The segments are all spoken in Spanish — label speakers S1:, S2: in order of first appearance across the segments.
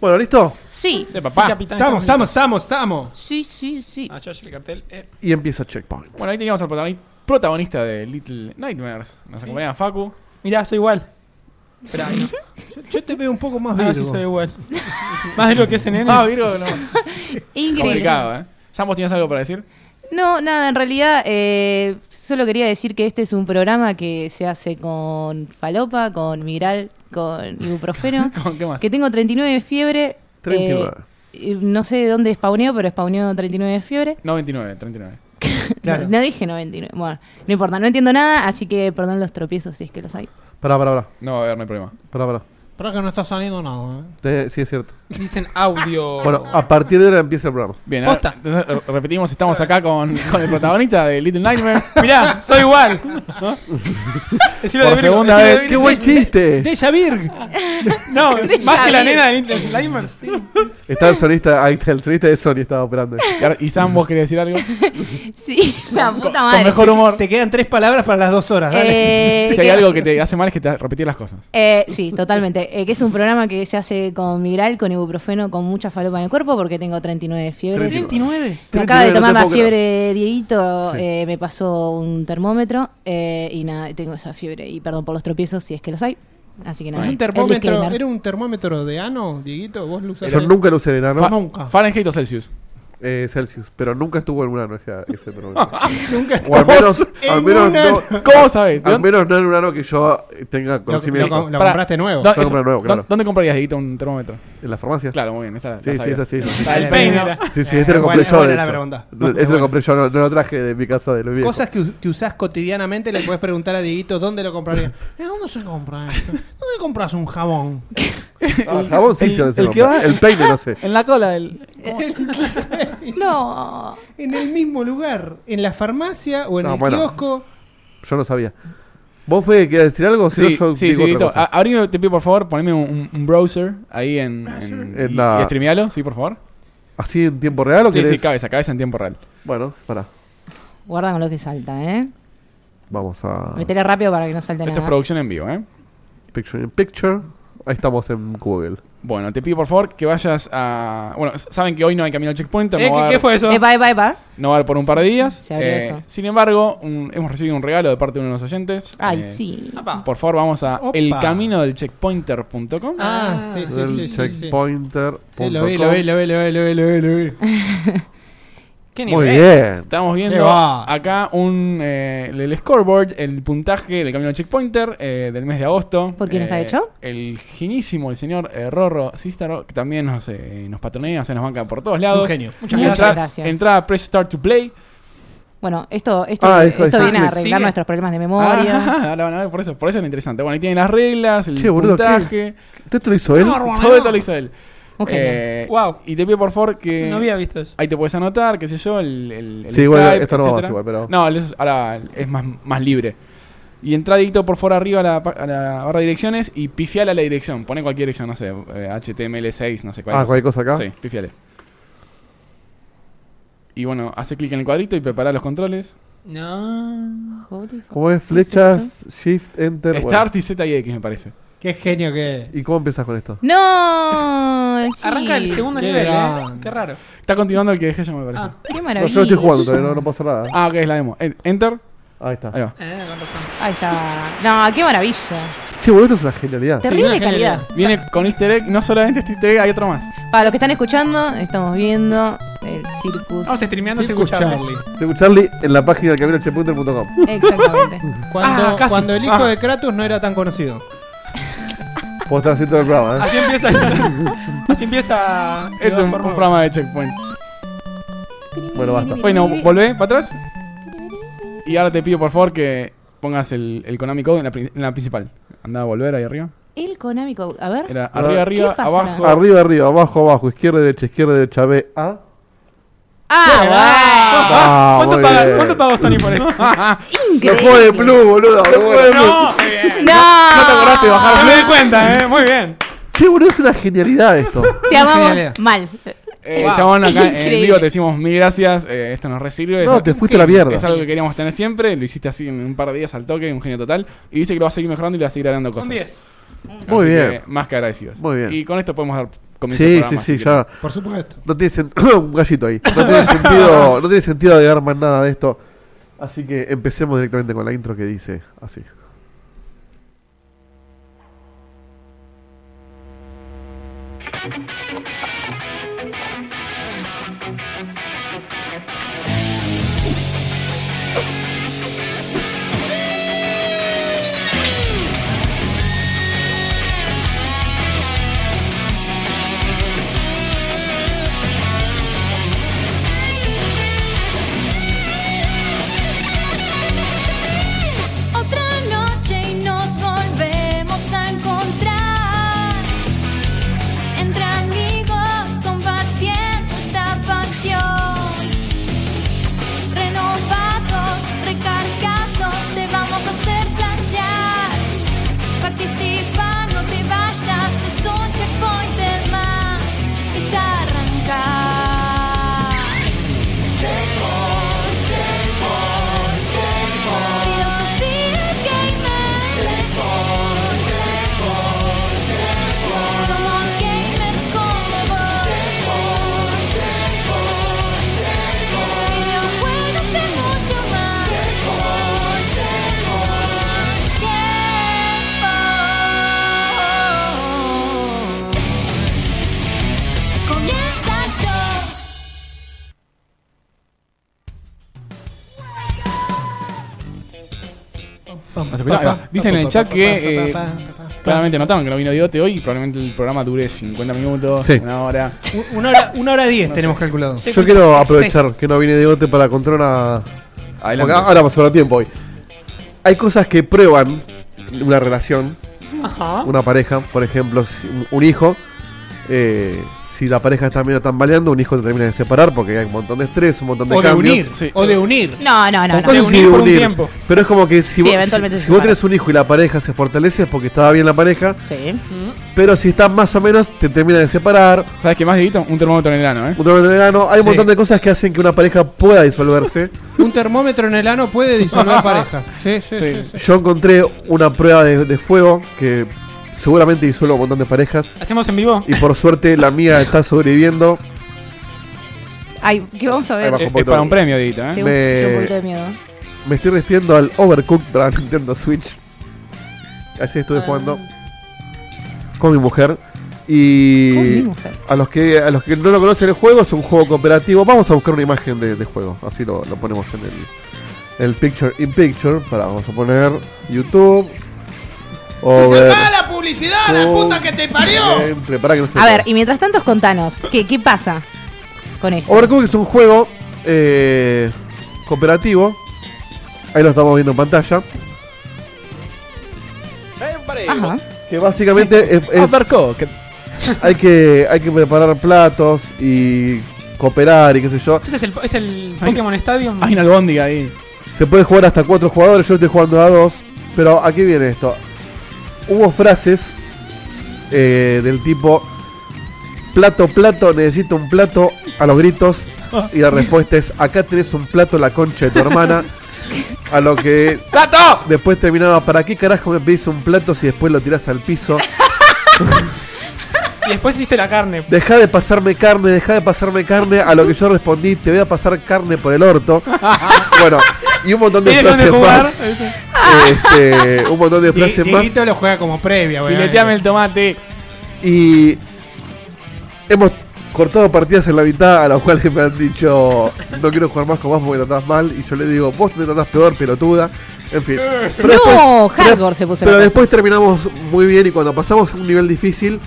S1: Bueno, ¿listo?
S2: Sí.
S3: Sí, papá.
S4: Sí, capitán,
S3: estamos,
S4: capitán.
S3: estamos, estamos, estamos.
S2: Sí, sí, sí.
S4: Ah, yo ayer el cartel. eh.
S1: Y empieza Checkpoint.
S3: Bueno, ahí teníamos al protagoni- protagonista de Little Nightmares. Nos acompañaba Facu.
S4: Mirá, soy igual.
S3: Esperá, ahí no.
S4: Yo, te veo un poco más Ah, sí,
S1: Virgo.
S4: soy igual. más de lo que es en nene.
S3: Ah, Virgo, no.
S2: Ingrid.
S3: Complicado, ¿eh? Sam, ¿vos tenías algo para decir?
S2: No, nada, en realidad eh, solo quería decir que este es un programa que se hace con falopa, con migral, con ibuprofeno.
S3: ¿Con qué más?
S2: que tengo 39 de fiebre.
S1: 39.
S2: eh, y no sé de dónde spawneo, pero spawneo 39 de fiebre.
S3: No, 29, 39.
S4: Claro.
S2: No, no dije 99. Bueno, no importa, no entiendo nada, así que perdón los tropiezos si es que los hay.
S1: Pará, pará, pará.
S3: No va a haber, no hay problema.
S1: Pará, pará.
S5: Pero que no está saliendo nada. ¿eh?
S1: Te- sí, es cierto.
S4: Dicen audio.
S1: Bueno, a partir de ahora empieza el programa.
S3: Bien, ahora-
S4: Posta.
S3: entonces, re- repetimos, estamos acá con, con el protagonista de Little Nightmares.
S4: Mirá, soy igual. Decilo
S3: Por
S4: de Virgo, decilo
S3: segunda
S4: de Virgo.
S3: vez.
S1: Ah, eh, ¡Qué buen chiste!
S5: Deja Virg.
S4: No, más que la
S2: Virgo.
S4: nena de Little Nightmares, sí.
S1: Está el solista, ahí está el solista de Sony, estaba operando.
S3: Y ahora- Y Sam, ¿vos querés decir algo?
S2: Sí, la puta
S3: Con
S2: madre.
S3: mejor humor.
S5: Ah, Te quedan tres palabras para las dos horas. Dale.
S2: Eh,
S3: Si hay
S2: que-
S3: algo que te hace mal es que te repetir las cosas.
S2: Eh, sí, totalmente. Eh, que es un programa que se hace con migral, con ibuprofeno, con mucha falopa en el cuerpo, porque tengo 39 de fiebre.
S1: 39.
S4: 29.
S2: Me acaba de
S1: 39, no te
S2: tomar la
S1: puedo creer.
S2: fiebre Dieguito,
S1: Sí.
S2: eh, me pasó un termómetro eh, y nada, tengo esa fiebre. Y perdón por los tropiezos si es que los hay. Así que nada.
S5: Es
S2: el
S5: un termómetro,
S2: disclaimer.
S5: ¿Era un termómetro de ano, Dieguito? ¿Vos lo usaste?
S1: Yo nunca lo usé de enano,
S3: Fa-
S5: nunca.
S3: Fahrenheit o Celsius.
S1: eh, Celsius, pero nunca estuvo en un ano ese, ese termómetro.
S5: Nunca
S1: O al menos,
S5: en
S1: al menos
S5: un ano.
S1: no,
S3: ¿Cómo sabés?
S1: al menos no en un ano que yo tenga
S5: Lo,
S1: conocimiento.
S5: lo- lo
S3: Pará.
S5: compraste
S3: ¿Dó-
S5: nuevo.
S1: Yo
S3: eso-
S1: compré nuevo, claro.
S3: ¿dó- ¿Dónde comprarías, Edito, un termómetro?
S1: ¿En la farmacia?
S3: Claro, muy bien, esa la
S1: Sí,
S3: la
S1: sí, es
S3: sabías.
S1: así. Sí,
S4: La del peine. era.
S1: sí,
S5: Eh,
S1: este lo compré
S5: buena-
S1: yo.
S5: buena
S1: de
S5: la
S1: hecho.
S5: pregunta.
S1: No, Este lo compré yo, no, no lo traje de mi casa de los viejos.
S5: Cosas que, u- que usás cotidianamente le puedes preguntar a Dieguito dónde lo compraría. Eh, ¿Dónde se compra esto? ¿Dónde compras un jabón?
S1: Ah, jabón sí,
S3: el-
S1: yo se
S3: el
S1: lo
S3: que
S1: compré.
S3: va-
S1: el peine, no sé.
S4: En la cola del.
S2: No.
S5: En el mismo lugar, en la farmacia o en
S1: No,
S5: el
S1: bueno.
S5: kiosco.
S1: Yo no sabía. ¿Vos fue querías decir algo? Si no,
S3: Sí,
S1: yo
S3: sí,
S1: digo
S3: sí,
S1: otra
S3: Edito.
S5: Ah.
S1: cosa.
S3: A- Abrime, te pido por favor, poneme un, un browser ahí en. en-
S1: En
S3: y,
S1: la-
S3: y streamealo, sí, por favor.
S1: ¿Así en tiempo real o
S3: Sí,
S1: querés?
S3: sí, cabeza, cabeza en tiempo real.
S1: Bueno, pará.
S2: Guarda con lo que salta, ¿eh?
S1: Vamos a
S2: Metele rápido para que no salte
S3: Esto es
S2: nada.
S3: producción en vivo, ¿eh?
S1: Picture in Picture. Ahí estamos en Google.
S3: Bueno, te pido por favor que vayas a. Bueno, s- saben que hoy no hay camino al checkpoint. No,
S4: Eh,
S3: va, a
S4: ¿qué,
S3: haber,
S4: qué fue eso?
S2: Epa, epa,
S1: Eh.
S2: epa.
S3: no va a haber por un par de días.
S2: Se abrió
S3: Eh,
S2: eso.
S3: Sin embargo, un- hemos recibido un regalo de parte de uno de los oyentes.
S2: Ay,
S3: Eh,
S2: sí.
S4: Apa.
S3: Por favor, vamos a
S5: Opa.
S3: elcaminodelcheckpointer.com.
S5: Ah, sí, sí,
S1: Del
S5: sí, sí, sí.
S1: checkpointer.
S5: Sí, lo vi, lo vi, lo vi, lo vi, lo vi, lo vi, lo vi.
S4: ¿Qué
S1: Muy
S4: nivel?
S1: bien.
S3: Estamos
S5: Qué
S3: viendo
S5: va.
S3: acá un eh, el scoreboard, el puntaje del camino al checkpointer eh, del mes de agosto.
S2: ¿Por quién está
S3: Eh,
S2: hecho?
S3: El genísimo, el señor eh, Rorro Cístaro, que también nos, eh, nos patronea, o sea, nos banca por todos lados.
S5: Un genio.
S4: Muchas
S2: Muchas
S4: gracias.
S2: gracias.
S3: Entrada a Press Start to Play.
S2: Bueno, esto, esto,
S1: Ah, hijo de
S2: esto
S1: esta-
S2: viene a
S4: ¿Me
S2: arreglar
S4: sigue?
S2: nuestros problemas de memoria.
S3: Ah, ahora van a ver por eso, por eso es lo interesante. Bueno, ahí tienen las reglas, el
S1: Che, boludo, ¿qué?
S3: puntaje.
S1: ¿Esto lo hizo él?
S3: Todo esto lo hizo él.
S2: Un genio.
S3: Eh,
S4: Wow.
S3: Y te pido por favor que.
S4: No había visto eso.
S3: Ahí te puedes anotar, qué sé yo, el. el, el
S1: Sí, igual,
S3: Skype,
S1: esto no va más
S3: etcétera.
S1: igual, pero- Ah,
S3: No, el- eso es- ahora es más, más libre. Y entra adicto por fuera arriba a la, pa- a la barra de direcciones y pifiale a la dirección. Pone cualquier dirección, no sé, eh, HTML6, no sé cuál.
S1: Ah, cualquier cosa acá.
S3: Sí, pifiale. Y bueno, hace clic en el cuadrito y prepara los controles.
S4: No.
S2: Holy fuck.
S1: ¿Cómo es? Flechas, Shift, Enter. bueno.
S3: Start y Z y X, me parece.
S5: Qué genio que es.
S1: ¿Y cómo empiezas con esto?
S2: No.
S4: Arranca el
S2: sí.
S4: segundo
S5: Qué
S4: nivel, ¿eh?
S5: grande.
S4: Qué raro.
S3: Está continuando el que dejé yo, me parece.
S4: Ah.
S2: Qué
S1: No,
S2: maravilla.
S1: yo no estoy jugando todavía, no, no pasa nada.
S3: Ah, ok, es la demo. En- Enter.
S1: Ahí está.
S3: Ahí va.
S4: Eh, con razón.
S2: Ahí está. No, qué maravilla.
S1: Che, boludo, esto es una genialidad.
S2: Terrible
S5: una
S2: calidad.
S3: Viene con easter egg, no solamente este easter egg, hay otro más.
S2: Para los que están escuchando, estamos viendo el circus.
S4: Vamos streameando sin
S5: Circus
S4: escuchar.
S5: Charlie.
S1: Tengo Charlie en la página del camino checkpointer.com.
S2: Exactamente.
S5: Cuando,
S4: Ah, casi.
S5: cuando el hijo
S4: Ah.
S5: de Kratos no era tan conocido.
S1: Puedo estar haciendo el programa, ¿eh?
S4: Así empieza. así empieza.
S3: Este es un, un programa de checkpoint.
S1: Bueno, basta.
S3: Bueno, volvé para atrás. Y ahora te pido por favor que pongas el, el Konami Code en la, pri- en la principal. Andá a volver ahí arriba.
S2: El Konami Code. A ver.
S3: Era arriba, arriba,
S2: pasa?
S3: abajo.
S1: Arriba, arriba, abajo, abajo, izquierda, derecha, izquierda, derecha, B, A.
S2: ¡Ah,
S1: Ah,
S4: ¿Cuánto,
S1: muy
S4: paga,
S1: bien.
S4: ¿Cuánto pagó Sony por esto?
S2: bueno!
S1: No
S2: Increíble.
S1: fue de plus, boludo. No fue de plus.
S4: muy bien.
S2: ¡No!
S3: No te acordaste de bajar.
S4: Ah, me di cuenta, eh. Muy bien.
S1: Che, boludo, es una genialidad esto.
S2: Te amamos
S5: Genialidad.
S2: mal.
S3: Eh,
S4: Wow.
S3: Chabón, acá en
S2: Increíble.
S3: vivo te decimos mil gracias. eh, esto nos resirve.
S1: No,
S3: es,
S1: te fuiste a la mierda.
S3: es algo que queríamos tener siempre. Lo hiciste así en un par de días al toque, un genio total. Y dice que lo va a seguir mejorando y le va a seguir dando cosas.
S4: Un 10.
S3: Así
S1: Muy
S3: que,
S1: bien.
S3: más que agradecidos.
S1: Muy bien.
S3: Y con esto podemos dar comienza el
S1: Sí, sí,
S3: programa,
S1: sí,
S3: así que-
S1: ya.
S5: Por supuesto.
S1: No tiene sentido. un gallito ahí. No tiene sentido, no tiene sentido agregar más nada de esto. Así que empecemos directamente con la intro que dice así.
S6: Otra noche y nos volvemos a encontrar entre amigos compartiendo esta pasión. Renovados, recargados, te vamos a hacer flashear. Participa, no te vayas, es un checkpointer más y ya arrancar. Checkpoint, checkpoint, checkpoint. Filosofía gamer. Checkpoint, checkpoint, checkpoint. Somos gamers como vos. Checkpoint, checkpoint, checkpoint. Videojuegos de mucho más. Checkpoint, checkpoint, checkpoint. Comienza el show.
S3: ¿No se escucha? Ahí va. Dicen en el chat que eh, claramente notaron que no vino Diote hoy y probablemente el programa dure 50 minutos,
S1: Sí.
S3: una hora.
S5: U- Una hora, una hora diez tenemos calculado.
S1: Yo quiero aprovechar que no viene Diegote para contar una. Porque
S3: Adelante.
S1: ahora pasó el tiempo hoy. Hay cosas que prueban una relación,
S4: Ajá.
S1: una pareja, por ejemplo, si- un- un hijo. eh, si la pareja está medio tambaleando, un hijo te termina de separar porque hay un montón de estrés, un montón de
S5: O de
S1: cambios.
S5: unir.
S3: Sí.
S5: O de unir.
S2: No, no, no. no.
S1: No sé
S4: De
S1: si
S4: unir por un
S1: unir,
S4: tiempo.
S1: Pero es como que si,
S2: Sí,
S1: vos,
S2: eventualmente
S1: si-
S2: se
S1: si vos
S2: separan.
S1: tenés un hijo y la pareja se fortalece es porque estaba bien la pareja,
S2: Sí.
S1: pero si estás más o menos te termina de separar.
S3: ¿Sabes qué más, Dieguito? Un termómetro en el ano, ¿eh?
S1: Un torneo de verano, hay un
S5: Sí.
S1: montón de cosas que hacen que una pareja pueda disolverse.
S5: Un termómetro en el ano puede disolver parejas. Sí, sí, sí. sí.
S1: Yo encontré una prueba de, de fuego que seguramente disuelve un montón de parejas.
S4: ¿Hacemos en vivo?
S1: Y por suerte la mía está sobreviviendo.
S2: Ay, que vamos a
S1: Ahí
S2: ver.
S1: bajo.
S2: Tengo
S3: Es, es para un premio, Dieguito, ¿eh?
S1: Me-
S2: un- tengo un poquito de miedo.
S1: Me estoy refiriendo al Overcooked para Nintendo Switch. Ayer
S2: Ah.
S1: estuve jugando con mi mujer. Y
S2: Con mi mujer.
S1: a los que a los que no lo conocen el juego, es un juego cooperativo. Vamos a buscar una imagen de, de juego. Así lo, lo ponemos en el, en el Picture in Picture. Para, vamos a poner YouTube.
S2: Pues
S1: Over-
S5: ¡Ah, la publicidad, te parió!
S1: Siempre, pará Eh, que no se
S2: A
S1: me
S2: ver,
S1: pare.
S2: y mientras tanto, contanos, ¿qué, qué pasa con esto?
S1: Overcooked es un juego eh, cooperativo. Ahí lo estamos viendo en pantalla.
S2: Ajá.
S1: Que básicamente es, es-
S3: Overcooked.
S1: hay, que, hay que preparar platos y cooperar y qué sé yo.
S4: Ese Este es el, es el Pokémon Stadium.
S3: Hay una albóndiga ahí.
S1: Se puede jugar hasta cuatro jugadores, yo estoy jugando a dos. Pero aquí viene esto. Hubo frases eh, del tipo plato, plato, necesito un plato a los gritos. Y la respuesta es, acá tenés un plato, la concha de tu hermana. A lo que
S3: ¡Tato!
S1: Después terminaba, ¿para qué carajo me pedís un plato si después lo tirás al piso?
S4: Y después hiciste la carne.
S1: Deja de pasarme carne, deja de pasarme carne. A lo que yo respondí, te voy a pasar carne por el orto. bueno, y un montón de
S4: Tienes donde
S1: frases
S4: jugar.
S1: más. Este, un montón de frases más.
S5: Dieguito lo juega como previa, güey.
S3: Fileteame el tomate.
S1: Y hemos cortado partidas en la mitad a las cuales me han dicho, no quiero jugar más con vos porque me tratás mal. Y yo le digo, vos me tratás peor, pelotuda. En fin. Pero
S2: No,
S1: pero-
S2: hardcore se puso la
S1: Pero
S2: cosa.
S1: después terminamos muy bien y cuando pasamos un nivel difícil,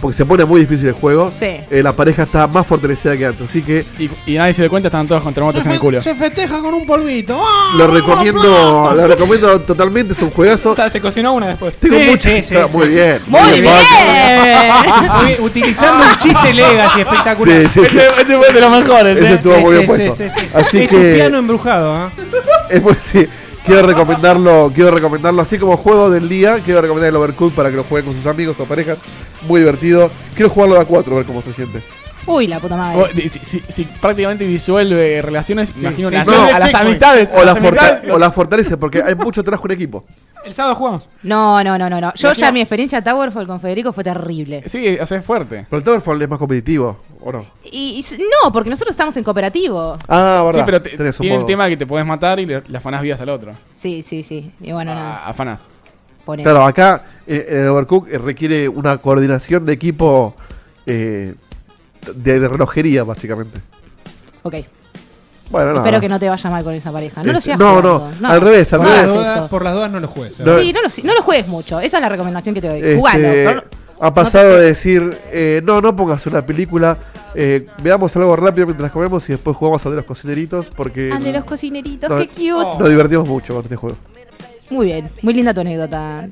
S1: porque se pone muy difícil el juego,
S2: Sí.
S1: eh, la pareja está más fortalecida que antes. Así que
S3: Y, y nadie se dio cuenta, estaban todos con termómetros en el culo.
S5: Se festeja con un polvito. ¡Ah!
S1: lo recomiendo, lo recomiendo totalmente, es un juegazo.
S4: O sea, se cocinó una después.
S1: Tengo
S5: sí,
S1: mucho-
S5: sí, sí,
S1: Ah,
S5: sí.
S1: muy bien.
S2: ¡Muy bien!
S5: Muy bien, Utilizando un chiste legacy espectacular.
S1: Sí, sí, sí.
S3: Este fue de los mejores, ¿eh?
S1: Ese estuvo
S5: sí,
S1: muy bien
S5: sí,
S1: puesto.
S5: sí, sí, sí.
S1: Así
S5: Es un
S1: que
S5: piano embrujado, ¿ah?
S1: es muy- sí, quiero recomendarlo, quiero recomendarlo así como juego del día, quiero recomendar el Overcooked para que lo jueguen con sus amigos o parejas. Muy divertido. Quiero jugarlo de a cuatro, a ver cómo se siente.
S2: Uy, la puta madre.
S3: Vos, di- Si, si- si prácticamente disuelve relaciones, imagino las-
S1: disuelve
S3: a las
S1: checkpoint.
S3: amistades.
S1: O
S3: a
S1: la,
S3: las amistades.
S1: forta- o la fortalece, porque hay mucho trabajo en equipo.
S4: El sábado jugamos.
S2: No, no, no, no, no. Yo
S3: Imagina-
S2: ya mi experiencia Towerfall con Federico fue terrible.
S3: Sí, o sea, es fuerte.
S1: Pero el Towerfall es más competitivo, ¿o no?
S2: Y, y s- no, porque nosotros estamos en cooperativo.
S1: Ah,
S3: Sí, pero te-
S1: Tenés un
S3: tiene el
S1: modo.
S3: tema de que te podés matar y le, le afanás vidas al otro.
S2: Sí, sí, sí. Y bueno,
S1: Ah.
S2: nada,
S3: A- afanás.
S2: pone.
S1: Claro, acá eh, el Overcook eh, requiere una coordinación de equipo eh, de, de relojería, básicamente.
S2: Ok.
S1: Bueno, nada.
S2: Espero que no te vaya mal con esa pareja. No lo
S1: Este,
S2: sigas
S1: Ah. no,
S2: jugando.
S1: no. Al revés, al
S2: no
S5: Por las,
S1: revés.
S2: hagas
S5: dudas,
S2: eso.
S5: por las dudas no lo juegues.
S1: No.
S2: Sí, no lo, si- no lo juegues mucho. Esa es la recomendación que te doy.
S1: Este,
S2: Jugalo. pero no-
S1: ha pasado de decir, eh, no, no pongas una película, eh, veamos algo rápido mientras comemos y después jugamos a de los cocineritos porque
S2: Ah, de los cocineritos,
S1: No,
S2: qué cute.
S1: nos divertimos mucho con este juego.
S2: Muy bien, muy linda tu anécdota.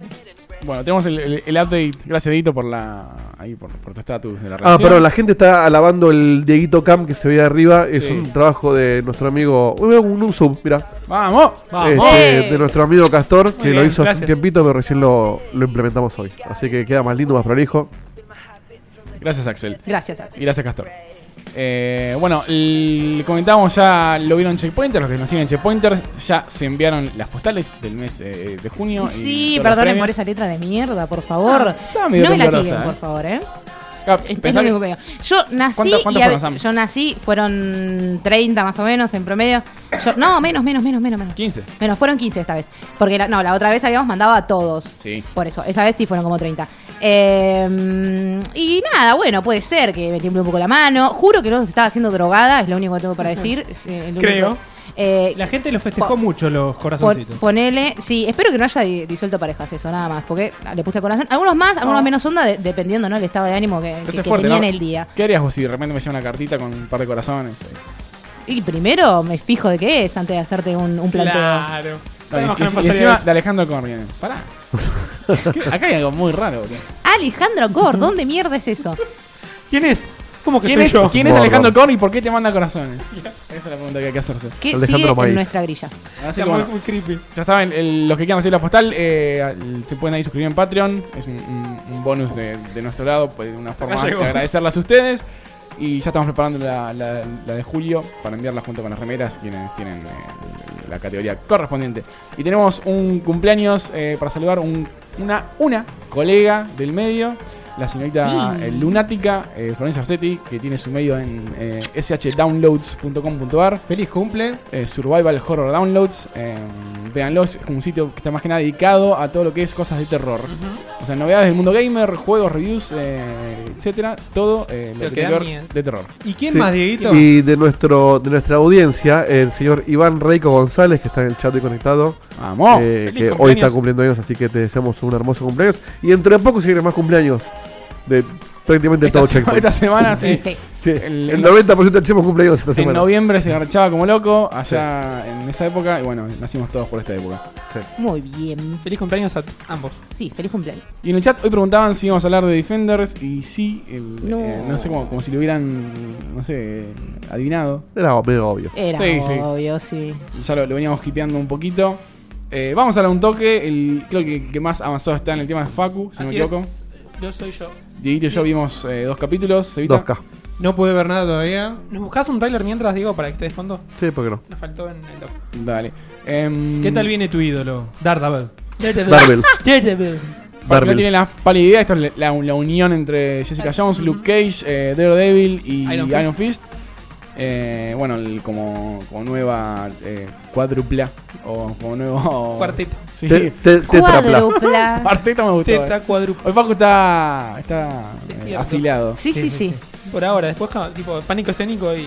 S3: Bueno, tenemos el, el- el update. Gracias, Edito, por la ahí por, por tu estatus de la
S1: Ah,
S3: relación.
S1: perdón, la gente está alabando el Dieguito Cam que se ve arriba. Es
S3: Sí.
S1: un trabajo de nuestro amigo. Uy, Un, un sub, mira.
S3: ¡Vamos!
S5: Ah. Oh.
S4: Vamos.
S1: Este,
S2: ¡Eh!
S1: de nuestro amigo Castor, que lo
S4: bien,
S1: hizo hace un
S4: gracias.
S1: tiempito, pero recién lo, lo implementamos hoy. Así que queda más lindo, más prolijo.
S3: Eh, Gracias, Axel.
S2: Gracias, Axel.
S3: Y gracias, Castor. Eh, bueno, el- comentábamos ya, lo vieron Checkpointers, los que nos siguen Checkpointers, ya se enviaron las postales del mes eh, de junio. y
S2: Sí,
S3: todos los
S2: perdonen
S3: premios.
S2: por esa letra de mierda, por favor.
S3: estaba
S2: no
S3: medio
S2: me la
S3: temblorosa,
S2: tiren,
S3: eh.
S2: por favor, ¿eh?
S3: Ah,
S2: Es- Es,
S3: pensá
S2: lo
S3: que-
S2: único que digo. Yo nací
S3: ¿Cuántas- cuántas
S2: y a-
S3: fueron, Sam?
S2: yo nací, fueron 30 más o menos en promedio. Yo- no, menos, menos, menos, menos, menos.
S3: 15.
S2: Menos, fueron 15 esta vez. Porque la, no, la otra vez habíamos mandado a todos.
S3: Sí.
S2: Por eso, esa vez sí fueron como 30. Eh, y nada, bueno, puede ser que me tiemble un poco la mano. Juro que no se estaba haciendo drogada, es lo único que tengo para decir. es, eh, lo
S4: Creo.
S2: único. Eh,
S5: La gente lo festejó
S2: Pon-
S5: mucho los
S2: Pon-
S5: corazoncitos.
S2: ponele, sí, espero que no haya di- disuelto parejas eso, nada más, porque le puse corazón. Algunos más, algunos menos onda, de- dependiendo, ¿no? El estado de ánimo que,
S3: Ese
S2: que- que
S3: es fuerte,
S2: tenía
S3: ¿no?
S2: en el día.
S3: ¿Qué harías vos si de repente me llega una cartita con un par de corazones? eh?
S2: Y primero me fijo de qué es antes de hacerte un, un planteo.
S4: Claro.
S3: No,
S4: Sabemos
S3: y-
S4: que
S3: y-
S4: no
S3: y
S4: pasaría
S3: encima
S4: eso.
S3: de Alejandro Corrigan. Pará. ¿Qué? Acá hay algo muy raro, boludo.
S2: Alejandro Gor, ¿dónde mierda es eso?
S4: ¿Quién es? ¿Cómo que
S3: ¿Quién
S4: soy
S3: es,
S4: yo?
S3: ¿quién es
S1: Gordo.
S3: Alejandro Korn y por qué te manda corazones? Esa es la pregunta que hay que hacerse.
S2: ¿Qué
S1: Alejandro
S2: sigue
S1: Maíz.
S2: en nuestra grilla?
S3: Así
S4: Era
S3: que
S4: muy,
S3: bueno,
S4: muy creepy.
S3: ya saben, el- los que quieran hacer la postal eh, al- se pueden ahí suscribir en Patreon. Es un, un- un bonus de, de nuestro lado, pues, una forma de
S4: llegó.
S3: agradecerlas a ustedes. Y ya estamos preparando la, la- la de julio para enviarla junto con las remeras, quienes tienen eh, la categoría correspondiente. Y tenemos un cumpleaños eh, para saludar un- una, una colega del medio, la señorita
S2: Sí.
S3: eh, lunática eh, Florencia Orsetti, que tiene su medio en eh, shdownloads.com.ar.
S5: Feliz cumple.
S3: eh, Survival Horror Downloads. eh, véanlos, es como un sitio que está más que nada dedicado a todo lo que es cosas de terror. O sea, novedades del mundo gamer, juegos, reviews, eh, etcétera. Todo eh, lo,
S4: Lo
S3: que
S4: que da
S3: tiene que ver
S4: miedo.
S3: de terror.
S5: ¿Y quién
S1: Sí.
S5: más, Dieguito?
S1: Y de nuestro de nuestra audiencia, el señor Iván Reico González, que está en el chat de conectado,
S3: ¡Vamos!
S1: eh,
S4: feliz
S1: que hoy
S4: cumpleaños.
S1: está cumpliendo años, así que te deseamos un hermoso cumpleaños. Y dentro de poco se vienen más cumpleaños de prácticamente
S3: esta,
S1: todo
S3: sema-
S1: Checkpoint.
S3: esta semana sí.
S2: Sí.
S1: Sí,
S3: el-
S1: el, 90% del Checkpoint cumpleaños esta
S3: En
S1: semana.
S3: noviembre se garchaba como loco, allá en esa época, y bueno, nacimos todos por esta época.
S2: Muy bien.
S4: Feliz cumpleaños a ambos.
S2: Sí, feliz cumpleaños.
S3: Y en el chat hoy preguntaban si íbamos a hablar de Defenders, y sí, el-
S2: No.
S3: eh, no sé, como, como si lo hubieran, no sé, adivinado.
S1: Era medio obvio.
S2: Era
S3: Sí, sí.
S2: obvio, sí.
S3: ya lo, lo veníamos hipeando un poquito. Eh, vamos a dar un toque. El, creo que el que más avanzado está en el tema es Facu, si no me
S4: Así
S3: equivoco.
S4: es. Yo soy yo.
S3: Dieguito y yo vimos eh, dos capítulos. Cevita.
S1: 2K.
S5: No pude ver nada todavía.
S4: ¿Nos buscas un tráiler mientras, Diego, para que esté de fondo?
S1: Sí, ¿por qué no?
S4: Nos faltó en el doc.
S3: Dale. Em,
S5: ¿Qué tal viene tu ídolo? Daredevil.
S1: Marvel.
S4: Daredevil.
S3: Para que no
S1: Marvel.
S3: tiene la pálida idea, esto es la, la- la unión entre Jessica Jones, Luke Cage, eh, Daredevil y Iron
S4: Iron
S3: Fist.
S4: Fist.
S3: Eh, bueno, el- como, como nueva eh, cuádrupla o como nuevo.
S4: Cuarteta.
S3: Sí.
S1: Te- te- tetrapla.
S2: Cuádrupla.
S3: Cuarteta me gustó. eh.
S4: Tetra cuadrupa.
S3: Hoy Facu está, está eh,
S4: Despierto.
S3: afilado.
S2: Sí, sí, sí.
S4: Por ahora, después, ja, tipo, pánico escénico y.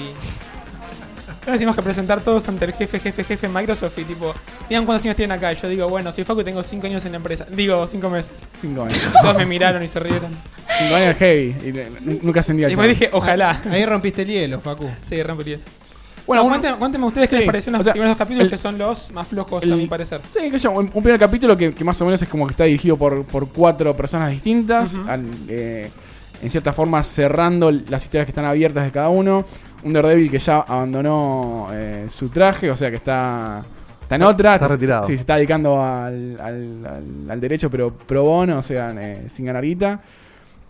S4: Ahora tenemos que presentar todos ante el jefe, jefe, jefe de Microsoft y tipo, digan cuántos años tienen acá. Y yo digo, bueno, soy Facu y tengo 5 años en la empresa. Digo, 5 meses.
S3: Cinco años.
S4: Todos me miraron y se rieron.
S3: Cinco años heavy. Y le- nu- nunca ascendí
S4: Y
S3: al
S4: después
S3: chabón.
S4: dije, ojalá.
S5: Ahí rompiste el hielo, Facu.
S4: Sí, rompería. Bueno,
S3: Bueno, un-
S4: cuéntenme, cuéntenme ustedes
S3: Sí,
S4: qué les parecieron
S3: o
S4: los
S3: sea,
S4: primeros dos capítulos
S3: el-
S4: que son los más flojos,
S3: el-
S4: a mi parecer.
S3: Sí, que yo, un, un primer capítulo que, que más o menos es como que está dirigido por, por cuatro personas distintas. al, eh, en cierta forma cerrando las historias que están abiertas de cada uno. Un Daredevil que ya abandonó eh, su traje, o sea que está. Está en otra.
S1: Está retirado.
S3: Sí, se está dedicando al, al- al- al derecho, pero pro bono, o sea, eh, sin ganar guita.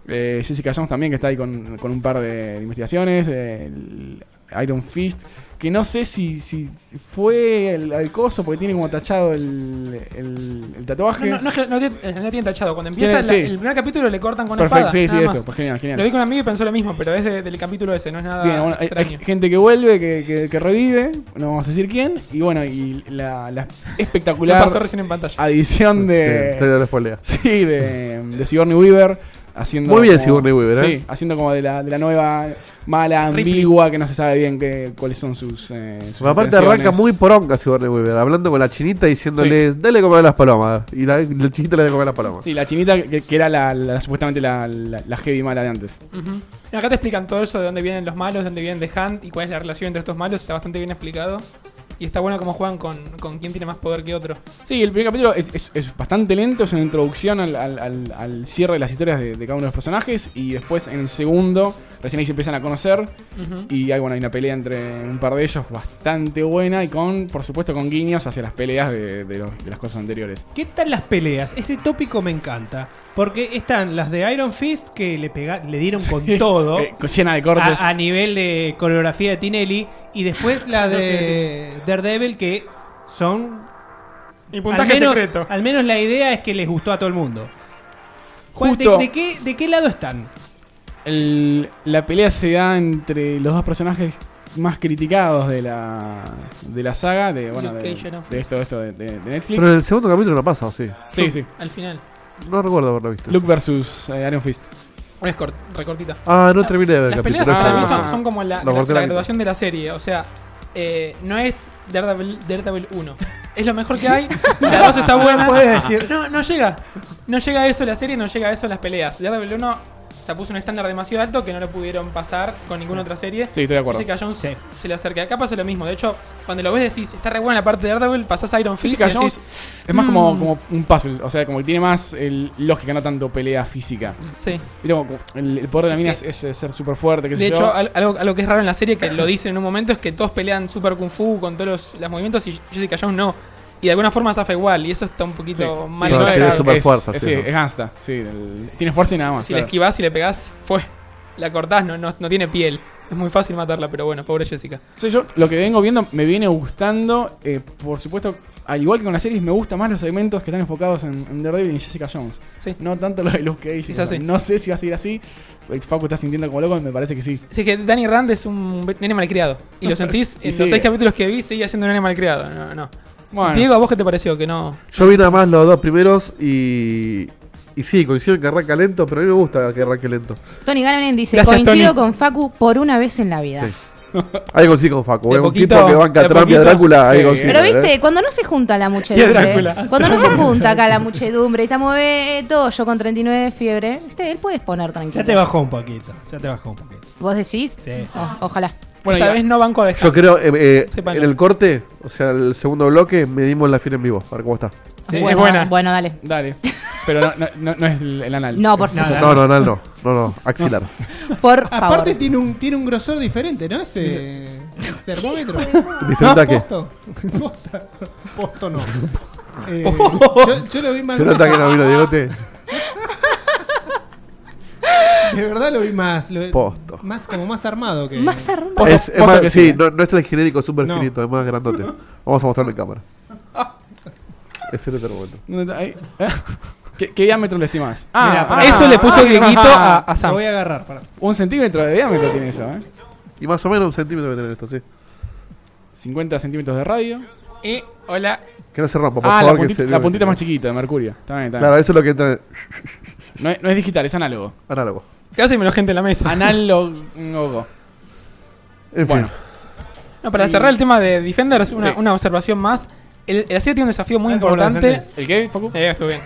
S3: Eh, Jessica Jones también, que está ahí con, con un par de investigaciones. eh, el Iron Fist, que no sé si, si fue el, al coso, porque tiene como tachado el, el- el
S4: No,
S3: tatuaje.
S4: no, no, es que no tiene, eh, no tiene tachado. Cuando empieza
S3: Tiene-
S4: la-
S3: sí.
S4: el primer capítulo le cortan con una
S3: Perfecto,
S4: espada.
S3: sí, sí,
S4: nada
S3: eso.
S4: más.
S3: Pues genial, genial.
S4: Lo vi con un amigo y pensó lo mismo, pero es de- del capítulo ese, no es nada
S3: Bien, bueno, eh, hay, hay
S4: extraño.
S3: gente que vuelve, que, que- que revive, no vamos a decir quién, y bueno, y la, la
S4: Lo
S3: espectacular
S4: pasó recién en pantalla.
S3: adición
S1: Sí, trailer
S3: de...
S1: de spoilea.
S3: Sí, de, de Sigourney Weaver. Haciendo
S1: Muy bien
S3: como-
S1: Sigourney Weaver, ¿eh?
S3: Sí, haciendo como de la, de la nueva mala,
S4: Ripley.
S3: ambigua, que no se sabe bien qué- cuáles son sus... eh, sus
S1: Aparte arranca
S3: intenciones.
S1: muy poronga Sigourney Weaver, hablando con la chinita diciéndole, dale a comer a las palomas. Y la, la chinita le da a comer a las palomas.
S3: Sí, la chinita que, que era la, la- supuestamente la, la, la heavy mala de antes.
S4: Ujú. Y acá te explican todo eso, de dónde vienen los malos, de dónde vienen de Hand y cuál es la relación entre estos malos. Está bastante bien explicado. Y está bueno cómo juegan con, con quién tiene más poder que otro.
S3: Sí, el primer capítulo es, es- es bastante lento, es una introducción al, al- al- al cierre de las historias de, de cada uno de los personajes y después en el segundo recién ahí se empiezan a conocer
S4: Ujú.
S3: y hay, bueno, hay una pelea entre un par de ellos bastante buena y con, por supuesto, con guiños hacia las peleas de, de los- de las cosas anteriores.
S5: ¿Qué tal las peleas? Ese tópico me encanta. Porque están las de Iron Fist que le, pega, le dieron con todo.
S3: Eh, llena de cortes.
S4: Ah,
S5: a, a nivel de coreografía de Tinelli. Y después la de Daredevil que son...
S4: Mi puntaje
S5: al, menos,
S4: secreto.
S5: al menos la idea es que les gustó a todo el mundo. Juan, ¿de-
S3: Justo.
S5: de qué- ¿De qué lado están?
S3: El- la pelea se da entre los dos personajes más criticados de la, de la saga, de, bueno, de,
S4: Education of
S3: de esto, esto de, de- de Netflix.
S1: Pero en el segundo capítulo no pasa, ¿o sí.
S3: sí, sí.
S4: Al final.
S1: No recuerdo haberlo visto.
S3: Luke versus eh, Iron Fist.
S4: Es cort- recortita.
S1: Ah, no terminé de ver el
S4: Las
S1: capítulo.
S4: peleas para mí
S1: Ah.
S4: son, son como la,
S1: Lo
S4: la,
S1: corté
S4: la
S1: la mitad.
S4: graduación de la serie. O sea, eh, no es Daredevil, Daredevil 1. Es lo mejor que hay. La 2 está buena.
S5: Puedes decir-
S4: No, no llega. No llega a eso la serie, no llega a eso las peleas. Daredevil 1 se puso un estándar demasiado alto que no lo pudieron pasar con ninguna otra serie.
S3: Sí, estoy de acuerdo.
S4: Jessica Jones
S5: Sí.
S4: se le acerca. Acá pasa lo mismo. De hecho, cuando lo ves decís, está re buena la parte de Daredevil, pasás a Iron Fist
S3: Jessica
S4: y decís,
S3: Jones es más como,
S1: Mm.
S3: como un puzzle, o sea, como que tiene más el, lógica, no tanto pelea física.
S4: sí.
S3: Viste, como- como el, el poder de la mina es, es ser súper fuerte, qué sé
S4: De
S3: yo.
S4: hecho, al- algo, algo que es raro en la serie, que lo dicen en un momento, es que todos pelean super kung fu con todos los, los movimientos y Jessica Jones no. Y de alguna forma zafa igual, y eso está un
S3: Sí.
S4: poquito
S3: Sí,
S4: mal.
S1: no, tiene
S3: no, claro,
S4: manejado.
S1: súper
S3: es-
S1: fuerza,
S3: es-
S1: sí,
S3: sí,
S1: no.
S3: es gangsta, sí, el- tiene fuerza y nada más.
S4: si la
S3: claro.
S4: esquivás y le pegás, fue. La cortás, no, no, no tiene piel. Es muy fácil matarla, pero bueno, pobre Jessica.
S3: Sí, yo lo que vengo viendo me viene gustando. eh, por supuesto, al igual que con las series, me gustan más los segmentos que están enfocados en, en Daredevil y en Jessica Jones.
S4: Sí.
S3: No tanto lo de Luke Cage.
S4: Es
S3: no-
S4: así.
S3: No sé si va a seguir así. Eh, Facu está sintiendo como loco, me parece que sí.
S4: Así que Danny Rand es un be- nene malcriado. Y lo sentís
S3: Y
S4: en
S3: sigue.
S4: los seis capítulos que vi, seguía siendo un nene malcriado. No, no.
S3: Bueno,
S4: Diego, ¿a vos qué te pareció? Que no.
S1: Yo vi nada más los dos primeros y. Y sí, coincido en que arranca lento, pero a mí me gusta que arranque lento.
S2: Tony Galanen dice,
S4: Gracias,
S2: coincido
S4: Tony.
S2: con Facu por una vez en la vida.
S1: Sí. Ahí consigo con Facu.
S4: De
S1: ¿eh? Un
S4: poquito,
S1: tipo que banca
S4: de
S1: a Trump y a
S4: poquito.
S1: Drácula, ahí
S3: Sí.
S1: consigo.
S2: Pero
S1: ¿eh?
S2: viste, cuando no se junta la
S4: Y a
S2: muchedumbre,
S4: Drácula.
S2: cuando no se junta acá la muchedumbre y estamos eh, todos yo con 39 de fiebre, viste, él puede exponer tranquilo.
S5: Ya te bajó un poquito. Ya te bajó un poquito.
S2: ¿Vos decís?
S5: Sí.
S2: O- ojalá.
S3: bueno,
S4: esta
S3: y-
S4: vez no banco a dejar.
S1: Yo creo, eh, eh,
S4: Sepan.
S1: en el corte, o sea, el segundo bloque, medimos la fila en vivo, a ver cómo está.
S4: Sí, es
S2: bueno,
S4: buena.
S2: bueno, dale.
S3: Dale. Pero no, no, no- no es el, el anal.
S2: No, por,
S5: No,
S2: favor.
S1: No, no, no, no, no, no, axilar.
S2: por favor.
S5: Aparte tiene un, tiene un grosor diferente, ¿no? Ese, ese termómetro.
S1: ¿Diferente a qué?
S5: Posto. Posta. Posto no. Eh, yo, yo lo vi más
S1: Se nota que
S5: grueso.
S1: no vino Diegote.
S5: De verdad lo vi más. lo-
S1: Posto.
S5: Más como más armado que.
S2: Más armado.
S3: Posta-
S1: Es, es
S3: posta
S1: más,
S3: que
S1: sí,
S3: sí.
S1: no, no es el genérico súper
S5: No.
S1: finito, es más grandote. Vamos a mostrarlo en cámara. Ese era otro momento.
S3: ¿Dónde está? Ahí. ¿Eh? ¿Qué, qué diámetro le estimás?
S5: Mirá, pará.
S4: eso le puso
S3: ah,
S4: Dieguito
S3: ah,
S4: a, a
S5: Lo
S4: Sam.
S5: voy a agarrar. pará.
S3: Un centímetro de diámetro tiene eso, ¿eh?
S1: Y más o menos un centímetro que tener esto, sí.
S3: 50 centímetros de radio.
S4: Eh, hola.
S1: Que no se rompa, por
S3: Ah, la
S1: favor.
S3: puntita,
S1: que se...
S3: la puntita más chiquita, de mercurio. Está bien, está bien.
S1: Claro, eso es lo que entra en
S3: No, es, no es digital, es análogo.
S1: análogo.
S4: Casi me lo gente en la mesa.
S3: Análogo.
S1: En
S3: Bueno.
S1: fin,
S4: No, para
S3: Y-
S4: cerrar el tema de Defenders, una,
S3: Sí.
S4: una observación más. El, la serie tiene un desafío muy
S5: Ah, como lo
S4: importante.
S5: defendés.
S3: ¿El qué, Facu?
S4: Eh, estuvo bien.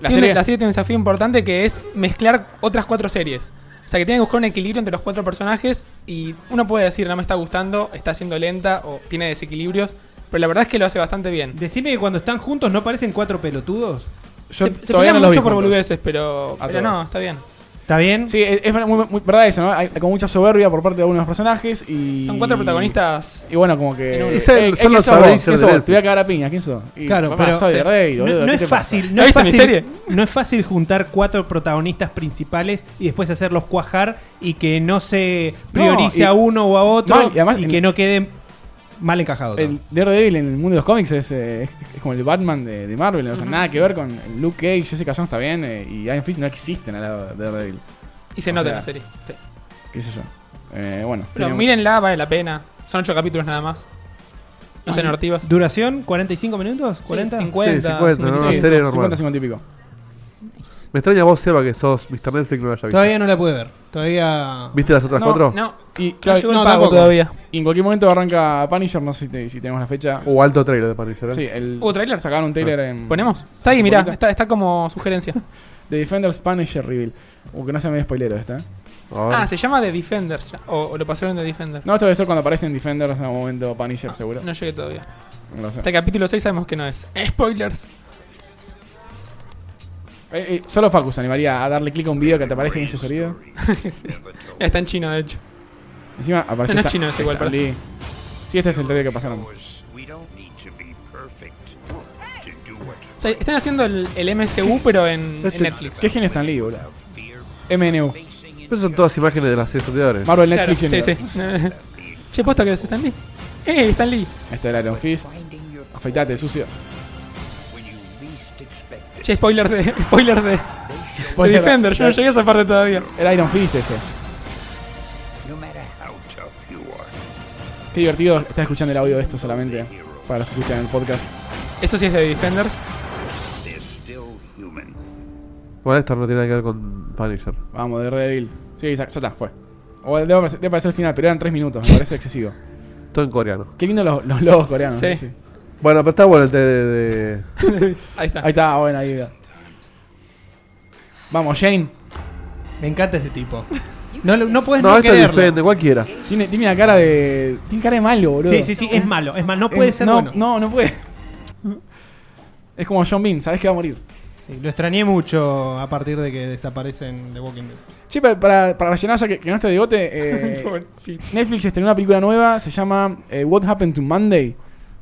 S3: La
S4: Tiene-
S3: serie.
S4: tiene un desafío importante que es mezclar otras cuatro series. O sea, que tiene que buscar un equilibrio entre los cuatro personajes y uno puede decir, no me está gustando, está siendo lenta o tiene desequilibrios, pero la verdad es que lo hace bastante bien.
S5: Decime que cuando están juntos no parecen cuatro pelotudos.
S3: Yo
S4: se se
S3: todavía
S4: pelean
S3: no los vi
S4: mucho por
S3: juntos.
S4: boludeces, pero,
S3: A
S4: pero
S3: todos.
S4: no, está bien.
S5: ¿Está bien?
S3: Sí, es, es muy- muy- verdad eso, ¿no? Hay, hay como mucha soberbia por parte de algunos personajes y...
S4: Son cuatro protagonistas.
S3: Y bueno, como que...
S4: En uno.
S3: eh,
S1: Y son-
S3: eh,
S1: son
S3: ¿Quién
S1: los
S3: sos vos?
S1: Avengers este.
S3: ¿Quién
S1: de
S3: sos vos?
S1: Netflix.
S3: Te voy a cagar a piña, ¿quién sos? Y,
S5: Claro,
S3: papá,
S5: pero
S3: soy
S5: o
S3: de
S5: sea,
S3: Rey,
S5: no-
S3: boludo,
S5: no,
S3: ¿qué
S5: es
S3: te pasa?
S5: fácil,
S4: ¿No
S5: no es
S4: viste mi
S5: fácil,
S4: serie?
S5: no es fácil juntar cuatro protagonistas principales y después hacerlos cuajar y que no se priorice
S3: y-
S5: a uno o a otro
S3: Mal, y además
S5: y
S3: en-
S5: que no quede mal encajado.
S3: El Daredevil en el mundo de los cómics es, eh, es- es como el Batman de, de Marvel, o sea, nada que ver con el Luke Cage, Jessica Jones está bien eh, y Iron Fist no existen al lado de Daredevil,
S4: Y se
S3: O
S4: nota
S3: sea,
S4: en la serie. Sí.
S3: qué sé yo. Eh, bueno,
S4: Pero
S3: tenía-
S4: mírenla, vale la pena. Son ocho capítulos nada más. No sean hortivas.
S5: ¿Duración? ¿45 minutos?
S4: Sí, 50,
S5: ¿40?
S1: Sí, 50, ¿no?
S3: sí,
S4: 55.
S1: una serie normal.
S3: 50, 50 y pico.
S1: Me extraña vos, Seba, que sos Mr. Netflix no lo haya visto.
S5: Todavía no la pude ver. Todavía...
S1: ¿Viste las otras
S4: no,
S1: cuatro?
S4: No,
S3: Y
S4: no
S3: claro,
S4: llegó el
S5: no,
S4: pago
S5: tampoco.
S4: todavía.
S3: y en cualquier momento arranca Punisher, no sé si, te- si tenemos la fecha.
S1: O alto trailer de Punisher. ¿eh?
S3: Sí, el,
S4: ¿Hubo trailer?
S3: sacaron un trailer en...
S4: ¿Ponemos? Está ahí, mirá.
S3: poquito.
S4: Está, está como sugerencia.
S3: The Defenders Punisher Reveal. Aunque no sea medio spoilero esta. ¿eh?
S1: A ver.
S4: Ah, se llama The Defenders. ya. O, o lo pasaron de Defenders.
S3: No, esto debe ser cuando aparecen Defenders en algún momento Punisher, seguro.
S4: No llegué todavía.
S3: No sé.
S4: Hasta el capítulo 6 sabemos que no es. Spoilers.
S3: Eh, eh, solo Facu se animaría a darle clic a un video que te aparece ahí sugerido.
S4: Sí. Está en chino, de hecho.
S3: Encima apareció.
S4: No, no es
S3: esta-
S4: chino, es igual,
S3: esta-
S4: pero-
S3: Sí, este es el trailer que pasaron.
S7: We don't need to be perfect to do what's
S4: O sea, están haciendo el, el MCU, pero en, en
S1: Este-
S4: Netflix.
S3: ¿Qué genio Stan Lee, boludo? MNU.
S1: Pero son todas imágenes de las series anteriores.
S3: Marvel
S4: Claro,
S3: Netflix.
S4: sí, sí. che, posta que es Stan Lee. ¡Eh, Stan Lee!
S3: Este el Iron Fist.
S7: finding your
S3: Afeitate, sucio.
S7: when you least expect it.
S4: Che, spoiler de. Spoiler de. de Defender, yo no llegué a esa parte todavía.
S3: El Iron Fist ese.
S7: No matter how tough you are,
S3: Qué divertido estar escuchando el audio de esto solamente. Para los que escuchan el podcast.
S4: Eso sí es de Defenders.
S7: they're still human.
S1: Bueno, esto no tiene nada que ver con Punisher.
S3: Vamos, de Devil. Sí, ya ya está, fue. O debe aparecer, debe aparecer el final, pero eran 3 minutos, me parece excesivo.
S1: Todo en coreano.
S3: Qué lindo los, los logos coreanos.
S4: Sí.
S3: ¿no?
S1: Bueno, pero está bueno el té de, de-
S4: Ahí está.
S3: Ahí está, ah, bueno, ahí va. Vamos, Jane.
S5: Me encanta este tipo. No, lo- no puedes no,
S1: No, este es
S5: quererlo.
S1: diferente, cualquiera.
S3: Tiene, tiene una cara de. Tiene cara de malo, boludo.
S5: Sí, sí, sí, es malo. Es malo, no
S3: Es-
S5: puede ser
S3: no,
S5: bueno.
S3: No, no puede. Es como John Bean, sabes que va a morir.
S5: Sí, lo extrañé mucho a partir de que desaparecen de Walking Dead.
S3: Che, para, para, para rellenar ya que, que no está de bigote, eh,
S4: sí.
S3: Netflix estrenó una película nueva, se llama eh, What Happened to Monday.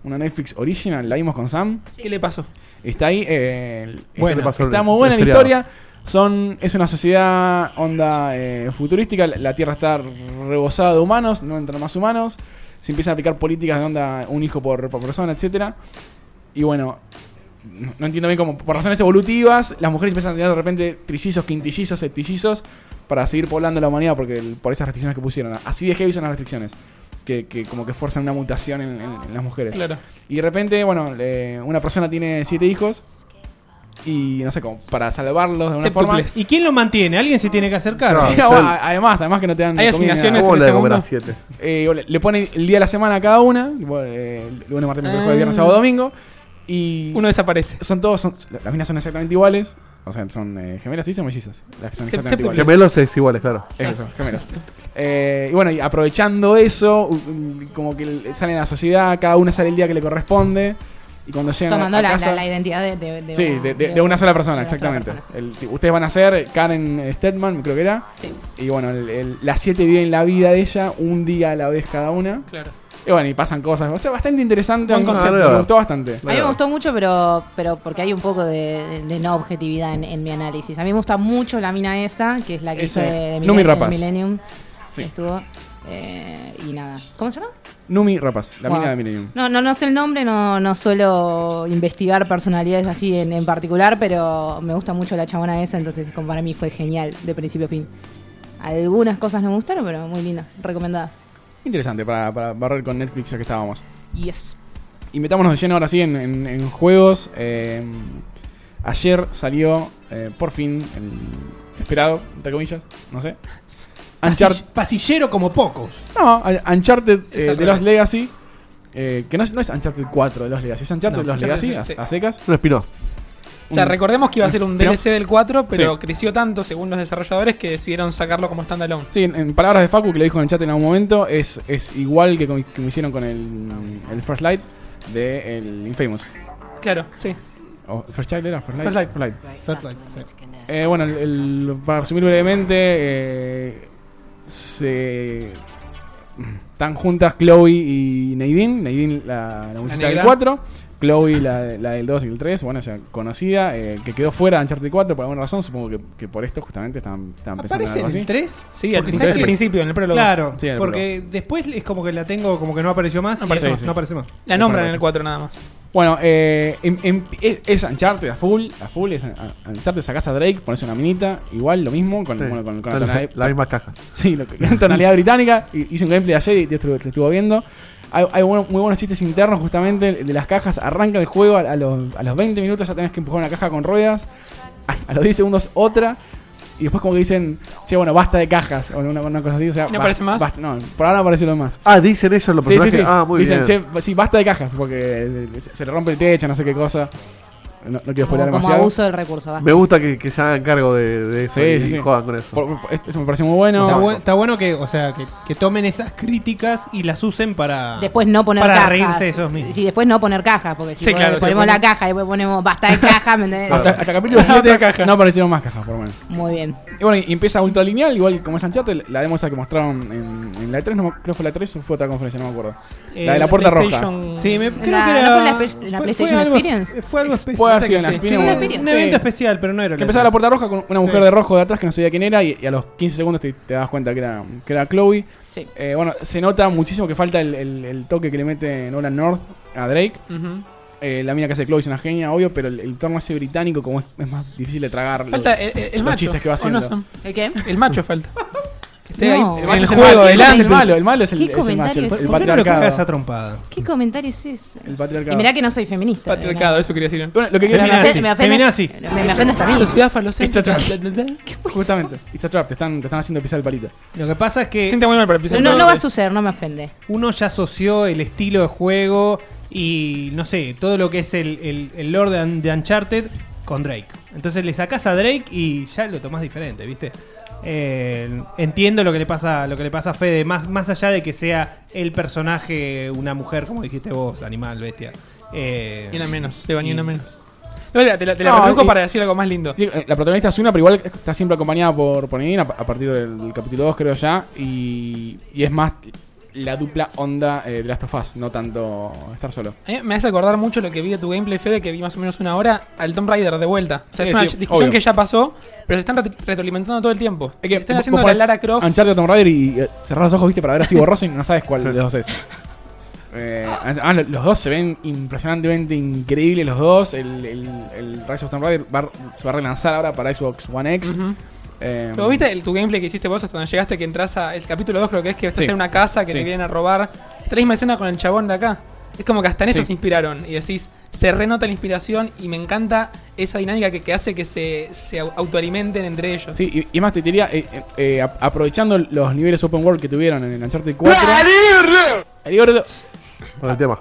S3: Una Netflix original, la vimos con Sam.
S4: ¿Qué le pasó?
S3: Está ahí. eh, el-
S1: Bueno,
S3: está-
S1: pasó el-
S3: está muy buena
S1: el
S3: la
S1: feriado.
S3: historia. Son, es una sociedad onda eh, futurística. La, la Tierra está rebosada de humanos, no entran más humanos. Se empiezan a aplicar políticas de onda un hijo por, por persona, etcétera. Y bueno, no, no entiendo bien cómo, por razones evolutivas, las mujeres empiezan a tener de repente trillizos, quintillizos, septillizos para seguir poblando la humanidad porque el- por esas restricciones que pusieron. Así de heavy son las restricciones. Que, que como que fuerzan una mutación en, en- en las mujeres.
S4: Claro.
S3: Y de repente, bueno, eh, una persona tiene siete hijos. Y no sé cómo, para salvarlos de una forma.
S4: Septuples.
S5: ¿Y quién lo mantiene? Alguien se tiene que hacer cargo.
S1: No.
S3: Sí, ah, además, además que no te dan.
S4: Hay
S3: comida.
S4: asignaciones.
S1: ¿Cómo
S4: el
S1: le comerá
S4: segundo?
S1: siete?
S3: Eh, le, le pone el día de la semana a cada una. tipo, eh, lunes, martes, miércoles, jueves, viernes,
S4: Ah.
S3: sábado, domingo. Y
S4: Uno desaparece.
S3: son todos. son- las minas son exactamente iguales. O sea, son eh, gemelas, ¿sí? Son mellizas. Las que son
S4: Sep-
S3: exactamente iguales.
S1: Gemelos es iguales, claro.
S3: Eso, gemelos. Eh, y bueno, y aprovechando eso, u- u- como que l- salen a la sociedad, cada una sale el día que le corresponde. Y cuando llegan a-
S2: Tomando
S3: a
S2: la, la-
S3: casa,
S2: la identidad de, de- de
S3: Sí,
S2: una-
S3: de, de-
S2: de
S3: de una sola
S2: de
S3: persona,
S2: una sola
S3: exactamente. Eh,
S2: persona.
S3: El ti- ustedes van a ser Karen Stedman, creo que era.
S2: Sí.
S3: Y bueno, el- el- las siete viven la vida de ella, un día a la vez cada una.
S4: Claro.
S3: Y bueno, y pasan cosas. O sea, bastante interesante.
S1: Buen
S3: un
S1: concepto.
S3: concepto, Me gustó bastante.
S2: A mí me gustó mucho, pero, pero porque hay un poco de, de- de no objetividad en, en mi análisis. A mí me gusta mucho la mina esta, que es la que
S3: Ese,
S2: hizo de, de
S3: Numi
S2: Millen-
S3: Rapaz.
S2: Millennium.
S3: Sí.
S2: Estuvo. eh, y nada. ¿Cómo se llama?
S3: Numi Rapaz, la
S2: Wow.
S3: mina de Millennium.
S2: No, no, no sé el nombre, no, no suelo investigar personalidades así en, en particular, pero me gusta mucho la chabona esa, entonces como para mí fue genial de principio a fin. Algunas cosas no me gustaron, pero muy linda, recomendada.
S3: Interesante para, para barrer con Netflix ya que estábamos.
S2: Yes.
S3: Y metámonos de lleno ahora sí en, en- en juegos. Eh, ayer salió eh, por fin el esperado, entre comillas, no sé. Uncharted,
S5: Pasillero, como pocos.
S3: no, Un- Uncharted eh,
S4: al
S3: de los
S4: revés.
S3: Legacy. eh, que no es, no es Uncharted 4 de los Legacy, es Uncharted
S5: No,
S3: de los
S4: Uncharted,
S3: Legacy,
S4: sí.
S3: a- a, secas.
S1: Un spin-off.
S3: Mm,
S4: O sea,
S3: Un-
S4: recordemos que iba a ser un
S3: Pero-
S4: DLC del 4, pero
S3: Sí.
S4: creció tanto según los desarrolladores que decidieron sacarlo como standalone.
S3: Sí, en, en palabras de Facu, que lo dijo en el chat en algún momento, es, es igual que, como que me hicieron con el, el First Light de el Infamous.
S4: Claro, sí.
S3: O Fairchild era, Fairlight.
S4: Fairlight.
S3: Fairlight.
S5: Fairlight, sí.
S3: Eh, bueno, el- el- para resumir brevemente, eh, se. Están juntas Chloe y Nadine. Nadine, la, la muchacha del
S4: negra.
S3: 4. Chloe, la, la del 2 y el 3. Bueno, ya conocida. eh, que quedó fuera de Uncharted 4 por alguna razón. Supongo que, que por esto justamente estaban, estaban pensando en
S5: ¿Aparece
S3: algo
S5: en
S3: así.
S5: el 3?
S4: Sí, al,
S5: Porque
S4: principio-
S5: ¿sabes
S4: al
S5: qué?
S4: principio, en el prólogo.
S5: Claro,
S3: Sí, en el
S5: porque después es como que la tengo, como que no apareció más.
S4: No aparece
S5: y-
S3: más, sí.
S5: No aparece más.
S4: La nombran en el 4 nada más.
S3: Bueno, eh, em- em- es, es Uncharted a full. A full es un- a- Uncharted. Sacás a Drake, pones una minita. Igual, lo mismo. Con,
S1: Sí,
S3: bueno, con-
S1: está
S3: con la
S1: en la,
S3: tonalidad-
S1: la misma caja.
S3: Sí, lo que- en tonalidad británica. Hi- Hice un gameplay ayer y te estuve, te estuvo viendo. Hay, hay bueno- muy buenos chistes internos justamente de las cajas. Arranca el juego a, a los, a los 20 minutos, ya tenés que empujar una caja con ruedas. A, a los 10 segundos otra. Y después como que dicen, che, bueno, basta de cajas. O una, una cosa así. O sea,
S4: ¿Y no
S3: bas-
S4: aparecen más?
S3: basta- no, por ahora no aparecieron más.
S1: Ah, dicen ellos los
S3: Sí, sí,
S1: personajes.
S3: sí.
S1: Ah, muy
S3: Dicen,
S1: bien.
S3: "Che, sí, basta de cajas, porque eh, se se le rompe el techo, no sé qué cosa. No, no quiero
S2: Como,
S3: spoiler
S2: como
S3: demasiado.
S2: abuso del recurso, basta.
S1: Me gusta que, que se hagan cargo de, de eso
S3: Sí,
S1: y,
S3: sí, sí.
S1: jodan con eso.
S3: Por- por- es- eso me pareció muy bueno.
S5: Está, bu- está bueno que, o sea, que, que tomen esas críticas y las usen para.
S2: Después no poner
S5: Para
S2: cajas.
S5: reírse de esos mismos.
S2: Sí, después no poner cajas, porque si
S4: Sí,
S2: vos-
S4: claro, si
S2: ponemos
S4: lo
S2: la caja y después ponemos basta de caja, ¿me entendés?
S3: Hasta, hasta capítulo
S4: Otra
S3: 7
S4: caja.
S3: no aparecieron más cajas, por lo menos.
S2: Muy bien.
S3: Y bueno, y empieza ultra lineal, igual como es Uncharted, la demo esa que mostraron en, en la E3, no me- creo que fue la E3 o fue otra conferencia, no me acuerdo.
S5: Eh,
S3: la de la puerta roja.
S4: PlayStation-
S5: Sí, me, creo
S2: La-
S5: que
S2: ¿no
S5: era.
S2: fue la Play- la PlayStation
S5: algo-
S2: Experience?
S5: Fue algo
S3: Puede
S5: especial.
S3: haber sido en la
S4: Sí,
S5: Sí,
S3: Experience,
S5: un,
S2: una
S3: bueno.
S2: Experience.
S5: un
S3: Sí.
S5: evento especial, pero no era.
S3: Que empezaba la puerta roja con una mujer
S5: Sí.
S3: de rojo de atrás que no sabía quién era y, y a los 15 segundos te, te das cuenta que era, que era Chloe.
S2: Sí.
S3: Eh, bueno, se nota muchísimo que falta el, el- el toque que le mete Nolan North a Drake.
S4: Ujú.
S3: Eh, la mina que hace Chloe es una genia, obvio, pero el, el tono ese británico como es, es más difícil de tragar.
S4: Falta eh, el,
S3: Lo-
S4: el- el
S3: los
S4: macho.
S3: chistes que
S4: ¿O
S3: va haciendo.
S4: no son?
S2: ¿El qué?
S4: El macho falta. Que esté
S2: No.
S4: ahí.
S2: El
S4: en
S3: macho
S4: el
S3: es el malo,
S4: juego,
S3: el,
S4: el
S3: es el
S4: ángel.
S3: malo, el malo es el,
S2: ¿Qué
S3: es el macho, el,
S2: comentarios son?
S3: el
S5: ¿Por qué no le
S3: patriarcado.
S5: cagas a trompada?
S2: ¿Qué comentario es ese?
S3: El patriarcado.
S2: Y mirá que no soy feminista. eh,
S4: Patriarcado, eso quería decir.
S3: Bueno, lo que quiero
S5: Feminazi.
S3: decir
S2: Me, me ofende,
S5: Feminazi.
S2: me, me ofende hasta a mí.
S4: Sociedad falocéntrica.
S3: It's a
S4: Se
S3: es, justamente, it's a trap, te están, te están haciendo pisar el palito.
S5: Lo que pasa es que.
S4: siente muy mal para el
S2: No,
S4: episodio.
S2: no, no va a suceder, no me ofende.
S5: uno ya asoció el estilo de juego y no sé, todo lo que es el, el, el lore de, Un- de Uncharted con Drake. Entonces le sacás a Drake y ya lo tomás diferente, ¿viste? Eh, entiendo lo que le pasa lo que le pasa a Fede, más, más allá de que sea el personaje una mujer, como dijiste vos, animal, bestia. Eh,
S4: Y una menos, te bañé una menos. No, mira, te la, te la
S3: No,
S4: reduzco
S3: y-
S4: para decir algo más lindo.
S3: Sí, eh, la protagonista es una, pero igual está siempre acompañada por, por Nadine a, a partir del, del capítulo 2, creo ya. Y, y es más la dupla onda eh, de Last of Us, no tanto estar solo.
S4: A mí Eh, me hace acordar mucho lo que vi de tu gameplay, Fede, que vi más o menos una hora al Tomb Raider de vuelta. O sea,
S3: Sí,
S4: es una
S3: sí,
S4: discusión
S3: obvio.
S4: que ya pasó, pero se están re- retroalimentando todo el tiempo.
S3: Es que
S4: están
S3: vos-
S4: haciendo
S3: vos
S4: la
S3: ponés
S4: Lara Croft.
S3: Uncharted o Tomb Raider y eh, cerrás los ojos, viste, para ver así borroso y no sabes cuál de los dos es. Eh, ah, lo- los dos se ven impresionantemente increíbles los dos. El, el, el Rise of Tomb Raider va- se va a relanzar ahora para Xbox One X.
S4: Ujú.
S3: Eh,
S4: Pero viste el, tu gameplay que hiciste vos hasta donde llegaste, que entras al capítulo 2, creo que es que estás
S3: Sí.
S4: en una casa que
S3: Sí.
S4: te vienen a robar. Esta misma escena con el chabón de acá. Es como que hasta en eso
S3: Sí.
S4: se inspiraron. Y decís, se renota la inspiración y me encanta esa dinámica que, que hace que se, se au- autoalimenten entre ellos.
S3: Sí, y, y es más, te diría, eh, eh, eh, a- aprovechando los niveles open world que tuvieron en el Uncharted 4. Ari Gordo.
S1: Con el tema.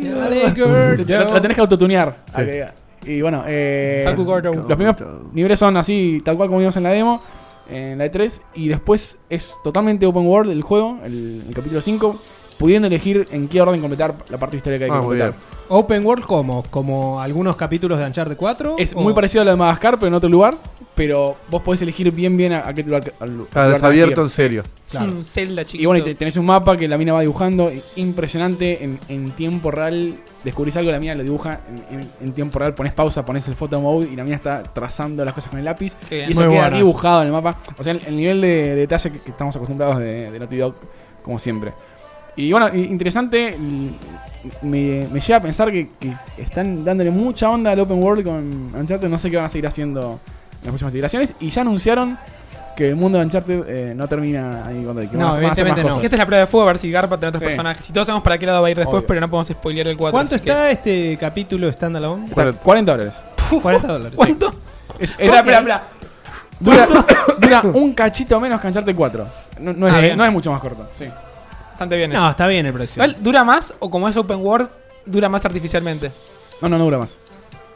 S3: La, la tenés que autotunear.
S1: Sí.
S3: Agrega. Y bueno, eh,
S4: Facu Gordo.
S3: los primeros niveles son así, tal cual como vimos en la demo, en la E3, y después es totalmente open world el juego, el, el capítulo 5, pudiendo elegir en qué orden completar la parte histórica que hay que
S1: Ah, muy
S3: completar.
S5: Open World como como algunos capítulos de Uncharted 4
S3: Es
S5: ¿O-
S3: muy parecido a lo de Madagascar, pero en otro lugar, pero vos podés elegir bien bien a, a qué lugar. al lugar
S1: Claro, es
S3: te vas a ir.
S1: abierto en serio.
S4: es
S5: claro.
S4: un Zelda chiquito.
S3: Y bueno, y te- tenés un mapa que la mina va dibujando, i- impresionante, en, en tiempo real. Descubrís algo, la mina lo dibuja en, en- en tiempo real, pones pausa, pones el photo mode y la mina está trazando las cosas con el lápiz.
S4: Qué bien.
S3: Y eso
S5: Muy
S3: queda
S5: bueno.
S3: dibujado en el mapa. O sea, el, el nivel de, de detalle que, que estamos acostumbrados de, de Naughty Dog, como siempre. Y bueno, i- interesante, y me, me lleva a pensar que, que están dándole mucha onda al open world con Uncharted. No sé qué van a seguir haciendo en las próximas iteraciones. Y ya anunciaron que el mundo de Uncharted eh, no termina ahí cuando hay que
S5: No,
S3: van a- van a hacer más
S5: evidentemente no.
S3: cosas.
S4: Que esta es la prueba de fuego, a ver si Garpa tiene otros
S3: Sí.
S4: personajes. Y todos sabemos para qué lado va a ir después,
S3: Obvio.
S4: pero no podemos spoilear el 4.
S5: ¿Cuánto está este capítulo standalone?
S3: Está 40 dólares.
S5: 40 dólares.
S4: ¿Cuánto?
S3: Es- es- espera, espera. Dura, dura un cachito menos que Uncharted 4. No, no
S4: Ah,
S3: es,
S4: bien.
S3: no es mucho más corto. Sí.
S4: Bastante bien
S5: No,
S4: eso.
S5: está bien el precio.
S4: Igual, ¿Dura más o como es open world, dura más artificialmente?
S3: No, no, no dura más.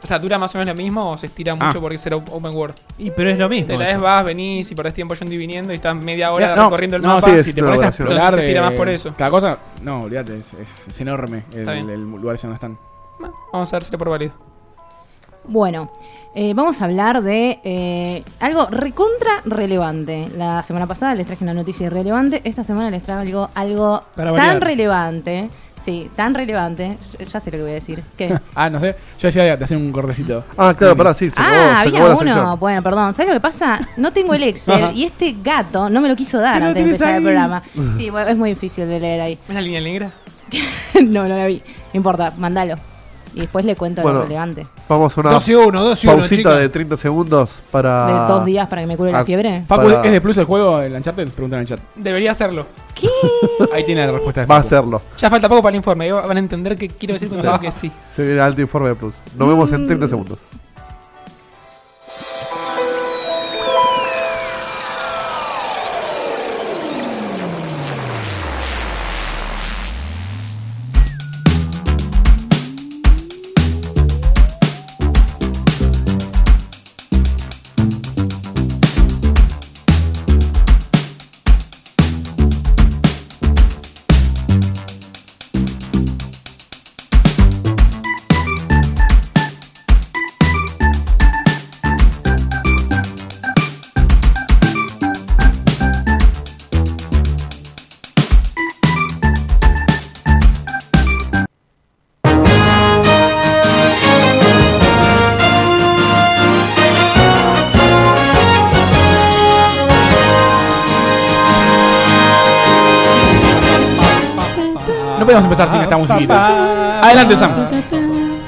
S4: O sea, ¿dura más o menos lo mismo o se estira
S3: Ah.
S4: mucho porque será open world?
S5: Y pero es lo mismo.
S4: Te la des,
S5: eso.
S4: vas, venís y perdés tiempo yendo y viniendo y estás media hora
S3: no,
S4: recorriendo el
S3: no,
S4: mapa.
S3: sí,
S1: es
S3: si te
S1: una
S3: pones a
S1: duración.
S3: explorar.
S4: Entonces se tira
S3: eh,
S4: más por eso.
S3: Cada cosa. No, olvídate, es, es- es enorme el,
S4: Está bien.
S3: el lugar ese donde están.
S4: Bueno, Vamos a ver si lo por válido.
S2: Bueno, eh, vamos a hablar de eh, algo recontra relevante. La semana pasada les traje una noticia irrelevante. Esta semana les traigo algo
S5: Para
S2: tan
S5: variar.
S2: relevante. Sí, tan relevante. Ya- Ya sé lo que voy a decir. ¿Qué?
S3: Ah, no sé. Yo decía de hacer un cortecito.
S1: Ah, claro, pará, sí, se acabó, se
S2: ah, había
S1: acabó la
S2: uno.
S1: sección.
S2: Bueno, perdón. ¿Sabes lo que pasa? No tengo el
S3: Ajá.
S2: Excel y este gato no me lo quiso dar
S3: Pero lo
S2: antes de empezar el
S3: tenés
S2: programa. Sí, bueno, es muy difícil de leer ahí.
S4: ¿Ves la línea negra?
S2: no, no la vi. No importa, mandalo. Y después le cuento
S1: Bueno,
S2: lo relevante.
S1: Vamos a una
S5: 2 y 1, 2 y 1,
S1: pausita de 30 segundos para...
S2: De dos días para que me cure la
S1: ah.
S2: fiebre.
S3: Facu,
S1: Para-
S3: ¿es de plus el juego, el Uncharted? Preguntan en el chat.
S4: Debería hacerlo.
S2: ¿Qué?
S3: Ahí tiene la respuesta de
S1: Va a
S3: Facu.
S1: hacerlo.
S4: Ya falta poco para el informe. Van a entender qué quiero decir cuando digo que sí.
S1: Se viene alto informe de Plus. Nos vemos en
S2: Mm,
S1: 30 segundos.
S3: No podíamos empezar sin esta musiquita. Adelante, Sam.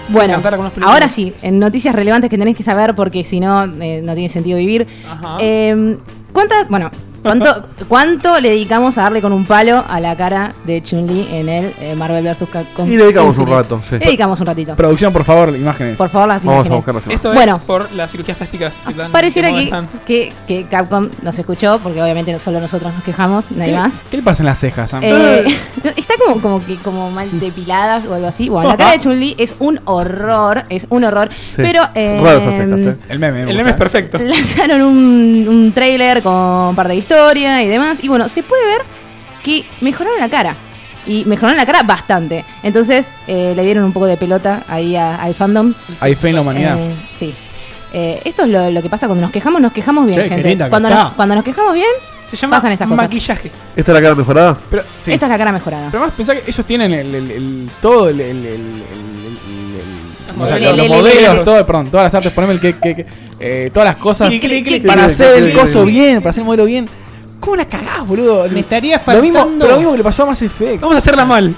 S2: Bueno,
S4: cantar algunas películas.
S2: ahora sí, en noticias relevantes que tenés que saber porque si no, eh, no tiene sentido vivir.
S4: Ajá.
S2: Eh, ¿Cuántas, bueno, cuánto, cuánto le dedicamos a darle con un palo a la cara de Chun-Li en el eh, Marvel vs. Capcom?
S1: Y le dedicamos un
S2: Infinite?
S1: rato, sí.
S2: Le dedicamos un ratito.
S3: Producción, por favor, imágenes.
S2: Por favor, las
S1: Vamos a
S2: imágenes.
S1: buscar la semana.
S4: Esto
S2: Bueno.
S4: es por las cirugías plásticas. que tan-
S2: Pareciera
S4: que
S2: que,
S4: molestan.
S2: que, que Capcom nos escuchó, porque obviamente no solo nosotros nos quejamos, nadie
S3: ¿Qué, Ah.
S2: más.
S3: ¿Qué le pasa en las cejas, Sam?
S2: Eh, no, está como, como que como mal depiladas o algo así. Bueno, la cara de Chun-Li es un horror, es un horror. Pero eh,
S1: Raras esas cejas, eh.
S3: El meme. me
S4: El meme es
S3: gusta.
S4: perfecto.
S2: lanzaron un, un trailer con parte de historia y demás. Y bueno, se puede ver que mejoraron la cara. Y mejoraron la cara bastante. Entonces eh, le dieron un poco de pelota ahí a- al fandom.
S3: Hay fe en la humanidad.
S2: Eh, sí. Eh, esto es lo, lo que pasa cuando nos quejamos, nos quejamos bien,
S5: Che, qué
S2: gente.
S5: linda que
S2: cuando,
S5: está.
S2: nos, cuando nos quejamos bien,
S4: Se llama
S2: Pasan estas cosas.
S4: maquillaje.
S1: ¿Esta es la cara mejorada?
S3: Pero, sí.
S2: esta es la cara mejorada.
S3: Pero más pensá que ellos tienen el, el- el- todo el, el- el- el- el- el- o sea,
S4: El-
S3: los-
S2: el-
S3: los
S2: el-
S3: modelos,
S4: el-
S3: todo, perdón, todas las artes, poneme el que, que- que- eh, todas las cosas
S5: Clic, clic, clic,
S3: para
S1: clic,
S3: hacer
S1: clic,
S3: el
S1: clic,
S3: coso
S1: clic.
S3: bien, para hacer el modelo bien. ¿Cómo la cagás, boludo?
S5: Me estaría
S3: lo mismo,
S5: faltando.
S3: lo mismo que le pasó a Mass Effect.
S4: Vamos a hacerla mal.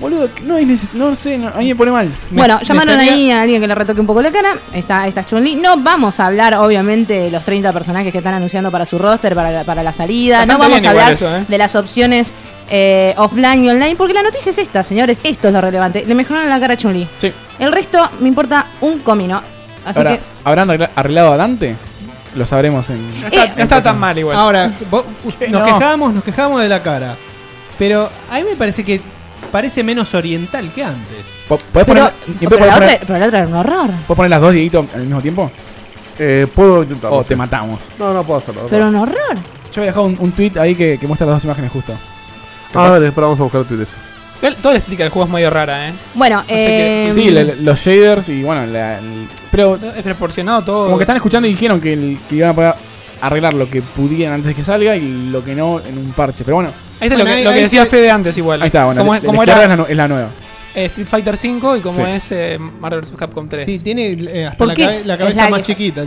S3: Boludo, que no es neces- no sé, no- a mí me pone mal.
S2: Bueno,
S5: me
S2: llamaron
S5: estaría-
S2: ahí a alguien que le retoque un poco la cara. Está, está Chun-Li. No vamos a hablar, obviamente, de los 30 personajes que están anunciando para su roster, para la, para la salida.
S4: Bastante
S2: no vamos
S4: bien
S2: a hablar
S4: igual eso, ¿eh?
S2: de las opciones eh, offline y online, porque la noticia es esta, señores. Esto es lo relevante. Le mejoraron la cara a Chun-Li.
S3: Sí.
S2: El resto me importa un comino. Así
S3: Ahora,
S2: que.
S3: ¿habrán arregla- arreglado a Dante? Lo sabremos en...
S4: No está,
S2: Eh,
S4: no está tan mal igual.
S5: Ahora, vos- us- nos
S3: No.
S5: quejamos, nos quejamos de la cara. Pero a mí me parece que parece menos oriental que antes.
S3: Po- ¿Podés
S2: Pero,
S3: poner, y
S2: pero
S3: podés
S2: la
S3: poner-
S2: otra, pero la otra era un horror.
S3: podés poner las dos, Dieguito, al mismo tiempo?
S1: Eh, puedo intentarlo.
S3: O
S1: sí.
S3: Oh, te matamos.
S1: No, no puedo hacerlo. no
S2: Pero
S1: puedo.
S2: un horror.
S3: Yo he dejado un, un tweet ahí que, que muestra las dos imágenes justo.
S1: Ah, dale, espera, vamos a buscar el tweet ese.
S4: Igual Toda la estética del juego es medio rara, ¿eh?
S2: Bueno,
S4: qué-
S2: eh,
S3: Sí, la- la- los shaders y bueno, la- el- pero
S4: Es proporcionado todo.
S3: como que están escuchando y dijeron que, el- que iban a poder arreglar lo que pudieran antes de que salga y lo que no en un parche. Pero bueno,
S4: Ahí está
S5: Bueno,
S4: lo que,
S5: ahí-
S4: lo que
S5: ahí
S4: decía
S5: se-
S4: Fede antes igual.
S3: ahí está, bueno,
S4: Como,
S3: la- la
S4: como
S3: izquierda
S4: era
S3: es la, nu- es la nueva.
S4: eh, Street Fighter 5 y como
S3: Sí.
S4: es eh, Marvel vs. Capcom 3.
S5: Sí, tiene eh, hasta
S2: ¿Por
S5: la,
S2: qué?
S5: cabe- la
S2: Es
S5: cabeza
S2: la
S5: más
S2: que-
S5: chiquita.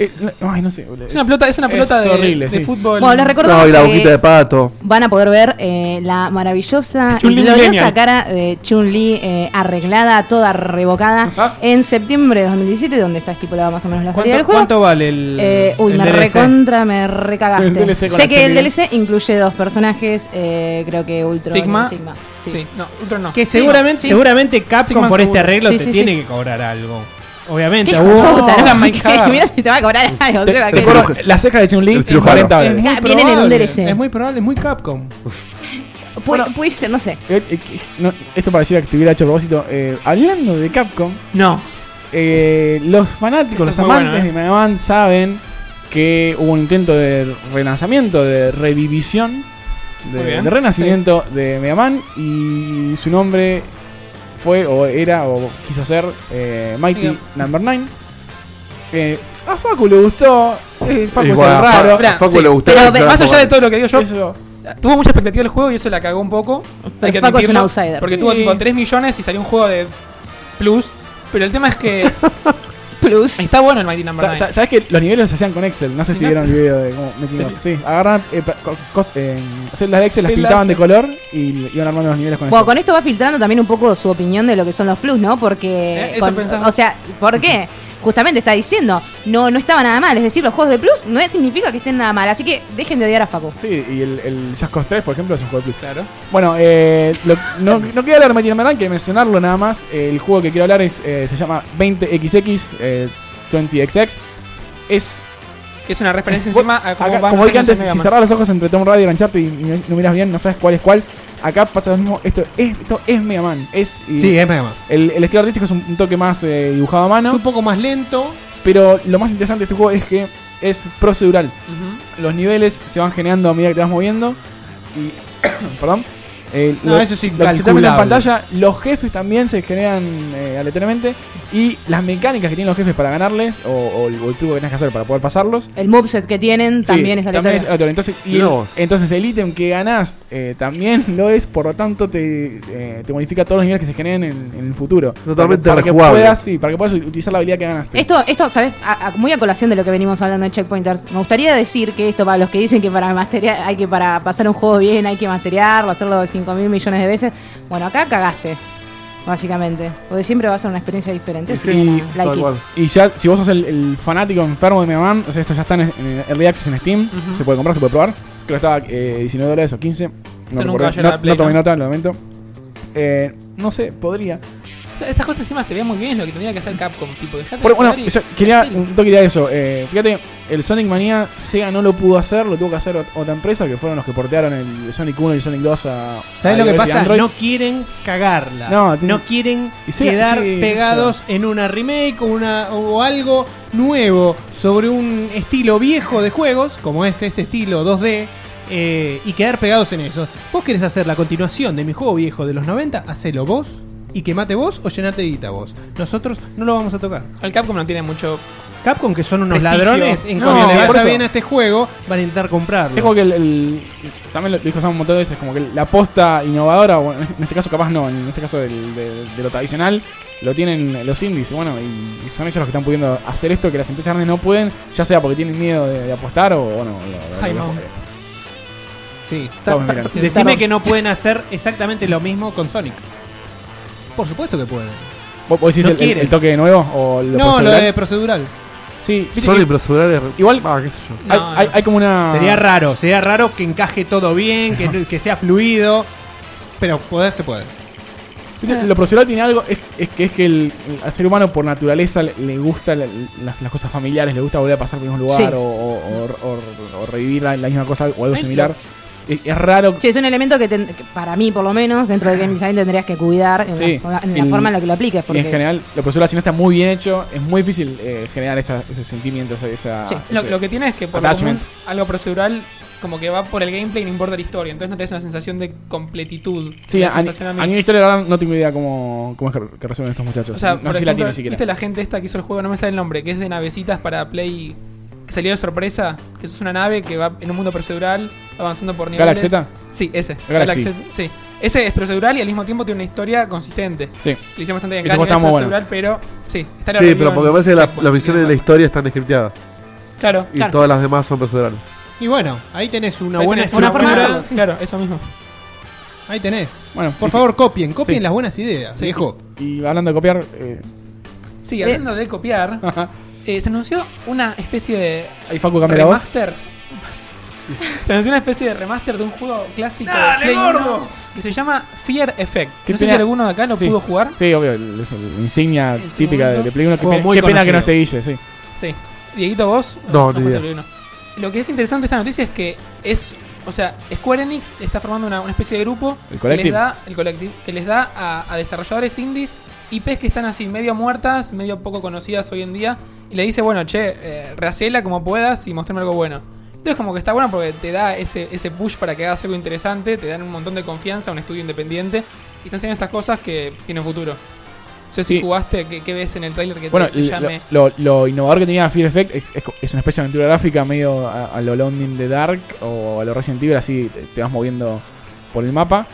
S3: Eh, no- ay, no sé. boludo,
S4: es una pelota, es una
S3: es
S4: pelota de,
S3: horrible,
S4: de
S3: sí.
S4: fútbol.
S2: bueno, les recordamos
S1: No, y la
S2: que-
S1: boquita de pato.
S2: van a poder ver eh, la maravillosa y
S4: Chun-Li
S2: gloriosa
S4: Millennial.
S2: cara de Chun-Li eh, arreglada, toda revocada,
S3: Ajá.
S2: en septiembre de 2017, donde está estipulada más o menos la salida del
S5: ¿Cuánto,
S2: juego.
S5: cuánto vale el,
S2: Eh, uy,
S5: el
S2: me
S5: DLC?
S2: recontra, me
S3: El
S2: recagaste.
S3: DLC con
S2: Sé
S3: la
S2: que el
S3: Chun-Li.
S2: DLC incluye dos personajes, eh, creo que Ultron y
S4: Sigma.
S2: Sigma. Sí.
S4: Sí. no, Ultron no.
S5: Que seguramente, seguramente Capcom
S4: Sigma
S5: por este
S4: seguro.
S5: arreglo
S2: Sí,
S5: te
S2: sí,
S5: tiene que cobrar algo. Obviamente,
S2: ¿Qué
S5: a vos-
S2: hijo de puta,
S4: no,
S2: no?
S4: era Mike
S2: Que-
S4: Hagar.
S2: Mira si te va a cobrar algo.
S3: Te-
S2: se va a
S3: te
S2: quedar.
S3: juro, la ceja de Chun-Li
S1: El
S3: es
S1: cirujano.
S3: 40
S5: es
S3: dólares.
S5: muy
S2: Ya, vienen en un
S5: probable,
S2: DLC.
S5: Es muy probable, es muy Capcom.
S2: Pu- puede ser, no sé.
S3: Eh, eh, que- no, esto pareciera que estuviera hecho a propósito. Eh, hablando de Capcom,
S4: No.
S3: Eh, los fanáticos, los
S4: Esto es muy
S3: amantes
S4: bueno, ¿eh?
S3: de Mega Man saben que hubo un intento de relanzamiento, de revivisión,
S4: Muy
S3: de,
S4: bien,
S3: de renacimiento de Mega Man y su nombre fue o era o quiso ser eh, Mighty
S4: Diga.
S3: Number 9. Eh, a Facu le gustó. Eh, Facu
S1: Y
S3: es
S1: bueno,
S3: el
S1: a Fa-
S3: raro.
S1: a Facu
S4: sí,
S1: le gustó.
S4: pero
S1: el
S4: más allá de
S1: trabajo.
S4: todo lo que digo yo,
S3: Eso.
S4: tuvo mucha expectativa el juego y eso la cagó un poco. Hay que
S2: Facu es un
S4: admitirlo,
S2: outsider.
S4: Porque tuvo
S3: Sí.
S4: tipo 3 millones y salió un juego de plus. Pero el tema es que
S2: Plus.
S4: está bueno el Mighty Number
S3: Sa-
S4: 9.
S3: sa- ¿Sabes que los niveles se hacían con Excel? No sé
S4: Sí,
S3: si
S4: ¿no?
S3: vieron el video de cómo making of. Sí, agarran eh, pa- co- cos- eh, celdas de Excel, las
S4: Celdas,
S3: pintaban de
S4: sí.
S3: color y le- iban armando los niveles con
S2: Bueno,
S3: Excel.
S2: con esto va filtrando también un poco su opinión de lo que son los plus, ¿no? Porque.
S4: Eh, eso
S2: con-
S4: pensaba.
S2: o sea, ¿por qué? Justamente está diciendo, no, no estaba nada mal. Es decir, los juegos de plus no significa que estén nada mal. Así que dejen de odiar a Facu.
S3: Sí, y el, el Just Cause 3, por ejemplo, es un juego de plus.
S4: Claro.
S3: Bueno, eh, lo- no, no quería hablar de Mighty Number Nine, que mencionarlo nada más. Eh, el juego que quiero hablar es, eh, se llama 20XX, eh, 20XX. Es,
S4: Que es una referencia
S3: Vos-
S4: encima a cómo
S3: acá-
S4: van
S3: como
S4: los
S3: dije
S4: años en
S3: antes, si
S4: Mega Man.
S3: cerrar los ojos entre Tomb Raider y Uncharted y, y no miras bien, no sabes cuál es cuál. Acá pasa lo mismo, esto es, esto es Mega Man. Es, y
S5: Sí, es Mega Man.
S3: el, el estilo artístico es un, un toque más eh, dibujado a
S5: Es
S3: mano,
S5: un poco más lento.
S3: pero lo más interesante de este juego es que es procedural
S4: Ujú.
S3: los niveles se van generando a medida que te vas moviendo. Y. perdón. Eh,
S5: No,
S3: lo-
S5: eso
S3: lo
S5: es
S3: que se está viendo en
S5: incalculable.
S3: pantalla, los jefes también se generan eh, aleatoriamente. Y las mecánicas que tienen los jefes para ganarles, o, o el, o el truco que tenés que hacer para poder pasarlos.
S2: El moveset que tienen también
S3: sí,
S2: es
S3: también
S2: aleatorio.
S3: aleatorio. Entonces, y
S1: Mirá
S3: el-
S1: vos.
S3: entonces el ítem que ganás eh, también lo es, por lo tanto te, eh, te modifica todos los niveles que se generen en, en el futuro.
S1: Totalmente
S3: para que, para que
S1: rejugable.
S3: puedas, sí, para que puedas utilizar la habilidad que ganaste.
S2: Esto, esto, ¿sabes? A- a- muy a colación de lo que venimos hablando de checkpointers. Me gustaría decir que esto, para los que dicen que para masterear, hay que para pasar un juego bien, hay que masterearlo, hacerlo 5 mil millones de veces. Bueno, acá cagaste, básicamente. Porque siempre va a ser una experiencia diferente. así que
S3: Y-
S2: nada, like
S1: Tal
S2: it.
S1: cual.
S3: Y ya, si vos sos el, el fanático enfermo de Mega Man, o sea, esto ya está en, en Early Access en Steam,
S4: Ujú.
S3: se puede comprar, se puede probar. Creo que estaba eh, 19 dólares o 15. No,
S4: nunca
S3: recuerdo.
S4: va a llegar
S3: No-
S4: a la Play,
S3: no tomé
S4: ¿no?
S3: nota, lo lamento. Eh, no sé, podría.
S4: O sea, Estas cosas encima se ven muy bien, es lo que tendría que hacer Capcom. Tipo, dejate de
S3: Pero bueno,
S4: joder y-
S3: yo quería,
S4: hacerlo.
S3: un toque de eso. Eh, fíjate, el Sonic Mania Sega no lo pudo hacer, lo tuvo que hacer ot- otra empresa, que fueron los que portearon el Sonic 1 y Sonic 2 a.
S5: ¿Sabes
S3: a
S5: lo que
S3: iOS y
S5: pasa?
S3: Android.
S5: No quieren cagarla.
S3: No,
S5: No,
S3: tiene-
S5: quieren
S3: Y sí,
S5: quedar
S3: sí,
S5: pegados en una remake o, una, o algo nuevo sobre un estilo viejo de juegos, como es este estilo 2D, eh, y quedar pegados en eso. ¿Vos querés hacer la continuación de mi juego viejo de los 90? Hacelo vos y que mate vos o llenate de guita vos. Nosotros no lo vamos a tocar.
S4: El Capcom no tiene mucho.
S5: Capcom, que son unos
S4: Prestigio.
S5: ladrones, en
S3: No,
S5: cuanto le
S3: por
S5: vaya
S3: eso.
S5: bien a este juego, van a intentar comprarlo.
S3: Es como que el, el- también lo dijo Sam un montón de veces, como que la aposta innovadora, bueno, en este caso capaz no, en este caso del- de, de lo tradicional, lo tienen los indies, y bueno, y, y son ellos los que están pudiendo hacer esto que las empresas grandes no pueden, ya sea porque tienen miedo de, de apostar o bueno, lo- lo-
S4: Ay,
S3: lo-
S4: no.
S5: Sí.
S3: todos me miran.
S5: Decime
S2: Perdón.
S5: que no pueden hacer exactamente lo mismo con Sonic. Por supuesto que pueden.
S3: ¿Vos, vos decís
S5: No
S3: el- el,
S5: quieren.
S3: el toque nuevo o lo
S5: no, lo
S3: procedural?
S5: de procedural.
S3: Sí, viste
S1: Sony
S3: que
S1: procedural es-
S3: Igual-
S1: Ah, qué sé yo.
S3: hay,
S4: No,
S3: hay-
S4: no.
S3: hay como una...
S5: Sería raro, sería raro que encaje todo bien, que, no- que sea fluido. Pero poder se puede.
S3: Viste, Lo procedural tiene algo, es, es que es que el, al ser humano por naturaleza le, le gusta la- las, las cosas familiares, le gusta volver a pasar por el mismo lugar
S2: Sí.
S3: o, o- o- o revivir la, la misma cosa o algo
S4: Ay,
S3: similar. Es, es raro.
S2: Sí, es un elemento que, ten- que para mí, por lo menos, dentro del game design tendrías que cuidar en,
S3: Sí,
S2: la, forma- en la
S3: en-
S2: forma en la que lo apliques.
S3: y
S2: Porque
S3: en general, lo procedural si no está muy bien hecho, es muy difícil eh, generar esa- ese sentimiento, esa... esa-
S2: Sí.
S4: Lo,
S3: ese-
S4: lo que tiene es que por lo común,
S3: Attachment.
S4: algo procedural como que va por el gameplay y no importa la historia. Entonces no te una sensación de completitud.
S3: Sí,
S4: Me
S3: a,
S4: da
S3: a-
S4: sensación a mí.
S3: a nivel historia la verdad, no tengo idea cómo, cómo es que, que resuelven estos muchachos.
S4: O sea,
S3: no
S4: por
S3: sé si la
S4: ejemplo,
S3: tiene siquiera.
S4: ¿Viste la gente esta que hizo el juego? No me sale el nombre, que es de navecitas para Play. Que salió de sorpresa. Que es una nave que va en un mundo procedural, avanzando por niveles.
S3: ¿Galaxy Z?
S4: Sí, ese.
S3: Galaxy.
S4: Galaxy- Sí. Ese es procedural y al mismo tiempo tiene una historia consistente.
S3: Sí.
S4: Lo hice bastante bien.
S3: Ese
S4: Cada
S3: juego está
S4: nivel
S3: muy
S4: es procedural,
S3: bueno.
S4: pero. Sí, está la
S1: Sí,
S4: review
S1: pero porque
S4: en
S1: parece que la-
S4: Checkpoint,
S1: las
S4: si quieren
S1: misiones de la
S4: verlo.
S1: historia están scripteadas.
S4: Claro.
S1: Y
S2: Claro.
S1: todas las demás son procedurales.
S5: Y bueno, ahí tenés una
S4: Ahí
S5: buena
S4: tenés una forma de
S5: estructura.
S4: hacerlo, sí. Claro, eso mismo.
S5: Ahí tenés.
S3: Bueno,
S5: Por
S3: y-
S5: favor, copien, copien
S3: Sí.
S5: las buenas ideas.
S4: Sí.
S5: viejo.
S3: Y hablando de copiar... eh, Ah.
S4: Sí, hablando de copiar, eh, se anunció una especie de
S3: ahí Facu cambia la voz.
S4: remaster. se anunció una especie de remaster de un juego clásico de Play uno que se llama Fear Effect.
S3: Qué
S4: no sé si
S3: pena.
S4: alguno de acá lo
S3: Sí.
S4: pudo jugar.
S3: Sí, obvio, el- es la insignia
S4: En su
S3: típica de,
S4: momento.
S3: de Play 1. Qué,
S5: Juego
S3: pena-
S5: muy
S3: qué pena que no esté
S5: conocido.
S3: Guille, sí.
S4: Sí. Dieguito, vos.
S1: No, ni
S4: jugaste
S1: idea.
S4: Play uno. Lo que es interesante de esta noticia es que es. O sea, Square Enix está formando una, una especie de grupo
S3: El
S4: que les
S3: Collective.
S4: da, el collective, que les da a, a desarrolladores indies IPs que están así medio muertas, medio poco conocidas hoy en día, y le dice, bueno, che, eh, rehacela como puedas y mostrame algo bueno. Entonces como que está bueno porque te da ese, ese push para que hagas algo interesante, te dan un montón de confianza a un estudio independiente, y están haciendo estas cosas que tienen futuro. sé si
S3: Sí.
S4: jugaste, ¿qué, qué ves en el tráiler que te-
S3: Bueno,
S4: te, llame?
S3: l- lo, lo innovador que tenía Fear Effect es, es co- es una especie de aventura gráfica medio a, a lo London in the Dark o a lo Resident Evil, así te- te vas moviendo por el mapa.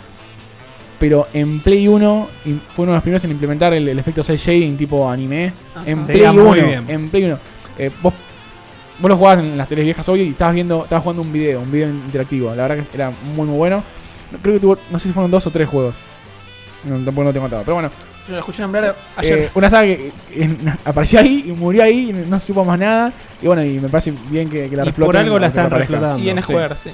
S3: Pero en Play 1 im- fue uno de los primeros en implementar el, el efecto cel shading tipo anime. En
S5: Se
S3: Play,
S5: veía
S3: 1,
S5: muy bien.
S3: en Play 1. Eh, vos, vos lo jugabas en las teles viejas hoy y estabas viendo, estabas jugando un video, un video interactivo. La verdad que era muy muy bueno. No- Creo que tuvo, no sé si fueron dos o tres juegos. No, tampoco no tengo atado. Pero bueno,
S4: Yo lo escuché nombrar ayer.
S3: eh, una saga que eh, apareció ahí y murió ahí y no se supo más nada. Y bueno, y me parece bien que, que la
S5: Y
S3: refloten.
S5: por algo
S3: o
S5: la
S3: que
S5: están
S3: reaparezca.
S5: reflotando.
S4: y en
S5: sí.
S4: Square, sí.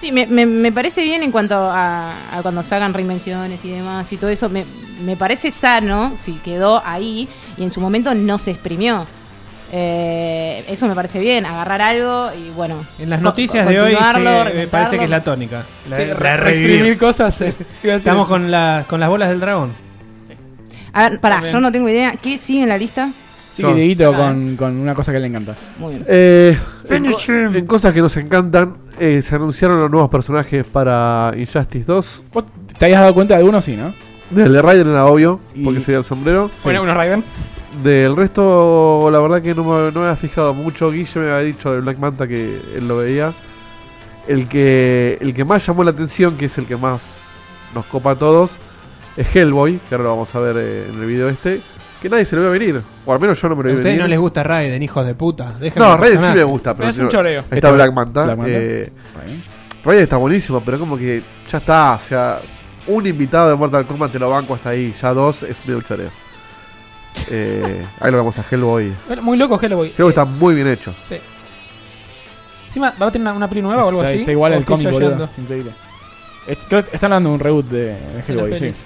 S2: Sí, me, me- me parece bien en cuanto a, a cuando sacan reinvenciones y demás y todo eso. Me, me parece sano si quedó ahí y en su momento no se exprimió. Eh, eso me parece bien, agarrar algo y bueno.
S5: En las
S2: co-
S5: noticias de hoy se-
S2: continuarlo,
S5: eh, parece
S2: reinventarlo.
S5: que es la tónica. La-
S4: Sí,
S5: la
S4: re-
S5: revivir.
S4: reexprimir cosas. eh. Iba a decir
S5: Estamos
S4: eso.
S5: con, la- con las bolas del dragón.
S2: A ver, pará,
S4: También.
S2: yo no tengo idea. ¿Qué sigue en la lista?
S3: Sí, que Dieguito con, con una cosa que le encanta.
S2: Muy bien.
S1: Eh, en, co- en cosas que nos encantan, eh, se anunciaron los nuevos personajes para Injustice 2.
S3: ¿Vos te habías dado cuenta de alguno? Sí, ¿no?
S1: Del de Raiden era obvio,
S3: Y-
S1: porque se veía el sombrero.
S4: Bueno, unos Raven.
S1: Del resto, la verdad que no me, no me había fijado mucho. Guille me había dicho de Black Manta que él lo veía. El que, el que más llamó la atención, que es el que más nos copa a todos, es Hellboy, que ahora lo vamos a ver eh, en el video este. Que nadie se lo ve venir, o al menos yo no me
S5: A
S1: lo vi
S5: ustedes
S1: venir.
S5: no les gusta Raiden, hijos de puta. Déjenme
S1: No,
S5: el
S1: Raiden sí
S5: personaje.
S1: me gusta, pero.
S4: Es un
S1: no-
S4: choreo.
S1: Está Black Manta.
S3: Black Manta.
S1: eh, Raiden está buenísimo, pero como que ya está. O sea, un invitado de Mortal Kombat te lo banco hasta ahí. Ya dos es medio choreo. Eh, ahí lo vemos a Hellboy.
S4: Bueno, Muy loco Hellboy.
S1: Creo que
S4: Eh,
S1: está muy bien hecho.
S4: Sí. Encima, ¿va a tener una, una peli nueva o algo
S3: está,
S4: así?
S3: está igual
S4: ¿O
S3: el
S4: estoy
S3: cómic, boludo.
S4: flasheando?
S3: Es increíble. Es- creo que están dando un reboot de, de
S4: En las
S3: Hellboy, sí.
S4: pelis.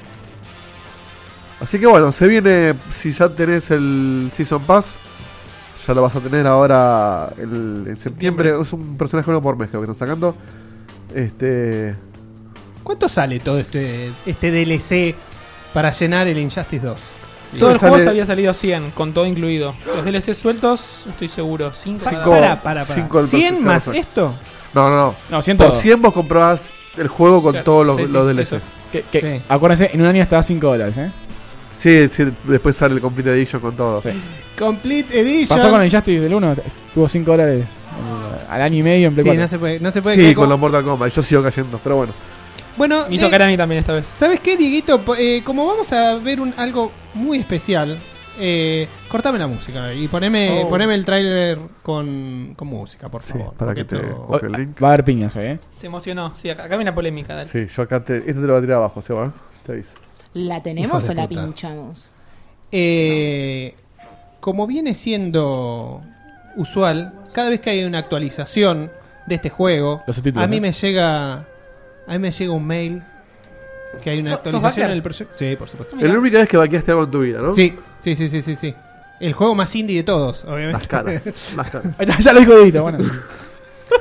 S1: Así que bueno, se viene. Si ya tenés el Season Pass, ya lo vas a tener ahora el- en septiembre. Es un personaje nuevo por mes, creo que están sacando. Este.
S5: ¿Cuánto sale todo este, este DLC para llenar el Injustice 2?
S4: Todo el
S1: sale-
S4: juego se había salido 100, con todo incluido. Los DLC sueltos, no estoy seguro, 5
S1: Cinco.
S5: para, para, para.
S1: cinco del
S5: ¿100
S1: personaje
S5: más
S1: personaje.
S5: esto?
S1: No, no, no.
S3: No, siento.
S1: Por 100 vos comprabas el juego con
S4: Claro,
S1: todos los,
S4: sí, sí,
S1: los DLCs.
S4: eso.
S3: que- que-
S5: Sí.
S3: Acuérdense, en un año estaba 5 dólares, ¿eh?
S1: Sí, sí, después sale el Complete Edition con todo.
S3: Sí.
S5: Complete Edition.
S3: Pasó con el Justice del 1, tuvo 5 dólares eh, al año y medio en Play
S5: Sí,
S3: 4.
S5: no se puede, no se puede
S1: Sí,
S5: quedar
S1: con
S5: como-
S1: los Mortal Kombat. Yo sigo cayendo, pero bueno.
S5: Bueno,
S4: Me hizo
S5: eh,
S4: cara a mí también esta vez.
S5: ¿Sabes qué, Dieguito? Po- eh, como vamos a ver un, algo muy especial, eh, cortame la música y poneme,
S4: Oh.
S5: poneme el tráiler con, con música, por
S1: Sí,
S5: favor.
S1: para
S5: porque
S1: que te
S5: esto-
S1: copie el link.
S3: Va a haber piñas hoy, ¿eh?
S4: Se emocionó, sí, acá, acá viene la polémica, dale.
S1: Sí, yo acá te. Este te lo voy a tirar abajo, Seba. ¿eh? Te aviso.
S2: ¿La tenemos
S5: Hijos de
S2: o la
S5: puta.
S2: pinchamos?
S5: Eh, como viene siendo usual, cada vez que hay una actualización de este juego,
S3: Los subtítulos,
S5: a mí
S3: ¿eh?
S5: me llega a mí me llega un mail que hay una
S4: ¿Sos- sos
S5: actualización
S4: hacker?
S5: en el proyecto. Sí, por supuesto.
S1: Es la única vez que vaqueaste algo en tu vida, ¿no?
S5: Sí, sí, sí, sí, sí, sí. El juego más indie de todos, obviamente.
S1: Las caras. las caras.
S3: Ahí está, ya lo dijo Dieguito, bueno.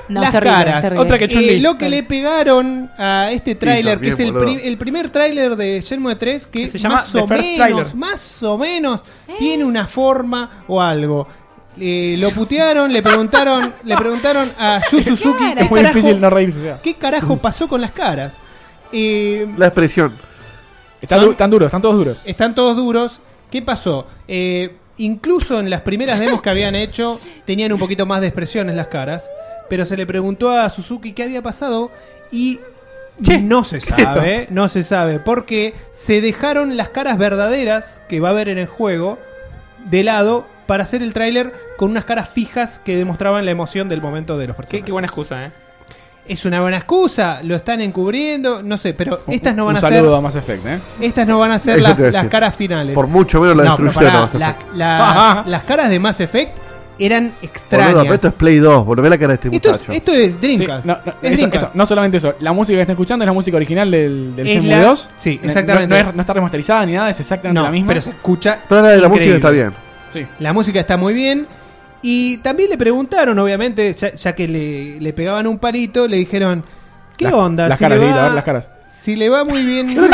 S2: No,
S5: Las
S2: es terrible, es
S5: caras,
S2: terrible.
S4: otra que- Chun-Li.
S5: Eh, lo que
S4: Dale.
S5: le pegaron a este tráiler, que
S1: también,
S5: es el,
S1: boludo.
S5: pri- el primer tráiler de Shenmue 3, que
S4: Se llama
S5: más,
S4: The
S5: o
S4: First
S5: menos,
S4: Trailer.
S5: más o menos tiene una forma o algo. Eh, lo putearon, le preguntaron, le preguntaron a Yu Suzuki
S2: Claro.
S5: ¿qué,
S3: Es muy
S5: carajo,
S3: difícil no reírse, o sea.
S5: qué carajo pasó con las caras. Eh,
S1: La expresión.
S3: Están,
S5: Son-
S3: du- están duros, están todos duros.
S5: están todos duros. ¿Qué pasó? Eh, incluso en las primeras demos que habían hecho, tenían un poquito más de expresión en las caras. Pero se le preguntó a Suzuki qué había pasado y
S4: Che,
S5: no se
S4: ¿qué es esto?
S5: sabe, no se sabe, porque se dejaron las caras verdaderas que va a haber en el juego de lado para hacer el tráiler con unas caras fijas que demostraban la emoción del momento de los
S4: Qué,
S5: personajes.
S4: qué buena excusa, eh.
S5: Es una buena excusa, lo están encubriendo, no sé, pero estas no van
S3: un
S5: a
S3: saludo
S5: ser,
S3: a Mass Effect, ¿eh?
S5: estas no van a ser
S1: Eso
S5: las,
S1: te iba a
S5: las
S1: decir.
S5: caras finales.
S1: Por mucho menos la
S5: No, pero
S1: destruyeron.
S5: pará,
S1: vas a
S5: la-
S1: hacer.
S5: la- las caras de Mass Effect eran extrañas.
S1: Boludo, pero esto es Play 2. Volvé la cara de este
S5: Esto es-
S1: muchacho.
S5: esto es
S3: Sí,
S5: Dreamcast.
S3: no, no,
S5: Es
S3: eso-
S5: Dreamcast.
S3: eso, no solamente eso, la música que están escuchando es la música original del, del
S5: Es
S3: Shenmue
S5: la-
S3: 2.
S5: sí,
S3: No- no-
S5: exactamente.
S3: No, es- no está remasterizada ni nada, es exactamente
S5: No,
S3: la misma.
S5: pero se escucha.
S1: Pero la de la música
S5: increíble.
S1: está bien.
S3: Sí.
S5: La música está muy bien. Y también le preguntaron, obviamente, ya, ya que le, le pegaban un palito, le dijeron, ¿qué
S3: Las-
S5: onda?
S3: Las
S5: Si
S3: caras,
S5: le
S3: Dieguito,
S5: va-
S3: a ver las caras.
S5: Si le va muy bien,
S1: Mira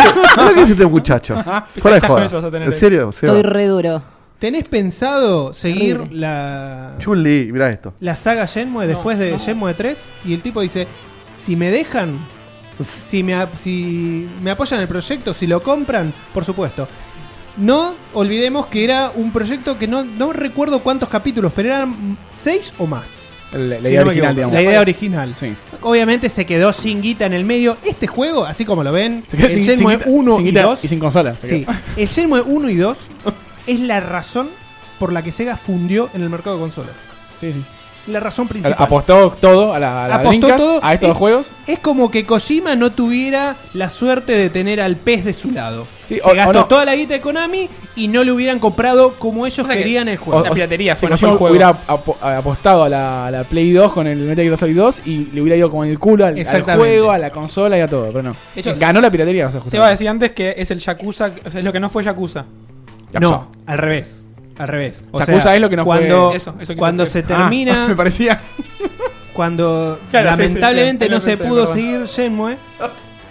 S1: que es este muchacho. Fuera de
S4: Pisachas con
S1: joda.
S4: eso vas a tener
S1: ¿En
S4: ahí.
S1: serio? Seba?
S2: Estoy re duro.
S5: ¿tenés pensado seguir
S2: Horrible.
S5: la,
S1: Chun-Li, mirá esto.
S5: la saga Shenmue después de
S4: no.
S5: Shenmue 3? Y el tipo dice, si me dejan, si me, a- si me apoyan el proyecto, si lo compran, por supuesto. No olvidemos que era un proyecto que no, no recuerdo cuántos capítulos, pero eran seis o más.
S3: La,
S5: Si
S3: idea
S5: no
S3: original,
S5: me equivoco.
S3: digamos.
S5: La idea original.
S3: Sí.
S5: Obviamente se quedó sin guita en el medio. Este juego, así como lo ven,
S3: Se quedó
S5: el
S3: sin- sin
S5: Shenmue
S3: guita-
S5: 1
S3: sin
S5: y
S3: guita
S5: 2.
S3: y sin consola. se
S5: Sí,
S3: quedó.
S5: el Shenmue 1 y 2 es la razón por la que Sega fundió en el mercado de consolas.
S3: sí, sí.
S5: La razón
S3: A-
S5: principal.
S3: Apostó todo a la, a la
S5: Apostó
S3: Dreamcast,
S5: todo
S3: a estos
S5: y-
S3: dos juegos.
S5: Es como que Kojima no tuviera la suerte de tener al pez de su lado.
S3: Sí,
S5: Se
S3: o- o
S5: gastó
S3: no.
S5: toda la guita de Konami y no le hubieran comprado como ellos
S4: O sea que-
S5: querían el
S3: O-
S5: juego.
S4: La
S3: o-
S4: piratería
S3: si
S4: fue, no
S3: Kojima
S4: fue el juego.
S3: hubiera apo- a- apostado a la, a la Play 2 con el Metal Gear Solid 2 y le hubiera ido como el culo al, al
S5: Exactamente.
S3: juego, a la consola y a todo, pero no.
S4: De hecho,
S3: Ganó la piratería, o sea,
S4: Se va a decir antes que es el Yakuza, es lo que no fue Yakuza.
S3: justamente.
S5: no, al revés. Al revés.
S3: Yakuza es lo que no fue-
S5: cuando,
S4: Eso, eso quise
S5: cuando se
S4: decir.
S3: Ah,
S5: termina,
S3: me parecía.
S5: cuando
S4: Claro, sí, sí,
S5: lamentablemente
S4: sí,
S5: no
S4: sí,
S5: se
S4: sí,
S5: pudo
S4: perdón.
S5: seguir Shenmue,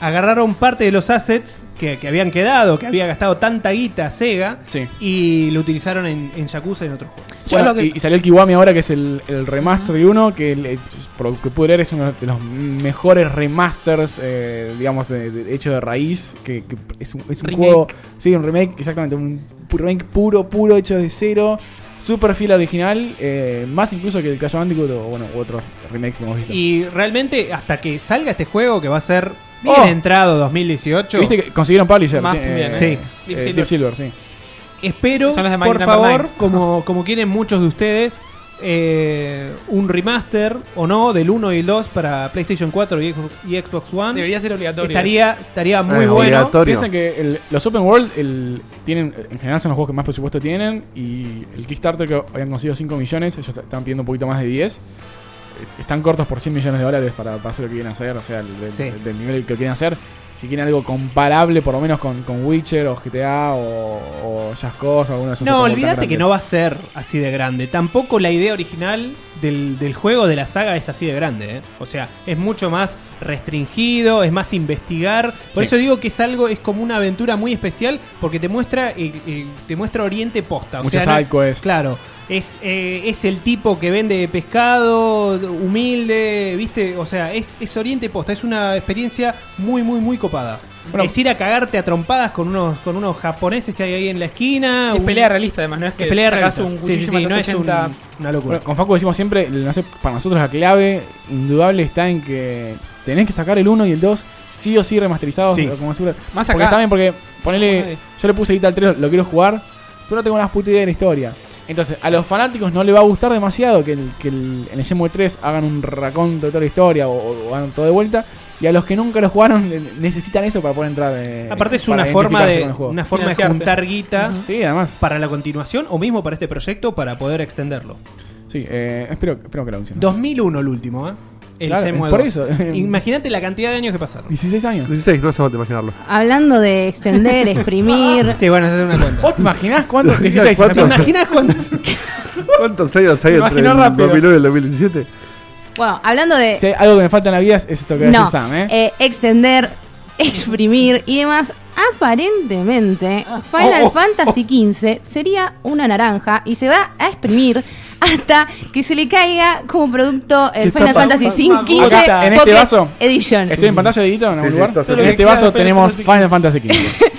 S5: agarraron parte de los assets que, que habían quedado, que había gastado tanta guita Sega,
S3: Sí.
S5: y lo utilizaron en, en Yakuza y en otros juegos.
S3: Bueno,
S4: lo que-
S3: y, y salió el Kiwami ahora, que es el, el remaster de uno, que le- por lo que pude leer es uno de los mejores remasters, eh, digamos, de, de- hecho de raíz, que, que es un, es un
S4: Remake.
S3: juego... Sí, un remake, exactamente, un pu- remake puro, puro, hecho de cero, súper fiel al original, eh, más incluso que el Clash Bandicoot o, bueno, u otros remakes que hemos visto.
S5: Y realmente, hasta que salga este juego, que va a ser bien
S3: Oh.
S5: entrado 2018,
S3: ¿Viste que consiguieron publisher?
S4: Más
S3: eh,
S4: bien, ¿eh?
S5: Sí.
S3: Deep,
S4: Deep Silver.
S3: Silver. sí.
S5: espero,
S4: Son los de
S5: por
S4: Magic Number
S5: favor,
S4: Nine.
S5: como, como quieren muchos de ustedes, eh, un remaster o no del 1 y el 2 para PlayStation 4 y, Xbox- y Xbox One.
S4: Debería ser obligatorio.
S5: estaría, estaría muy
S1: Ah,
S5: bueno.
S1: obligatorio.
S3: Piensen que el- los Open World el- tienen, en general son los juegos que más presupuesto tienen y el Kickstarter que habían conseguido 5 millones, ellos están pidiendo un poquito más de 10. Eh, Están cortos por 100 millones de dólares para, para hacer lo que quieren hacer, o sea, el- del,
S5: Sí.
S3: del nivel que quieren hacer. Si quieren algo comparable por lo menos con, con Witcher o GTA o, o Just Cause o alguno de esos
S5: No,
S3: open world tan
S5: olvídate que
S3: grandes.
S5: no va a ser así de grande. Tampoco la idea original del, del juego, de la saga, es así de grande. ¿eh? O sea, es mucho más restringido, es más investigar. Por
S3: Sí.
S5: eso digo que es algo, es como una aventura muy especial porque te muestra, el- el- te muestra Oriente posta. O
S3: Muchas
S5: sea, no-
S3: side quests.
S5: Claro. Es, eh, es el tipo que vende pescado, humilde, ¿viste? O sea, es, es Oriente Posta, es una experiencia muy, muy, muy copada.
S3: Bueno.
S5: es ir a cagarte a trompadas con unos, con unos japoneses que hay ahí en la esquina.
S4: Es
S5: un-
S4: pelea realista, además, no es que
S5: que pelea
S4: sacas
S5: realista.
S4: un cuchillo
S5: Sí, sí,
S4: y
S5: sí, no
S4: matas
S5: es un-
S4: 80.
S5: una locura.
S3: Bueno, con Facu decimos siempre, no sé, para nosotros la clave indudable está en que tenés que sacar el 1 y el 2 sí o sí remasterizados.
S5: Sí.
S3: o Como siempre.
S4: Más
S3: Porque
S4: acá.
S3: también porque, ponele,
S4: Ay.
S3: yo le puse guita al 3, lo quiero jugar, pero no tengo una puta idea de la historia. Entonces, a los fanáticos no le va a gustar demasiado que, el, que el- en el Shenmue 3 hagan un raconto de toda la historia o, o- o hagan todo de vuelta. Y a los que nunca lo jugaron le- necesitan eso para poder entrar. eh,
S5: Aparte es
S3: para
S5: una forma
S3: identificarse
S5: de
S3: con el juego.
S5: una forma de
S4: Financiarse.
S5: juntar guita
S3: Sí, además.
S5: para la continuación o mismo para este proyecto para poder extenderlo.
S3: Sí, eh, espero, espero que lo anuncien.
S5: 2001 el último, ¿eh? El
S3: Claro,
S5: Shenmue
S3: es por
S5: 2.
S3: eso.
S5: Imagínate la cantidad de años que pasaron.
S3: 16 años.
S1: 16, no hace falta imaginarlo.
S2: Hablando de extender, exprimir.
S5: Sí, bueno, esa es una cuenta.
S3: ¿Vos te imaginás cuánto? 16
S1: 16,
S5: ¿Te imaginas cuando
S1: ¿Cuántos años hay
S3: Se
S1: entre
S3: imaginó
S1: el
S3: rápido.
S1: 2009 y el 2017?
S2: Bueno, hablando de.
S3: Si hay algo que me falta en la vida es esto que
S2: no,
S3: hace Sam, ¿eh?
S2: eh, extender, exprimir y demás. Aparentemente, Final
S3: oh, oh,
S2: Fantasy XV sería una naranja y se va a exprimir hasta que se le caiga como producto el
S1: ¿Qué
S2: Final
S1: está
S2: Fantasy
S1: pasando?
S2: XV
S3: Acá, en este
S2: Pocket
S3: vaso. Este,
S2: Edition.
S3: Estoy en pantalla de Guito en algún
S1: sí,
S3: lugar.
S1: está
S3: en
S1: bien.
S3: este vaso
S4: Claro,
S3: tenemos
S4: Final
S3: Final Fantasy XV.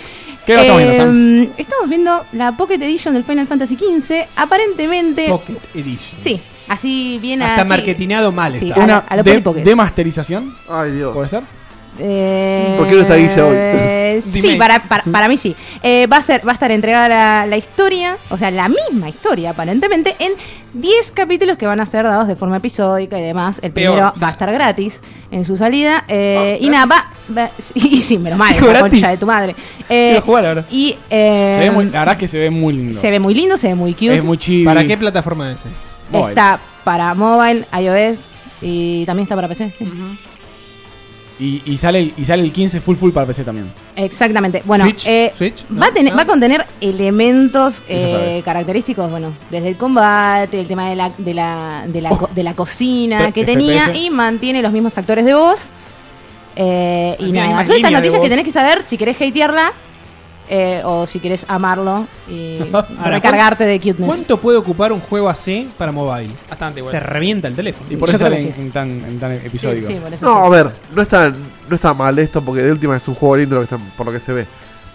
S3: ¿Qué lo estamos viendo, Sam?
S2: Em, estamos viendo la Pocket Edition del Final Fantasy XV. Aparentemente,
S5: Pocket Edition.
S2: Em, sí, así bien
S5: Hasta
S2: así.
S5: marketinado mal
S2: Sí,
S5: está.
S2: a
S3: Una
S2: lo- a lo
S3: de,
S2: Polly Pocket.
S3: demasterización,
S1: Ay,
S3: ¿puede
S1: Dios.
S3: ser?
S2: Eh,
S1: ¿Por qué no está Guilla hoy?
S2: eh, sí,
S4: Dime.
S2: para, para, para mí sí. Eh, va, a ser, va a estar entregada la, la historia, o sea, la misma historia aparentemente, en 10 capítulos que van a ser dados de forma episódica y demás. El
S4: Peor.
S2: primero va a estar gratis en su salida.
S3: Ah,
S2: eh, y nada, va... va- y sí, menos mal,
S4: Dijo
S2: la
S4: gratis.
S2: concha de tu madre. Eh,
S4: Quiero jugar ahora.
S2: Y eh,
S3: Se ve muy- la verdad es que se ve muy lindo.
S2: se ve muy lindo, se ve muy cute.
S3: Es muy chido.
S5: ¿Para qué plataforma es? esto?
S2: está para mobile, iOS y también está para PC. sí.
S3: Y, y sale el, y sale el 15 full full para PC también.
S2: Exactamente. Bueno,
S5: Switch,
S2: eh,
S5: Switch, ¿no?
S2: va, a tener-
S5: Ah.
S2: va a contener elementos
S3: Ya se
S2: eh,
S3: sabe.
S2: característicos, bueno, desde el combate, el tema de la, de la, de la, co- de la cocina
S3: Pero
S2: que
S3: FPS.
S2: tenía y mantiene los mismos actores de voz. Eh, y
S4: Mantiene la
S2: nada,
S4: misma
S2: son estas
S4: línea de
S2: noticias que
S4: voz.
S2: tenés que saber si querés hatearla eh, o si querés amarlo y
S5: Ahora,
S2: recargarte de cuteness.
S5: ¿Cuánto puede ocupar un juego así para mobile?
S4: Bastante igual.
S5: Te revienta el teléfono.
S3: Y por
S2: Yo
S3: eso
S2: creo
S3: sale
S2: que
S3: en, en tan, en tan
S2: Sí,
S3: episódico.
S2: sí, por eso
S1: No, a
S2: sí.
S1: ver, no está, no está mal esto porque de última es un juego lindo lo que está- por lo que se ve.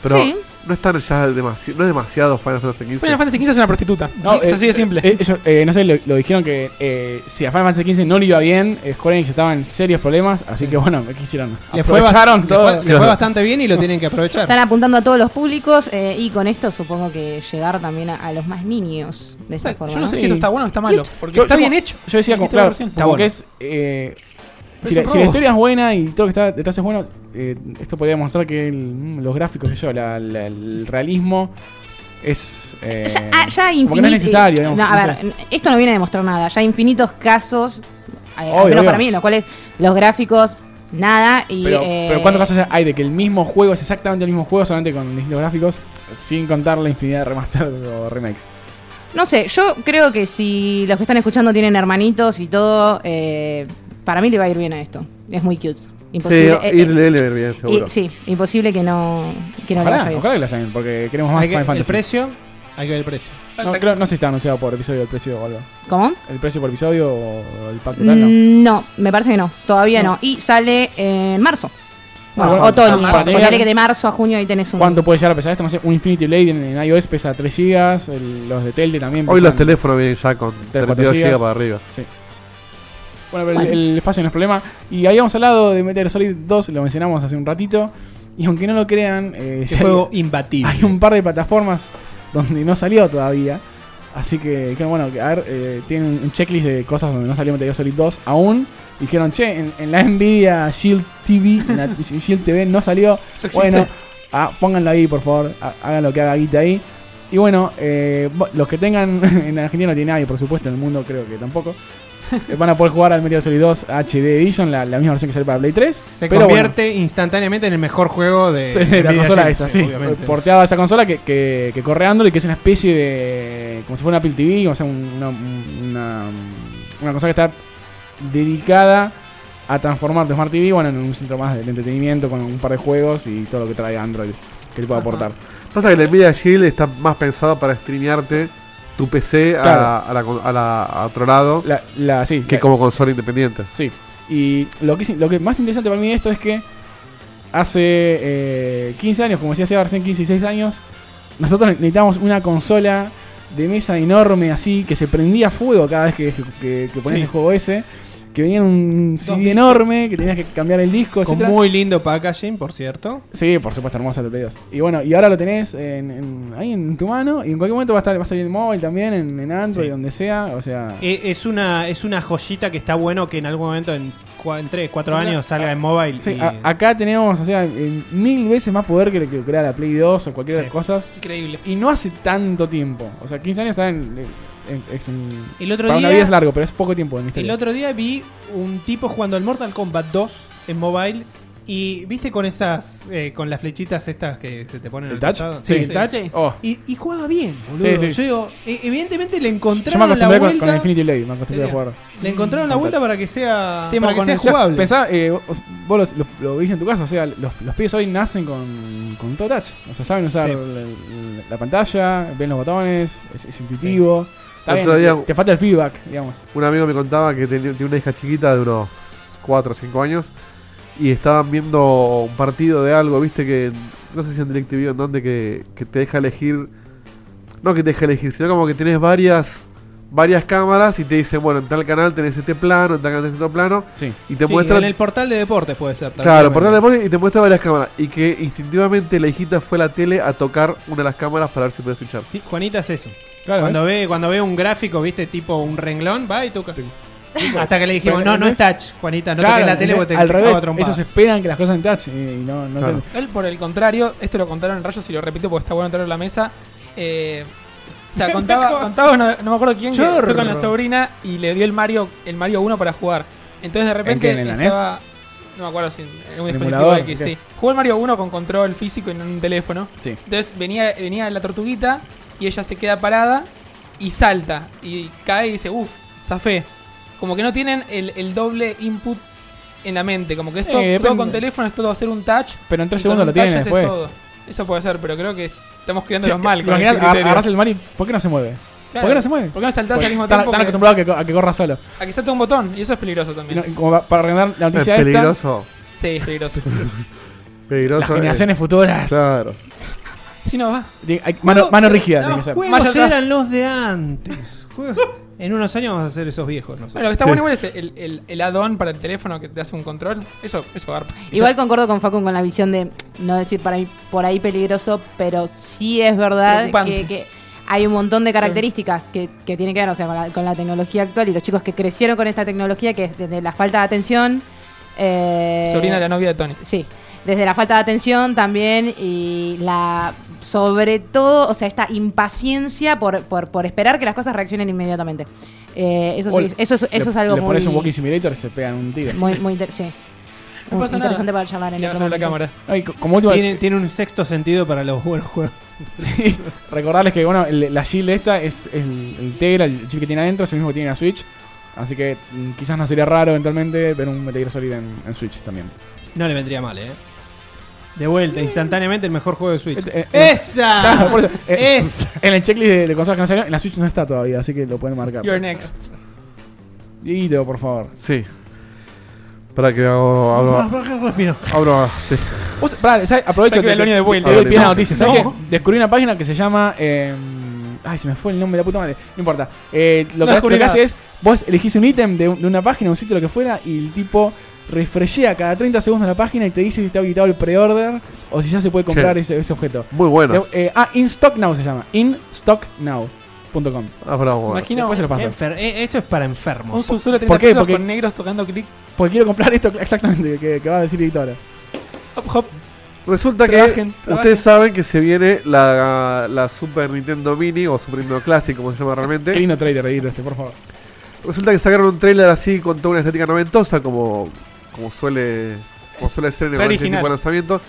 S1: Pero
S2: Sí.
S1: no están ya demasiado, no es demasiado Final Fantasy XV.
S4: Final Fantasy XV es una prostituta.
S3: No,
S4: es
S3: eh,
S4: así de simple.
S3: eh, ellos, eh, no sé, lo, lo dijeron que eh, si a Final Fantasy XV no le iba bien, eh, Square Enix estaba en serios problemas, así que bueno, ¿qué hicieron?
S5: Le fue, bas-
S3: Aprovecharon
S5: le
S3: todo.
S5: fue- le fue bastante bien y lo tienen que aprovechar.
S2: Están apuntando a todos los públicos eh, y con esto supongo que llegar también a, a los más niños de
S4: O
S2: esa
S4: sea,
S2: forma.
S4: yo no sé
S3: ¿no?
S4: si esto
S3: Sí.
S4: está bueno o está malo. Porque está bien hecho.
S3: Yo decía, como,
S4: Dijiste
S3: claro,
S4: recién.
S5: Está
S3: como
S5: bueno.
S3: que es. eh, si,
S4: un
S3: la, si la
S4: robo.
S3: historia es buena y todo lo que está detrás es bueno, eh, esto podría mostrar que el- mm, los gráficos, qué sé yo, la- la- el realismo es. eh,
S2: Ya, ah, ya
S3: como que no es
S2: infinit-
S3: necesario.
S2: eh,
S3: digamos,
S2: no, a
S3: no
S2: ver,
S3: sé.
S2: n- esto no viene a demostrar nada. Ya hay infinitos casos, eh, al
S3: Obvio,
S2: menos
S3: obvio.
S2: para mí, en los cuales los gráficos, nada. Y,
S3: Pero,
S2: eh,
S3: pero ¿cuántos casos hay de que el mismo juego es exactamente el mismo juego, solamente con distintos gráficos, sin contar la infinidad de remaster o remakes?
S2: No sé, yo creo que si los que están escuchando tienen hermanitos y todo, eh, para mí le va a ir bien a esto. Es muy cute.
S1: Sí,
S2: Imposible. eh, eh,
S1: irle, irle bien,
S2: y-
S1: seguro.
S2: sí, imposible que no, que no le vaya
S3: Ojalá,
S2: bien.
S3: ojalá que la saquen, porque queremos más
S5: Hay que-
S3: Final
S5: el
S3: Fantasy.
S5: precio, hay que ver el precio.
S3: No, creo- no sé si está anunciado por episodio el precio o algo.
S2: ¿Cómo?
S3: ¿El precio por episodio o el pack total? no.
S2: Mm, No, me parece que no, todavía no. Y sale en marzo. Bueno,
S3: Ah, bueno,
S2: otoño.
S4: marzo.
S2: Ponele que de marzo a junio ahí tenés un.
S3: ¿Cuánto puede llegar a pesar esto? No sé, un Infinity Blade en, en iOS pesa 3 GB, el- los de Telde también
S1: Hoy
S3: pesan-
S1: los teléfonos vienen ya con 32 GB
S3: gigas.
S1: para arriba.
S3: Bueno, pero el- El, espacio no es problema. Y habíamos hablado de Meteor Solid 2, lo mencionamos hace un ratito. Y aunque no lo crean, eh,
S5: Ese
S3: ya
S5: juego
S3: hay,
S5: imbatible.
S3: hay un par de plataformas donde no salió todavía. Así que, que bueno, que a ver, eh, tienen un checklist de cosas donde no salió Meteor Solid 2 aún. Y Dijeron, che, en, en la Nvidia Shield TV, en la Shield TV no salió.
S4: Eso existe.
S3: Bueno, ah, pónganlo ahí, por favor. ha- Hagan lo que haga Guita ahí. Y bueno, eh, bo- los que tengan. En Argentina no tiene nadie, por supuesto. En el mundo creo que tampoco. Eh, Van a poder jugar al Metal Solid 2 HD Edition, la, la misma versión que sale para Play 3.
S5: Se
S3: pero
S5: convierte instantáneamente en el mejor juego de,
S3: bueno,
S5: de
S3: la consola
S5: Nvidia
S3: esa,
S5: Shield,
S3: sí.
S5: obviamente.
S3: Porteado a esa consola que, que, que corre Android, que es una especie de. como si fuera una Apple TV, o sea, un- una, una, una consola que está dedicada a transformar tu Smart TV bueno, en un centro más del entretenimiento con un par de juegos y todo lo que trae Android que te puede
S4: Ajá.
S3: aportar.
S1: Pasa que la Nvidia Shield está más pensada para streamearte tu PC a-
S3: Claro.
S1: a, la con- a la- a otro lado
S3: La, la, sí,
S1: que
S3: la-
S1: como consola independiente.
S3: sí. Y lo que, es- lo que más interesante para mí de esto es que hace eh, 15 años, como decía Seba, recién 15 y 6 años, nosotros necesitamos una consola de mesa enorme así, que se prendía a fuego cada vez que, que, que ponías
S5: Sí.
S3: el juego ese, que venía en un CD enorme, que tenías que cambiar el disco,
S5: Con
S3: etc.
S5: muy lindo packaging, por cierto.
S3: Sí, por supuesto, hermosa la Play 2. Y bueno, y ahora lo tenés en- en- ahí en tu mano, y en cualquier momento va a, estar, va a salir en móvil también, en, en Android,
S5: Sí.
S3: donde sea, o sea...
S5: E- Es una, es una joyita que está bueno que en algún momento, en, 3, 4
S3: Sí,
S5: años,
S3: claro.
S5: salga en mobile.
S3: Sí,
S5: y-
S3: a- acá tenemos, o sea, eh, mil veces más poder que lo que crea la Play 2 o cualquier
S5: Sí.
S3: cosa.
S4: Increíble.
S3: Y no hace tanto tiempo. O sea, 15 años está en. en- es un.
S5: el, otro
S3: Para una vida es
S5: día,
S3: largo, pero es poco tiempo en mi
S5: el
S3: historia.
S5: otro día vi un tipo jugando al Mortal Kombat 2 en mobile. Y viste con esas, eh, con las flechitas estas que se te ponen
S3: ¿El
S5: al
S3: touch?
S5: costado?
S3: Sí,
S5: Sí,
S3: el
S5: el touch.
S2: Sí.
S3: Oh,
S5: Y, y jugaba bien, boludo.
S3: Sí, sí.
S5: Yo digo, e- evidentemente le
S3: yo me
S5: encontraron la
S3: acostumbré con,
S5: vuelta.
S3: con Infinity Blade, me acostumbré a
S4: ¿Serio?
S3: jugar.
S5: le encontraron la
S3: Con
S5: vuelta para que sea,
S4: Tema
S5: para que
S4: con
S5: sea
S4: el-
S5: jugable.
S3: Pensá, eh, vos- vos los- los- lo, veis en tu casa, o sea, los, los pibes hoy nacen con, con todo touch. O sea, saben usar
S5: Sí.
S3: la, la pantalla, ven los botones, es, es intuitivo. Está bien,
S1: Otro día-
S3: te, te falta el feedback, digamos.
S1: Un amigo me contaba que tenía, tiene una hija chiquita de unos 4 o 5 años y estaban viendo un partido de algo, viste que no sé si en DirecTV o en dónde que, que te deja elegir no que te deja elegir, sino como que tenés varias varias cámaras y te dicen, bueno, en tal canal tenés este plano, en tal canal tenés otro plano
S3: Sí.
S1: y te
S5: Sí,
S1: muestran
S5: en el portal de deportes puede ser.
S1: Claro,
S5: tranquilamente.
S1: por donde pone y te muestra varias cámaras. Y que instintivamente la hijita fue a la tele a tocar una de las cámaras para ver si podía switchar.
S5: Sí, Juanita es eso.
S3: Claro,
S5: Cuando
S3: ¿ves?
S5: ve, cuando ve un gráfico, viste, tipo un renglón, va y toca. Hasta que le dijimos,
S3: Pero,
S5: no, no es
S3: ¿ves?
S5: touch, Juanita, no toques la tele porque te
S3: al
S5: cago a
S3: revés,
S5: trompada.
S3: ellos esperan que las cosas en touch y, y no, no
S1: Claro.
S3: te-
S4: Él, por el contrario, esto lo contaron en Rayos y lo repito porque está bueno traerlo a la mesa. eh, o sea, contaba, contaba no, no me acuerdo quién, que
S5: Chorro.
S4: fue con la sobrina y le dio el Mario el Mario 1 para jugar. Entonces de repente
S3: qué, en la NES?
S4: estaba... No me acuerdo si en en un
S3: ¿El
S4: dispositivo
S3: emulador?
S4: X,
S3: ¿Qué?
S4: sí. Jugó el Mario 1 con control físico en un teléfono.
S3: Sí.
S4: Entonces venía, venía la tortuguita y ella se queda parada y salta. Y cae y dice, uff, zafé. Como que no tienen el, el doble input en la mente. Como que esto
S3: Eh,
S4: todo
S3: depende.
S4: con teléfono, es todo hacer un touch.
S3: Pero en tres
S4: y con
S3: segundos
S4: un
S3: lo
S4: touch
S3: tienen
S4: haces
S3: después.
S4: todo. Eso puede ser, pero creo que estamos
S3: Sí,
S4: criándolos mal con
S3: imaginás,
S4: ese
S3: agar-
S4: criterio.
S3: agarrás el Mario, ¿por qué no se mueve?
S4: Claro.
S3: ¿Por qué no se mueve?
S4: ¿Por qué no saltás
S3: Porque
S4: al mismo
S3: están-
S4: tiempo?
S3: Están
S4: que-
S3: acostumbrados a que co- a que corra solo.
S4: a que salte un botón, y eso es peligroso
S3: Y
S4: también.
S3: no- y como pa- para arreglar la
S1: Es
S3: noticia esta,
S1: peligroso.
S4: Sí, es peligroso.
S1: Peligroso.
S3: las
S1: eh.
S3: generaciones futuras
S1: Claro.
S4: Si no, va.
S3: Tiene- hay- mano, mano rígida tiene que ser.
S5: Juegos
S4: Más atrás.
S5: eran los de antes. Juegos- en unos años vamos a hacer esos viejos
S4: Bueno, lo
S5: nosotros.
S4: que está
S1: Sí.
S4: bueno igual es el, el, el add-on para el teléfono que te hace un control. Eso, eso garpa.
S2: Igual concuerdo con Facu con la visión de no decir para mí, por ahí peligroso, pero sí es verdad
S4: Preocupante.
S2: que, que hay un montón de características que, que tienen que ver o sea, con, la, con la tecnología actual y los chicos que crecieron con esta tecnología, que es desde la falta de atención. eh,
S4: Sobrina de la novia de Tony.
S2: Sí, desde la falta de atención también y la sobre todo, o sea, esta impaciencia por, por, por esperar que las cosas reaccionen inmediatamente. Eh, eso, sí,
S3: O le-
S2: eso, es- eso
S3: le-
S2: es algo
S3: Le
S2: muy,
S3: pones un walking simulator y se pegan un tiro.
S2: muy, muy inter- sí.
S4: No
S2: Muy
S4: pasa nada.
S2: interesante para charlar en
S4: Le
S2: otro
S4: bajaron la
S2: momento.
S4: cámara.
S3: Ay, co- como último,
S5: Tiene, tiene un sexto sentido para los buenos juegos.
S3: sí, recordarles que bueno, el- la Shield esta es el, el Tegra, el chip que tiene adentro, es el mismo que tiene la Switch. Así que mm, quizás no sería raro eventualmente ver un Metal Gear Solid en, en Switch también.
S5: No le vendría mal, ¿eh? De vuelta, instantáneamente el mejor juego de Switch.
S3: Eh, eh,
S5: ¡Esa!
S3: Por eso, eh,
S5: ¡Esa!
S3: En el checklist de, de consolas que no salieron, en la Switch no está todavía, así que lo pueden marcar.
S4: You're next.
S3: Dieguito, por favor.
S1: Sí. Para que hago. Abro, abro, sí.
S3: Vos, pará, ¿sabes? aprovecho
S4: Para que vea el baño de vuelta.
S3: te doy pie a la
S1: No.
S3: noticia. ¿Sabes
S4: No.
S3: qué? Descubrí una página que se llama. eh, ay, se me fue el nombre de la puta madre. No importa. Eh, lo,
S4: No
S3: que, hace- lo
S4: descubrí
S3: que hace
S4: nada.
S3: es: vos elegís un ítem de, un- de una página, un sitio, lo que fuera, y el tipo refreshea cada 30 segundos la página y te dice si está habilitado el pre-order o si ya se puede comprar
S1: Sí.
S3: ese, ese objeto.
S1: Muy bueno.
S3: De- eh, ah, InStockNow se llama. InStockNow.com.
S1: Ah, bravo, bueno.
S4: Imagino
S3: Después se lo paso.
S5: Enfer- eh, Esto es para
S4: un
S5: enfermos.
S4: subsuelo de 30
S3: ¿Por qué?
S4: pesos
S3: Porque-
S4: con negros tocando clic.
S3: Porque quiero comprar esto exactamente que, que va a decir Dieguito ahora.
S4: Hop, hop.
S1: Resulta que
S4: Trabajen, trabajen.
S1: ustedes saben que se viene la, la Super Nintendo Mini o Super Nintendo Classic, como se llama
S3: Qué
S1: realmente.
S3: lindo trailer, Dieguito, este, por favor.
S1: Resulta que sacaron un trailer así con toda una estética noventosa, como, como suele como suele ser en
S4: Re
S1: el este tipo de
S4: original.
S1: lanzamiento,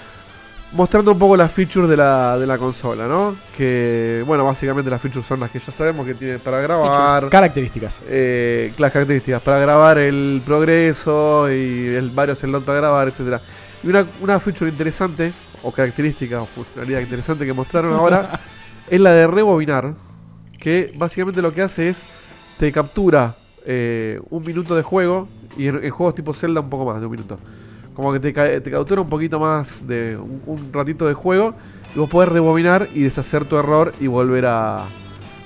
S1: mostrando un poco las features de la, de la consola, ¿no? Que, bueno, básicamente las features son las que ya sabemos que tiene para grabar.
S3: Características.
S1: eh, las características para grabar el progreso y el varios slots para grabar, etcétera. Y una, una feature interesante, o característica, o funcionalidad interesante que mostraron ahora, es la de rebobinar, que básicamente lo que hace es te captura eh, un minuto de juego y en, en juegos tipo Zelda un poco más de un minuto. Como que te, ca- te captura un poquito más de un, un ratito de juego y vos podés rebobinar y deshacer tu error y volver a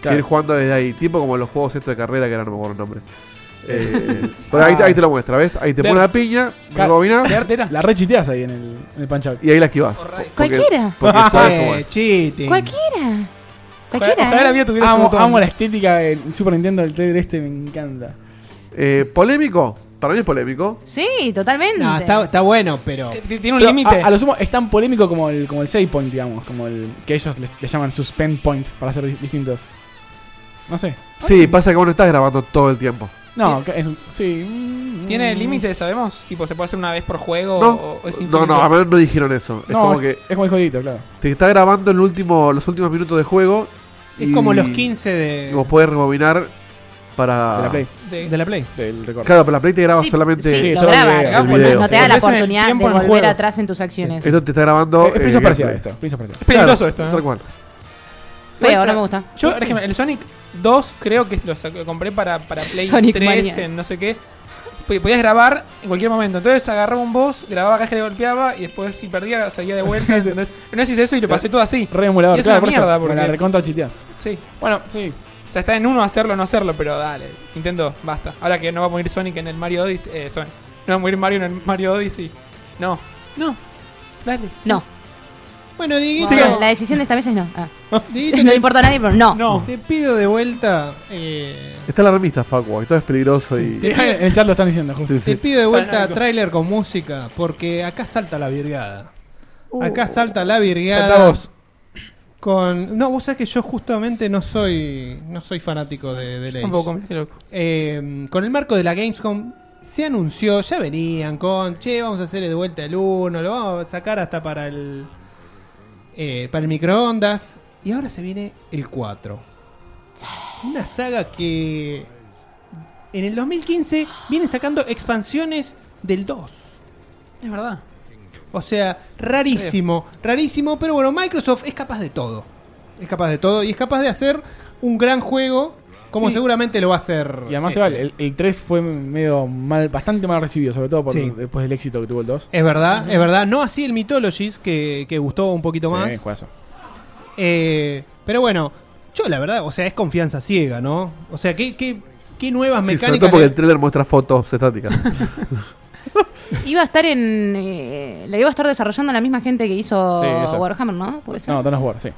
S3: Claro.
S1: seguir jugando desde ahí. Tipo como los juegos estos de carrera que ahora no me acuerdo el nombre. Eh, pero ahí, te- ahí te lo muestra, ¿ves? Ahí te
S4: Claro.
S1: pone la piña,
S3: Claro.
S1: rebobinás
S4: Cartera.
S3: La rechiteas ahí en el, en el punch out.
S1: y ahí la esquivas. Porque-
S2: Cualquiera.
S1: porque sabes cómo es.
S5: eh, cheating.
S2: Cualquiera.
S4: Ojalá,
S2: Cualquiera.
S4: ojalá
S2: ¿eh?
S4: la vida tuviera ese
S3: Amo,
S4: botón.
S3: amo la estética del Super Nintendo del trailer este, me encanta.
S1: Eh, ¿Polémico? Para mí es polémico.
S2: Sí, totalmente.
S5: No, está, está bueno, pero.
S4: Eh, t- Tiene un
S3: Pero
S4: límite.
S3: A, a lo sumo es tan polémico como el, como el save point, digamos, como el que ellos les- le llaman suspend point para ser di- distintos. No sé.
S1: Sí, pasa que vos no estás grabando todo el tiempo.
S3: No, que es un- sí. mm,
S4: ¿Tiene
S3: mm.
S4: límite, sabemos? Tipo, ¿se puede hacer una vez por juego?
S1: No,
S4: o es
S1: no,
S4: infinito?
S1: no, a ver, no dijeron eso. Es
S3: No,
S1: como que
S3: es como el jodito, claro.
S1: te está grabando el último, los últimos minutos de juego.
S5: Es
S1: y-
S5: como los 15
S1: y
S5: de,
S1: vos podés rebobinar para.
S3: De la Play,
S4: De-
S5: de la Play.
S3: del recorte.
S1: Claro, pero la Play te graba
S2: Sí,
S1: solamente.
S2: Sí, lo
S3: solo el
S2: graba,
S3: video.
S2: no-
S1: El
S2: no-
S1: video.
S2: No te da la
S4: Volvés en el
S2: oportunidad de
S4: tiempo en el
S2: volver
S4: juego.
S2: atrás en tus acciones.
S1: Esto te está grabando.
S3: es preciso
S1: eh,
S3: parcial
S1: gameplay.
S3: esto, preciso parcial.
S4: Es peligroso
S1: Claro,
S4: esto, ¿eh?
S1: Tal cual.
S2: Feo, no me gusta.
S4: Yo, por ejemplo, el Sonic 2 creo que lo, sac- lo compré para, para Play
S2: Sonic
S4: 3
S2: Mania.
S4: en no sé qué. P- Podías grabar en cualquier momento. Entonces agarraba un boss, grababa caja y le golpeaba y después si perdía salía de vuelta. Entonces, no hice eso y lo pasé todo así.
S3: Re emulador,
S4: Y es una
S3: claro, por eso
S4: mierda,
S3: me
S4: porque-
S3: la recontra chiteas.
S4: Sí.
S3: Bueno, sí.
S4: O sea, está en uno hacerlo o no hacerlo, pero dale. Nintendo, basta. Ahora que no va a morir Sonic en el Mario Odyssey. Eh, Sonic. No va a morir Mario en el Mario Odyssey. No. No. Dale.
S2: No.
S5: Bueno, Dieguito,
S2: No, La decisión de esta mesa es no. Ah.
S5: Dieguito,
S2: No le importa a nadie, pero no.
S4: No.
S5: te, te pido de vuelta. eh,
S1: Está la remista, Facu, que todo es peligroso y.
S3: Sí, en el chat lo están diciendo. justo.
S1: Sí, sí.
S5: Te pido de vuelta
S4: Fanático.
S5: tráiler con música, porque acá salta la virgada.
S2: Uh.
S5: Acá salta la virgada.
S3: Salta vos.
S5: Con... No, vos sabés que yo justamente no soy no soy fanático de, de Lace.
S4: Tampoco, mirá qué loco.
S5: Eh, con el marco de la Gamescom se anunció, ya venían con, che, vamos a hacer de vuelta el 1, lo vamos a sacar hasta para el eh, para el microondas y ahora se viene el 4. Una saga que en el 2015 viene sacando expansiones del 2.
S4: Es verdad.
S5: O sea, rarísimo, rarísimo, pero bueno, Microsoft es capaz de todo. Es capaz de todo y es capaz de hacer un gran juego como
S4: Sí.
S5: seguramente lo va a hacer.
S3: Y además,
S5: este.
S3: igual, el, el 3 fue medio mal, bastante mal recibido, sobre todo por-
S5: Sí.
S3: después del éxito que tuvo el 2.
S5: Es verdad, es verdad. No así el Mythologies, que, que gustó un poquito
S3: Sí,
S5: más.
S3: juegazo.
S5: Eh, pero bueno, yo la verdad, o sea, es confianza ciega, ¿no? O sea, ¿qué, qué, qué nuevas
S1: Sí, sobre
S5: mecánicas?
S1: todo porque
S5: le-
S1: el trailer muestra fotos estáticas.
S2: Iba a estar en. eh, la iba a estar desarrollando la misma gente que hizo
S3: Sí, exacto.
S2: Warhammer, ¿no? ¿Puede ser?
S3: No, Dawn of War, sí.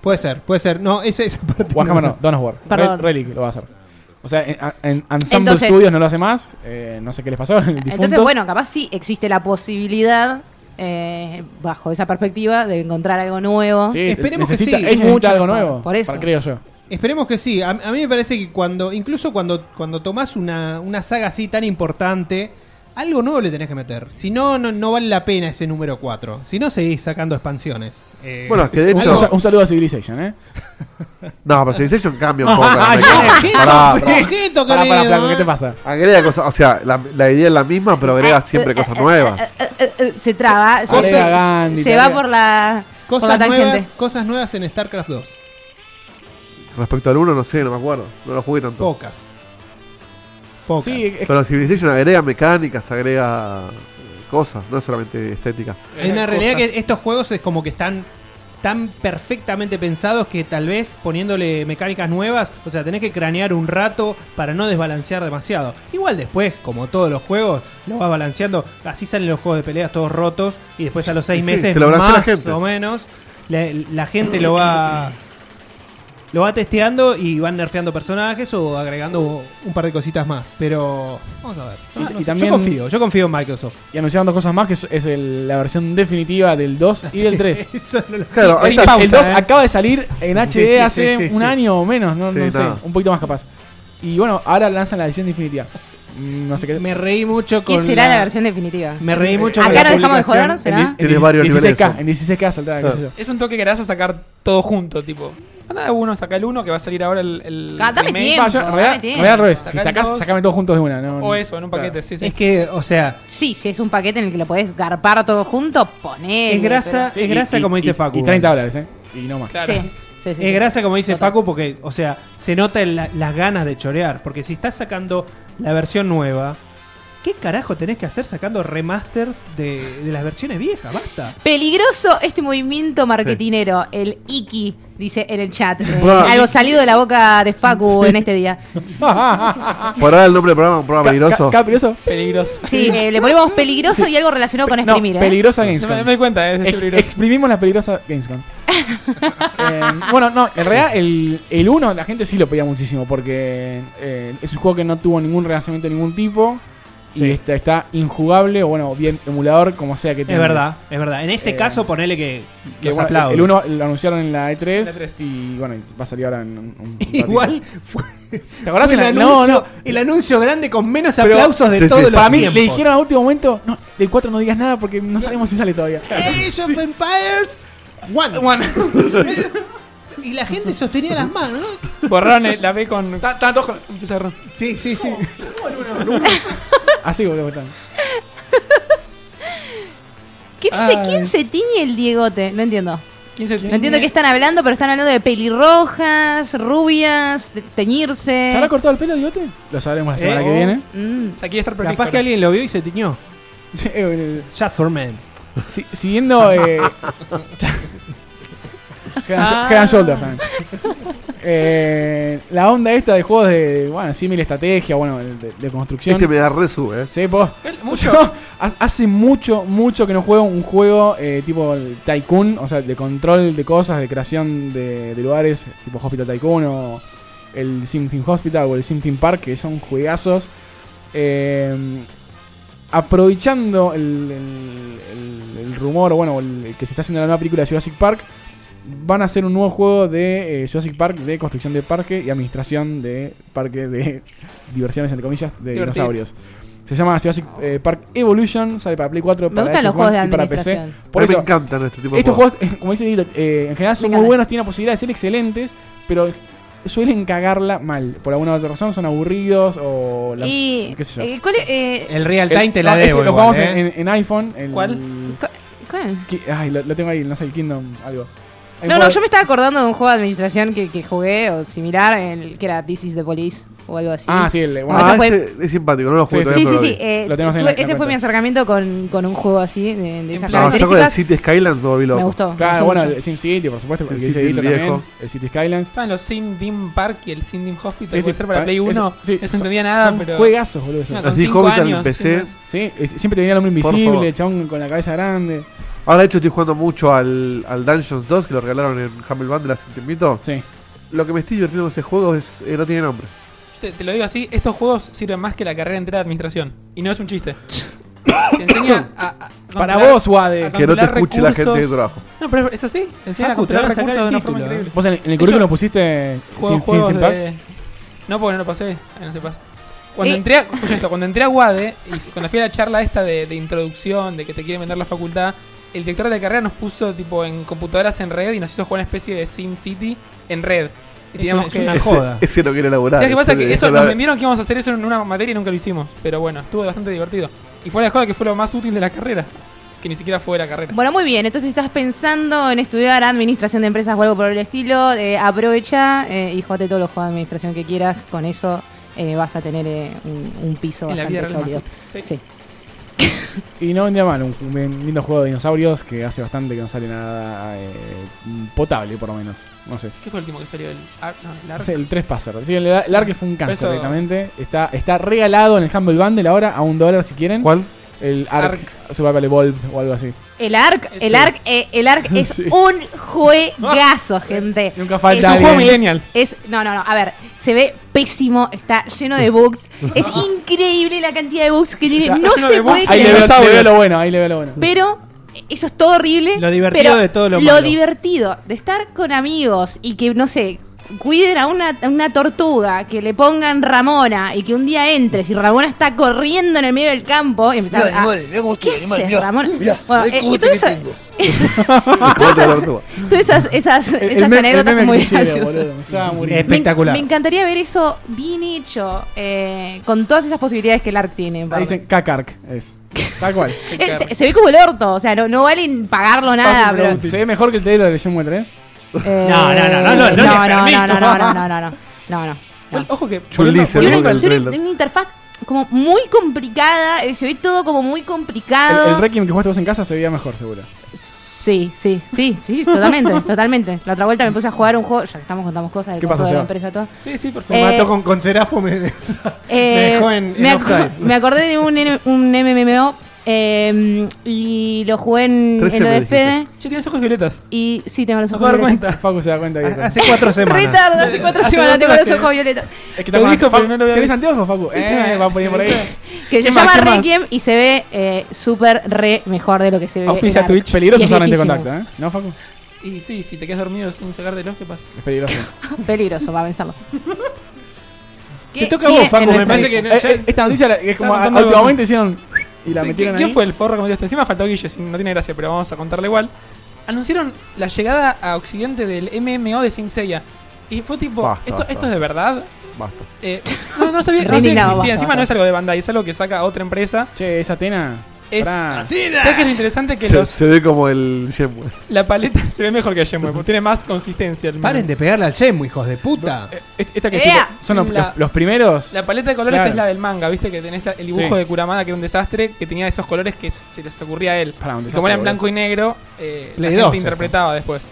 S5: Puede ser, puede ser. No, esa, esa parte.
S3: Warhammer no, Dawn of War.
S2: Perdón.
S3: Re- Relic lo va a hacer. O sea, en, en Ensemble
S2: Entonces-
S3: Studios no lo hace más. eh, no sé qué les pasó. el
S2: Entonces,
S3: difunto.
S2: bueno, capaz sí existe la posibilidad, eh, bajo esa perspectiva, de encontrar algo nuevo.
S3: Sí,
S5: Esperemos que
S3: necesita-
S5: sí.
S3: ella necesita
S5: Mucho
S3: algo
S2: mejor,
S3: nuevo.
S2: por eso.
S3: para- creo yo.
S5: Esperemos que sí. A, a mí me parece que cuando, incluso cuando, cuando tomás una, una saga así tan importante, algo nuevo le tenés que meter. Si no, no, no vale la pena ese número 4. Si no, seguís sacando expansiones. Eh,
S1: Bueno, que de
S3: Un,
S1: hecho-
S3: un- un saludo a Civilization, ¿eh?
S1: No, pero Civilization cambia un poco. la
S5: Ay,
S1: mecánica.
S5: ¿qué?
S1: Pará,
S5: Sí.
S1: pará.
S5: Objeto,
S3: Pará, pará,
S5: querido,
S3: flaco, ¿qué
S5: eh.
S3: te pasa?
S1: Agrega cosas, o sea, la, la idea es la misma, pero agrega siempre cosas nuevas.
S2: Ah, Eh, eh, eh, se traba, se,
S3: Agrega
S2: se-
S3: Gandhi,
S2: se va
S3: agrega-
S2: por la, por la
S5: Cosas
S2: tangente.
S5: nuevas, cosas nuevas en StarCraft 2.
S2: eh.
S1: Respecto al 1, no sé, no me acuerdo. No lo jugué tanto.
S5: Pocas. Pocas.
S3: Sí, es-
S1: Pero Civilization agrega mecánicas, agrega eh, cosas, no solamente estética.
S5: Hay una realidad
S4: Cosas.
S5: que estos juegos es como que están tan perfectamente pensados que tal vez poniéndole mecánicas nuevas, o sea, tenés que cranear un rato para no desbalancear demasiado. Igual después, como todos los juegos, lo vas balanceando, así salen los juegos de peleas todos rotos y después a los seis
S1: Sí,
S5: meses
S1: te lo balancea la
S5: más
S1: gente.
S5: o menos la, la gente lo va lo va testeando y van nerfeando personajes o agregando un par de cositas más, pero vamos a ver.
S3: Y- y también-
S5: yo confío, yo confío en Microsoft.
S3: y anunciaron dos cosas más, que es, es el- la versión definitiva del 2 y del 3.
S5: Eso no lo-
S1: Claro, ahí
S4: sí,
S1: está.
S4: pausa,
S3: el 2
S4: ¿eh?
S3: acaba de salir en HD
S5: Sí, sí, sí,
S3: hace
S5: sí,
S3: un
S5: sí.
S3: año o menos, no,
S1: Sí,
S3: no sé,
S1: nada.
S3: un poquito más capaz. Y bueno, ahora lanzan la edición definitiva. Mm, No sé qué.
S5: Me reí mucho con.
S2: ¿Qué será la... versión definitiva?
S5: Me reí mucho
S2: Acá
S5: con la
S2: nos dejamos de
S5: publicación.
S2: joder,
S3: En,
S2: ¿será?
S3: en
S1: Tiene varios
S3: 16K,
S1: niveles.
S3: en 16K saldrá, qué sé yo.
S4: Es un toque que le vas a sacar todo junto, tipo. Anda de uno, saca el uno que va a salir ahora el. el
S2: Ah, dame
S4: remake.
S2: tiempo.
S3: Va, yo, en realidad,
S2: dame tiempo.
S3: en realidad al revés. Si
S4: Sacá el
S3: sacás,
S4: dos.
S3: sacame todos juntos de una. No,
S4: O eso, en un paquete, sí, sí.
S5: Es que, o sea,
S2: Sí, si es un paquete en el que lo podés garpar todo junto, poné.
S5: es grasa,
S3: Sí,
S5: es
S3: y-
S5: grasa
S3: y-
S5: como dice
S3: y-
S5: Facu.
S3: Y 30 dólares, ¿eh? Y no más.
S4: Claro.
S2: Sí, sí, sí,
S5: Es
S2: sí.
S5: grasa como dice
S2: Total.
S5: Facu porque, o sea, se nota la- las ganas de chorear. Porque si estás sacando la versión nueva, ¿qué carajo tenés que hacer sacando remasters de, de las versiones viejas? Basta.
S2: Peligroso este movimiento marketinero, el Iki, dice en el chat. Eh,
S1: Buah.
S2: algo salido de la boca de Facu en este día.
S1: Por ahora el nombre del programa, un programa
S3: Ca-
S1: peligroso.
S3: ca- ¿Peligroso?
S4: Peligroso.
S2: Sí, eh, le ponemos peligroso y algo relacionado con
S3: No,
S2: exprimir. ¿eh?
S3: peligrosa
S4: No me,
S3: Gamescom.
S4: me di cuenta, eh, es
S3: Ex-
S4: peligroso.
S3: exprimimos la peligrosa Gamescom. Eh, bueno, no, en realidad el, el 1 la gente sí lo pedía muchísimo porque eh, es un juego que no tuvo ningún relanzamiento de ningún tipo y
S5: Sí.
S3: está, está injugable o bueno, bien emulador, como sea que
S5: Es
S3: tenga.
S5: verdad, es verdad. En ese
S3: Eh,
S5: caso, ponele que,
S3: Que,
S5: los
S3: bueno,
S5: aplaudo.
S3: el 1 lo anunciaron en la E3,
S4: La E3.
S3: y bueno, va a salir ahora en un, un ratito.
S5: Igual fue,
S3: ¿Te acordás?
S5: fue el,
S3: en la- E
S5: anuncio,
S3: no, no.
S5: el anuncio grande con menos
S3: Pero-
S5: aplausos de
S1: Sí, sí.
S5: todos los
S3: Para mí le
S5: tiempos.
S3: dijeron a último momento, no, del 4 no digas nada porque no sabemos si sale todavía.
S5: Age of Empires One. y la gente sostenía las manos, ¿no?
S4: Borraron el- eh, la B con. Tantos con. Un pizarrón.
S5: Sí, sí, sí.
S3: Así boludo. están.
S2: ¿Quién, se, ¿Quién se tiñe el Diegote? No entiendo.
S4: 15
S2: No entiendo qué están hablando, pero están hablando de pelirrojas, rubias, de teñirse.
S3: ¿Se habrá cortado el pelo, Diote? Lo sabremos la semana
S5: Eh,
S3: que
S5: oh.
S3: viene.
S2: Mm.
S4: Aquí está el
S5: Capaz que alguien lo vio y se tiñó.
S3: Sí, eh,
S5: Just for Men.
S3: si- siguiendo. Eh, Head and- Head and Shoulder, también. Eh, la onda esta de juegos de. Bueno, símil estrategia, bueno, de, de construcción.
S1: Este me da resu, eh.
S3: Sí, po.
S4: Mucho.
S3: Yo ha- hace mucho, mucho que no juego un juego eh, tipo el Tycoon, o sea, de control de cosas, de creación de, de lugares, tipo Hospital Tycoon o el Sim Team Hospital o el Sim Team Park, que son juegazos. Eh, aprovechando el, el- el- el rumor, o bueno, el, que se está haciendo la nueva película de Jurassic Park, van a hacer un nuevo juego de eh, Jurassic Park de construcción de parque y administración de parque de diversiones, entre comillas, de
S4: Divertido.
S3: dinosaurios. Se llama Jurassic eh, Park Evolution, sale para Play 4,
S2: Me
S3: para
S2: gustan los
S3: Xbox
S2: juegos de
S3: y para PC.
S2: administración.
S1: a
S3: Por
S1: mí
S3: eso,
S1: me encantan este tipo de
S3: estos
S1: juegos.
S3: juegos, como dice Lilo, eh, en general son
S2: Me
S3: muy
S2: encantan.
S3: buenos, tienen la posibilidad de ser excelentes, pero suelen cagarla mal. Por alguna otra razón, son aburridos o... la-
S2: y,
S3: qué sé yo.
S2: eh, ¿cuál, es- eh,
S5: El Real Time te
S3: no,
S5: la
S3: ese
S5: debo.
S3: Lo
S5: igual,
S3: jugamos
S5: ¿eh?
S3: en, en- en iPhone. el-
S4: ¿Cuál?
S2: cu- cuál?
S3: Ki- Ay, lo, lo tengo ahí, no sé, el Kingdom, algo. Hay un
S2: No, no,
S3: juego-
S2: yo me estaba acordando de un juego de administración que, que jugué o similar, el, que era This is the Police o algo así.
S3: Ah, sí, el de- bueno,
S2: Ah,
S1: Ah,
S2: ese
S1: ese es simpático, no lo jugué
S3: Sí,
S2: Sí,
S1: todavía,
S2: sí,
S1: pero
S2: sí.
S1: lo vi.
S2: eh,
S3: Lo tenemos en
S2: tuve-
S3: la- en la
S2: ese fue mi
S3: cuenta.
S2: acercamiento con, con un juego así, de, de esas
S4: En plan-
S1: No, yo con el
S2: características.
S1: City Skylines me volví
S2: Me
S1: loco.
S2: gustó. me
S3: Claro,
S2: gustó
S3: bueno,
S2: mucho.
S3: el SimCity, por supuesto, el que
S1: SimCity
S3: dice Edito
S1: el viejo.
S3: también, el City Skylines.
S4: Estaban los Sim Dim Park y el Sim Dim Hospital.
S3: Sí,
S4: puede
S3: sí,
S4: ser para
S3: pa-
S4: Play
S3: es-
S4: 1.
S3: sí,
S4: no se
S3: son-
S4: entendía nada,
S3: son
S4: Ah, pero.
S3: Juegazos, boludo. esos.
S4: No,
S1: Los
S4: con
S1: di
S4: cinco
S1: Hobbit en
S4: años,
S1: PC.
S4: sí,
S3: Sí, es- siempre tenía el hombre
S1: Por
S3: invisible,
S1: favor.
S3: chabón con la cabeza grande.
S1: Ahora, de hecho, estoy jugando mucho al, al Dungeons 2 que lo regalaron en Humble Bundle hace un tiempito.
S3: Sí.
S1: Lo que me estoy divirtiendo con ese juego es, eh, no tiene nombre.
S4: Te, te lo digo así, estos juegos sirven más que la carrera entera de administración. Y no es un chiste. Te enseña a, a
S3: Para
S4: controlar-
S3: vos, Wade.
S4: a
S1: Que no te
S4: controlar
S1: escuche la
S4: recursos.
S1: gente de trabajo.
S4: No, pero es así. Te enseñan a
S5: Facu, te
S4: controlar
S5: van a sacar
S4: recursos de
S5: el
S4: una
S3: ¿eh?
S4: forma
S5: título,
S4: increíble.
S3: Vos en el, en el
S4: hecho,
S3: currículum pusiste
S4: Juego-
S3: sin, sin,
S4: juegos
S3: sin pack.
S4: de- No, porque no lo pasé. Ah, No se pasa. Cuando
S2: Eh.
S4: entré, a, escucha esto, cuando entré a Wade, y cuando fui a la charla esta de, de introducción, de que te quieren vender la facultad, el director de la carrera nos puso tipo en computadoras en red y nos hizo jugar una especie de Sim City en red. Y teníamos
S5: es
S4: que.
S5: una-
S1: Ese,
S5: joda.
S1: ese no quiere elaborar.
S4: ¿Sabes qué pasa?
S1: ese
S4: Que
S1: le
S4: eso
S1: dejó
S4: nos
S1: la-
S4: vendieron que íbamos a hacer eso en una materia y nunca lo hicimos. Pero bueno, estuvo bastante divertido. Y fue la joda que fue lo más útil de la carrera. Que ni siquiera fue de la carrera.
S2: Bueno, muy bien. Entonces, si estás pensando en estudiar administración de empresas o algo por el estilo, eh, aprovecha eh, y jugate todos los juegos de administración que quieras. Con eso eh, vas a tener eh, un, un piso
S4: En la vida
S2: bastante
S4: real más
S2: sólido.
S4: útil. Sí.
S2: Sí.
S3: Y no vendía mal, un, un lindo juego de dinosaurios que hace bastante que no sale nada eh, potable, por lo menos. No sé.
S4: ¿Qué fue el último que salió? El Ar- no, el Ark.
S3: No sé, el 3 Passer. Sí, el, el Ark fue un cáncer
S4: Eso-
S3: directamente. Está, está regalado en el Humble Bundle ahora a un dólar si quieren.
S1: ¿Cuál?
S3: El Ark,
S4: Ark.
S3: Survival Evolved o algo así.
S2: El ARC,
S4: Sí.
S2: el ARC, eh, el ARC es un juegazo, gente.
S3: Nunca falta
S2: Es
S4: un juego
S3: alguien.
S4: millennial.
S2: Es, no, no, no, a ver, se ve pésimo, está lleno de bugs. Es increíble la cantidad de bugs que
S3: Ya,
S2: tiene. No
S4: lleno de
S2: se puede
S4: bugs.
S3: Ahí
S2: creer.
S3: le veo, le
S4: Dinosaurios.
S3: veo lo bueno, ahí le veo lo bueno.
S2: Pero eso es todo horrible.
S5: Lo divertido
S2: pero
S5: de todo lo
S2: Lo
S5: malo.
S2: divertido de estar con amigos y que, no sé, cuiden a una, a una tortuga, que le pongan Ramona y que un día entres y Ramona está corriendo en el medio del campo y empezás a... ah, ¿Qué haces, Ramona? Bueno, eh, y todo eso-
S1: Juego de
S2: Entonces-
S1: tortuga.
S2: Todas esas, esas,
S3: El- el
S2: esas
S3: meme- el
S2: anécdotas
S3: meme
S2: son muy
S3: que hicieron,
S2: graciosas.
S3: boludo, me estaba
S5: Eh,
S3: muriendo.
S2: Me-
S5: Espectacular.
S2: Me, encantaría ver eso bien hecho, eh, con todas esas posibilidades que el ARC tiene.
S3: Ahí dicen Kakark, es. Tal cual.
S2: Eh, se, se ve como el orto, o sea, no, no valen pagarlo nada,
S3: Fácil, pero
S2: pero...
S3: útil. ¿Se ve mejor que el trailer de John Wayne 3?
S2: eh,
S5: No, no, no, no, no, no le permito.
S2: no, no, no, no, no, no, no, no, no.
S4: Bueno, Ojo que.
S1: Chulísimo.
S2: Tiene
S1: el
S2: una- tiene
S1: trailer.
S2: una interfaz como muy complicada, eh, se ve todo como muy complicado.
S3: El, el Requiem que jugaste vos en casa se veía mejor, seguro.
S2: Sí, sí, sí, sí, totalmente, totalmente. La otra vuelta me puse a jugar un juego, ya que estamos contamos cosas del
S3: ¿Qué
S2: costo de
S3: pasó,
S2: la
S3: Seba?
S2: empresa todo.
S4: Sí, sí, por favor.
S5: Me
S2: Eh,
S5: mató con, con Serafo, me, me
S2: Eh,
S5: dejó en, en
S2: me, aco-
S5: offside.
S2: me acordé de un, N- un MMO eh, y lo jugué en,
S1: 13
S2: en lo
S1: me
S2: de
S1: dijiste.
S2: Fede.
S4: Che, tienes ojos violetas.
S2: Y sí, tengo los
S4: No
S2: ojos
S4: me dar
S2: violetas.
S4: cuenta.
S3: Facu se da cuenta
S4: Ah,
S3: que.
S5: Hace cuatro semanas.
S2: Retardo, hace cuatro
S4: Hace
S2: semanas
S4: dos
S2: tengo
S4: horas
S2: los ojos
S4: que-
S2: violetas.
S4: Es que
S3: Te
S4: lo dijo,
S3: Facu,
S4: pero no lo había
S3: ¿Tenés
S4: visto.
S3: anteojos, Facu?
S4: Sí,
S3: eh,
S4: tengo-
S3: va a poner por ahí.
S2: Que se
S4: ¿Qué más,
S2: llama
S4: qué más?
S2: Requiem y se ve eh, súper re mejor de lo que se ve. en
S3: Auspicia
S2: Arch.
S3: Twitch.
S2: Y
S3: Peligroso
S2: es
S3: usar lente de
S2: viejísimo.
S3: contacto, ¿eh? ¿No, Facu?
S4: Y sí, si te quedas dormido sin sacártelos, ¿qué pasa?
S3: Es peligroso.
S2: Peligroso, va a pensarlo.
S5: Te toca a vos, Facu. Me parece que en
S3: Eh,
S5: el chat-
S3: eh, esta noticia la- es como
S4: Estaba
S3: a-
S4: contando
S3: últimamente hicieron. Y la
S4: Sí,
S3: metieron
S4: ¿Quién
S3: ahí.
S4: fue el forro que metió esto? Encima faltó Guille, sí, no tiene gracia, pero vamos a contarle igual. Anunciaron la llegada a Occidente del MMO de Saint Seiya. Y fue tipo,
S1: Basta,
S4: ¿esto,
S1: basta.
S4: ¿esto es de verdad?
S1: Basta.
S4: Eh, no, no sabía, no sabía que
S2: Indignado,
S4: existía.
S2: basta,
S4: Encima
S2: basta.
S4: no es algo de Bandai, es algo que saca otra empresa.
S3: Che, esa Atena.
S4: Es-
S3: Pará.
S4: ¿Sabes qué es lo interesante? Que
S1: Se,
S4: los,
S1: se ve como el Gemwell.
S4: la paleta se ve mejor que Shenmue, porque tiene más consistencia. al menos.
S5: Paren de pegarle al Yemu, hijos de puta.
S3: Eh, est- Esta que es
S2: Ea.
S3: tipo- son los,
S4: La-
S3: los- los primeros.
S4: La paleta de colores
S3: Claro.
S4: es la del manga, viste que tenés el dibujo
S3: Sí.
S4: de Kuramada que era un desastre, que tenía esos colores que se les ocurría a él.
S3: Pará, un
S4: Y
S3: desastre,
S4: como era en
S3: boludo.
S4: blanco y negro, eh, la
S5: Play
S4: gente
S5: 2,
S4: interpretaba después.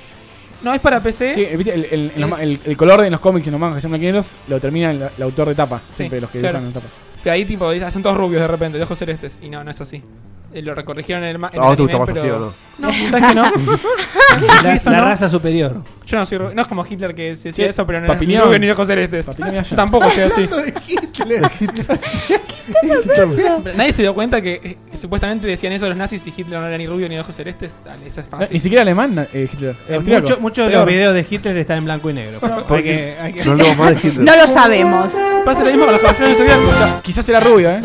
S4: No, es para PC.
S3: Sí, eh, viste, el, el- en los ma-
S4: Es-
S3: el- el color de los cómics y en los mangas que son blanquineros lo termina el, el autor de tapa. Siempre los que
S4: claro.
S3: dibujan en tapa.
S4: Que ahí tipo hacen todos rubios de repente, de ojos celestes. Y no, no es así. Eh, lo recorrigieron en el ma- en
S1: ¿A vos te
S4: el
S1: gusta
S4: anime,
S1: más así o no?
S4: No, ¿sabes que no?
S5: La,
S4: Eso
S5: la
S4: no.
S5: raza superior.
S4: Yo no soy rubio. No es como Hitler que se decía
S3: Sí,
S4: eso, pero no
S3: Papinión.
S4: es rubio ni de ojos celestes.
S3: Papinión era
S4: este. Yo
S3: yo.
S4: tampoco soy así.
S5: Eh,
S4: Nadie se dio cuenta que, eh, que supuestamente decían eso los nazis y Hitler no era ni rubio ni de ojos celestes. Dale, esa es
S3: Eh, Ni
S4: fácil.
S3: siquiera alemán, eh, Hitler.
S5: Ah, Eh,
S3: Austriaco.
S5: mucho- Muchos de
S4: Peor.
S5: los videos de Hitler están en blanco y negro. Hay que- hay que-
S1: No hablamos más de Hitler.
S2: No lo sabemos.
S4: Pasa lo mismo con los caballeros del zodiaco.
S3: Quizás era rubio, ¿eh?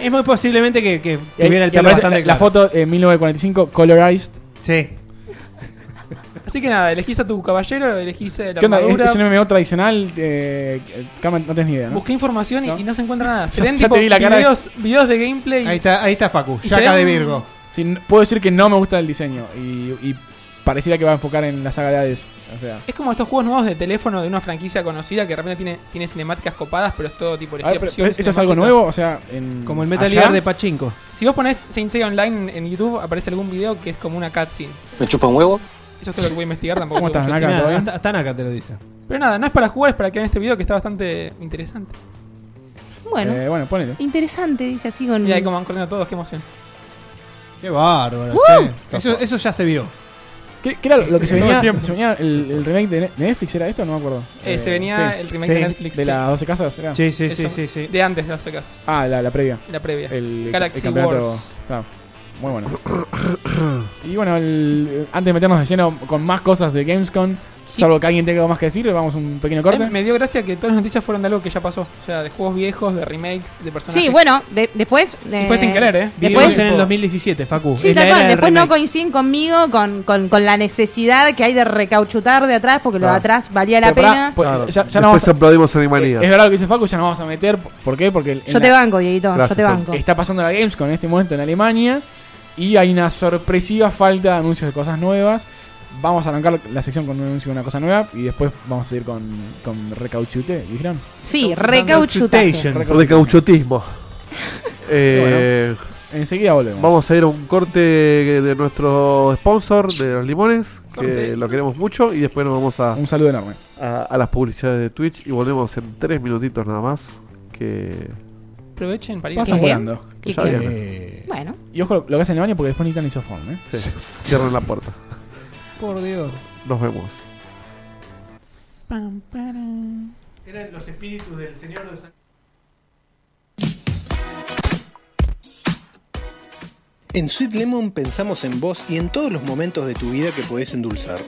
S5: Es muy posiblemente que,
S3: Y
S5: que
S3: ahí-
S5: tuviera el
S3: y
S5: pelo
S3: aparece
S5: bastante
S3: la, la
S5: claro.
S3: foto en 1945, colorized.
S5: Sí.
S4: Así que nada, elegís a tu caballero, elegís eh, la
S3: ¿Qué onda? ¿Es,
S4: armadura.
S3: es un MMO tradicional. Eh, eh, Cama, no tenés ni idea, ¿no?
S4: Busqué información y
S3: ¿No?
S4: y no se encuentra nada. Se
S3: Ya-
S4: ven
S3: ya
S4: tipo
S3: te vi la cara de-
S4: videos, videos de gameplay.
S5: Ahí está, ahí está Facu.
S4: Y se
S5: Yaca de
S4: ven-
S5: Virgo.
S3: Sí, n- puedo decir que no me gusta el diseño. Y, y pareciera que va a enfocar en la saga de Hades. O sea,
S4: Es como estos juegos nuevos de teléfono de una franquicia conocida que realmente tiene, tiene cinemáticas copadas, pero es todo tipo de
S3: a ver, pero- pero ¿esto es algo nuevo? O sea, en-
S5: Como el Metal
S3: allá,
S5: Gear de Pachinko.
S4: Si vos ponés Saint Seiya Online en- en YouTube, aparece algún video que es como una cutscene.
S8: ¿Me chupa un huevo?
S4: Eso es lo que voy a investigar tampoco.
S3: ¿Cómo
S4: tengo
S3: estás,
S4: mucho
S3: Naka?
S4: tiempo.
S3: ¿todo
S5: Nada,
S3: bien?
S5: hasta, hasta Naka te lo dice.
S4: Pero nada, no es para jugar, es para que vean este video que está bastante interesante.
S2: Bueno,
S3: eh, bueno, ponele.
S2: interesante, dice así con.
S4: Y ahí como van corriendo todos, qué emoción.
S5: Qué bárbaro. che. Eso, eso ya se vio.
S3: ¿Qué, qué era lo que se
S4: Todo el
S3: venía?
S4: tiempo.
S3: se venía el, el remake de Ne- de Netflix? ¿Era esto? No me acuerdo.
S4: Eh, se venía
S3: sí,
S4: el remake
S5: sí,
S4: de Netflix.
S3: de
S4: sí.
S3: las 12 casas. ¿era?
S5: Sí, sí, sí,
S4: Eso.
S5: sí, sí.
S4: De antes de las casas.
S3: Ah, la, la previa.
S4: La previa.
S3: El,
S4: Galaxy
S3: el campeonato.
S4: Wars.
S3: Está muy bueno. y bueno, el- antes de meternos de lleno con más cosas de Gamescom, salvo que alguien tenga algo más que decir, vamos a un pequeño corte.
S4: Eh, me dio gracia que todas las noticias fueron de algo que ya pasó. O sea, de juegos viejos, de remakes, de personajes.
S2: Sí, bueno, de- después.
S4: Y fue sin querer, ¿eh?
S5: Vivimos
S2: Después.
S5: en el 2017, Facu.
S2: Sí,
S5: Es la
S2: tal cual,
S5: era del
S2: Después no
S5: remake.
S2: coinciden conmigo con, con, con la necesidad que hay de recauchutar de atrás, porque lo de
S1: Ah.
S2: atrás valía la
S3: Pero pará,
S2: pena.
S3: pues,
S1: Claro.
S3: ya, ya no
S1: Después
S3: vamos a-
S1: aplaudimos Animanía.
S3: Es verdad lo que dice Facu, ya no vamos a meter. ¿Por qué? Porque en
S2: Yo te
S3: la-
S2: banco, Dieguito, yo
S1: Gracias,
S2: te
S1: Sol.
S2: banco.
S3: está pasando la Gamescom en este momento en Alemania y hay una sorpresiva falta de anuncios de cosas nuevas. Vamos a arrancar la sección con un anuncio de una cosa nueva y después vamos a ir con, con recauchute, ¿dijeron?
S2: Sí, recauchutaje.
S5: Recauchutation.
S1: De cauchotismo. Eh,
S3: Enseguida volvemos.
S1: Vamos a ir a un corte de nuestro sponsor, de los limones, que
S4: Corte.
S1: lo queremos mucho, y después nos vamos a,
S3: Un saludo enorme.
S1: a- a las publicidades de Twitch y volvemos en tres minutitos nada más. Que
S4: Aprovechen para ir.
S3: Pasan
S2: ¿Qué?
S3: volando.
S2: ¿Qué
S1: Ya
S2: quiere?
S1: viene.
S5: Eh,
S2: Bueno,
S3: Y ojo lo que hacen en Alemania porque después necesitan isofón, ¿eh?
S1: sí, cierren la puerta.
S5: Por Dios.
S1: Nos vemos.
S4: Pam, param.
S5: Eran los espíritus del Señor de San
S9: En Sweet Lemon pensamos en vos y en todos los momentos de tu vida que podés endulzar.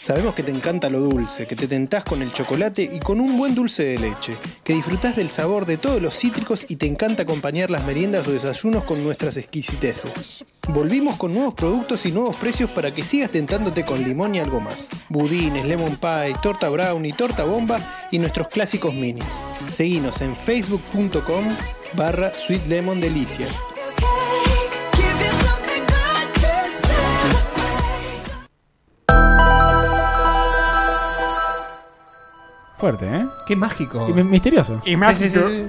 S9: Sabemos que te encanta lo dulce, que te tentás con el chocolate y con un buen dulce de leche, que disfrutás del sabor de todos los cítricos y te encanta acompañar las meriendas o desayunos con nuestras exquisiteces. Volvimos con nuevos productos y nuevos precios para que sigas tentándote con limón y algo más. Budines, lemon pie, torta brownie, torta bomba y nuestros clásicos minis. Seguinos en facebook.com barra Sweet Lemon Delicias.
S6: Give you something good to celebrate.
S3: Fuerte, ¿eh?
S5: Qué mágico.
S3: Y mi- misterioso.
S5: Oh. Sí, sí, sí, sí.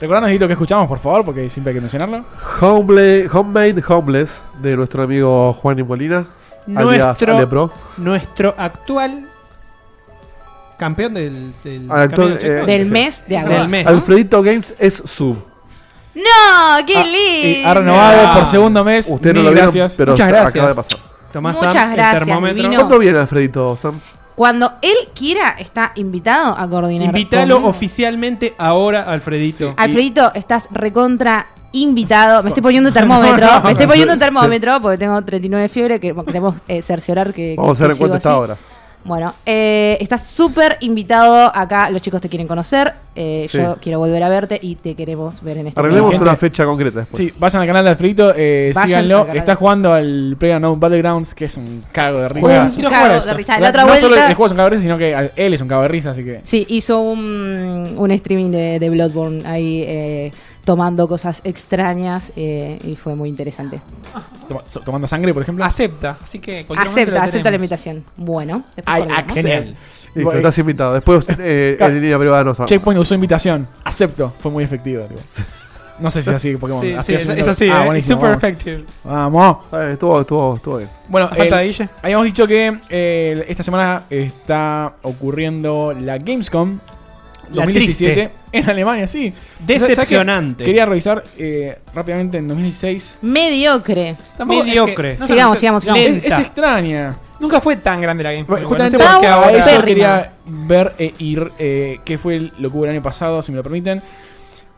S3: Recordanos, Dito, que escuchamos, por favor, porque siempre hay que mencionarlo.
S1: Homble- homemade Homeless, de nuestro amigo Juan y Molina, alias
S5: Nuestro-
S1: Alepro.
S5: Nuestro actual campeón del, del
S1: Ah,
S5: campeón
S1: actual,
S5: checkpoint.
S1: eh,
S2: del mes de agosto.
S5: Del mes.
S1: Alfredito Games es sub.
S2: ¡No! ¡Qué
S3: Ah, y
S2: lindo!
S3: ha renovado por segundo mes.
S1: Ustedes no
S3: Mil
S1: lo vieron,
S3: gracias.
S1: pero
S4: Muchas
S1: se-
S4: gracias.
S1: acaba de pasar.
S5: Tomás
S2: Muchas
S5: Sam, el
S2: gracias,
S5: termómetro.
S2: divino.
S1: ¿Cuándo viene Alfredito, Sam?
S2: Cuando él quiera, está invitado a coordinar.
S5: Invítalo
S2: conmigo.
S5: oficialmente ahora, Alfredito.
S2: Alfredito, estás recontra invitado. Me estoy poniendo termómetro. me estoy poniendo termómetro porque tengo 39 fiebre que queremos eh, cerciorar que. que-
S1: Vamos a
S2: que
S1: ver en
S2: sigo
S1: cuánto está
S2: así.
S1: ahora.
S2: Bueno, eh, estás súper invitado acá. Los chicos te quieren conocer. eh,
S1: Sí.
S2: Yo quiero volver a verte y te queremos ver en este
S1: Arreglemos
S2: momento.
S3: Gente-
S1: una fecha concreta después.
S3: Sí, vayan al canal de Alfredito, eh,
S2: Vayan al
S3: síganlo.
S2: canal.
S3: Está jugando al PlayerUnknown Battlegrounds, que es un cago de risa.
S2: Un
S4: Quiero
S2: cago
S4: jugar a
S2: de
S4: eso.
S2: risa. La otra
S3: no solo
S2: vuelta.
S3: el juego es un cago de risa, sino que al- él es un cago de risa, así que.
S2: Sí, hizo un, un streaming de, de Bloodborne ahí eh, tomando cosas extrañas eh, y fue muy interesante.
S3: Toma- so- tomando sangre, por ejemplo.
S4: Acepta, así que cualquier momento
S2: Acepta,
S4: lo
S2: acepta la
S4: tenemos.
S2: invitación. Bueno, después
S3: Ay,
S2: coordinamos.
S3: Genial.
S1: Listo, estás invitado. Después eh,
S3: Claro.
S1: en línea privada nos vamos.
S3: Checkpoint usó invitación. Acepto. Fue muy efectivo. tipo. No sé si es así Pokémon.
S4: Sí,
S3: Así
S4: sí, es,
S3: haciendo-
S4: es así.
S3: Ah,
S4: eh,
S3: buenísimo.
S4: Super
S3: vamos.
S4: effective.
S3: Vamos.
S1: Eh, estuvo, estuvo, estuvo bien.
S3: Bueno,
S4: La falta
S3: el-
S4: de Guille.
S3: Habíamos dicho que eh, esta semana está ocurriendo la Gamescom
S5: La
S3: 2017 en Alemania, sí.
S5: Decepcionante.
S3: Quería revisar eh, rápidamente en 2016.
S2: Mediocre.
S4: Tampoco es que-
S5: Mediocre.
S4: no sé,
S2: sigamos,
S4: no sé,
S2: sigamos, sigamos.
S5: Lento.
S3: Es, es extraña.
S4: Nunca fue tan grande la Gamescom.
S3: Bueno, Justamente
S2: Está
S3: porque a eso
S2: buenísimo.
S3: quería ver eh, ir eh, qué fue el- lo que hubo el año pasado, si me lo permiten.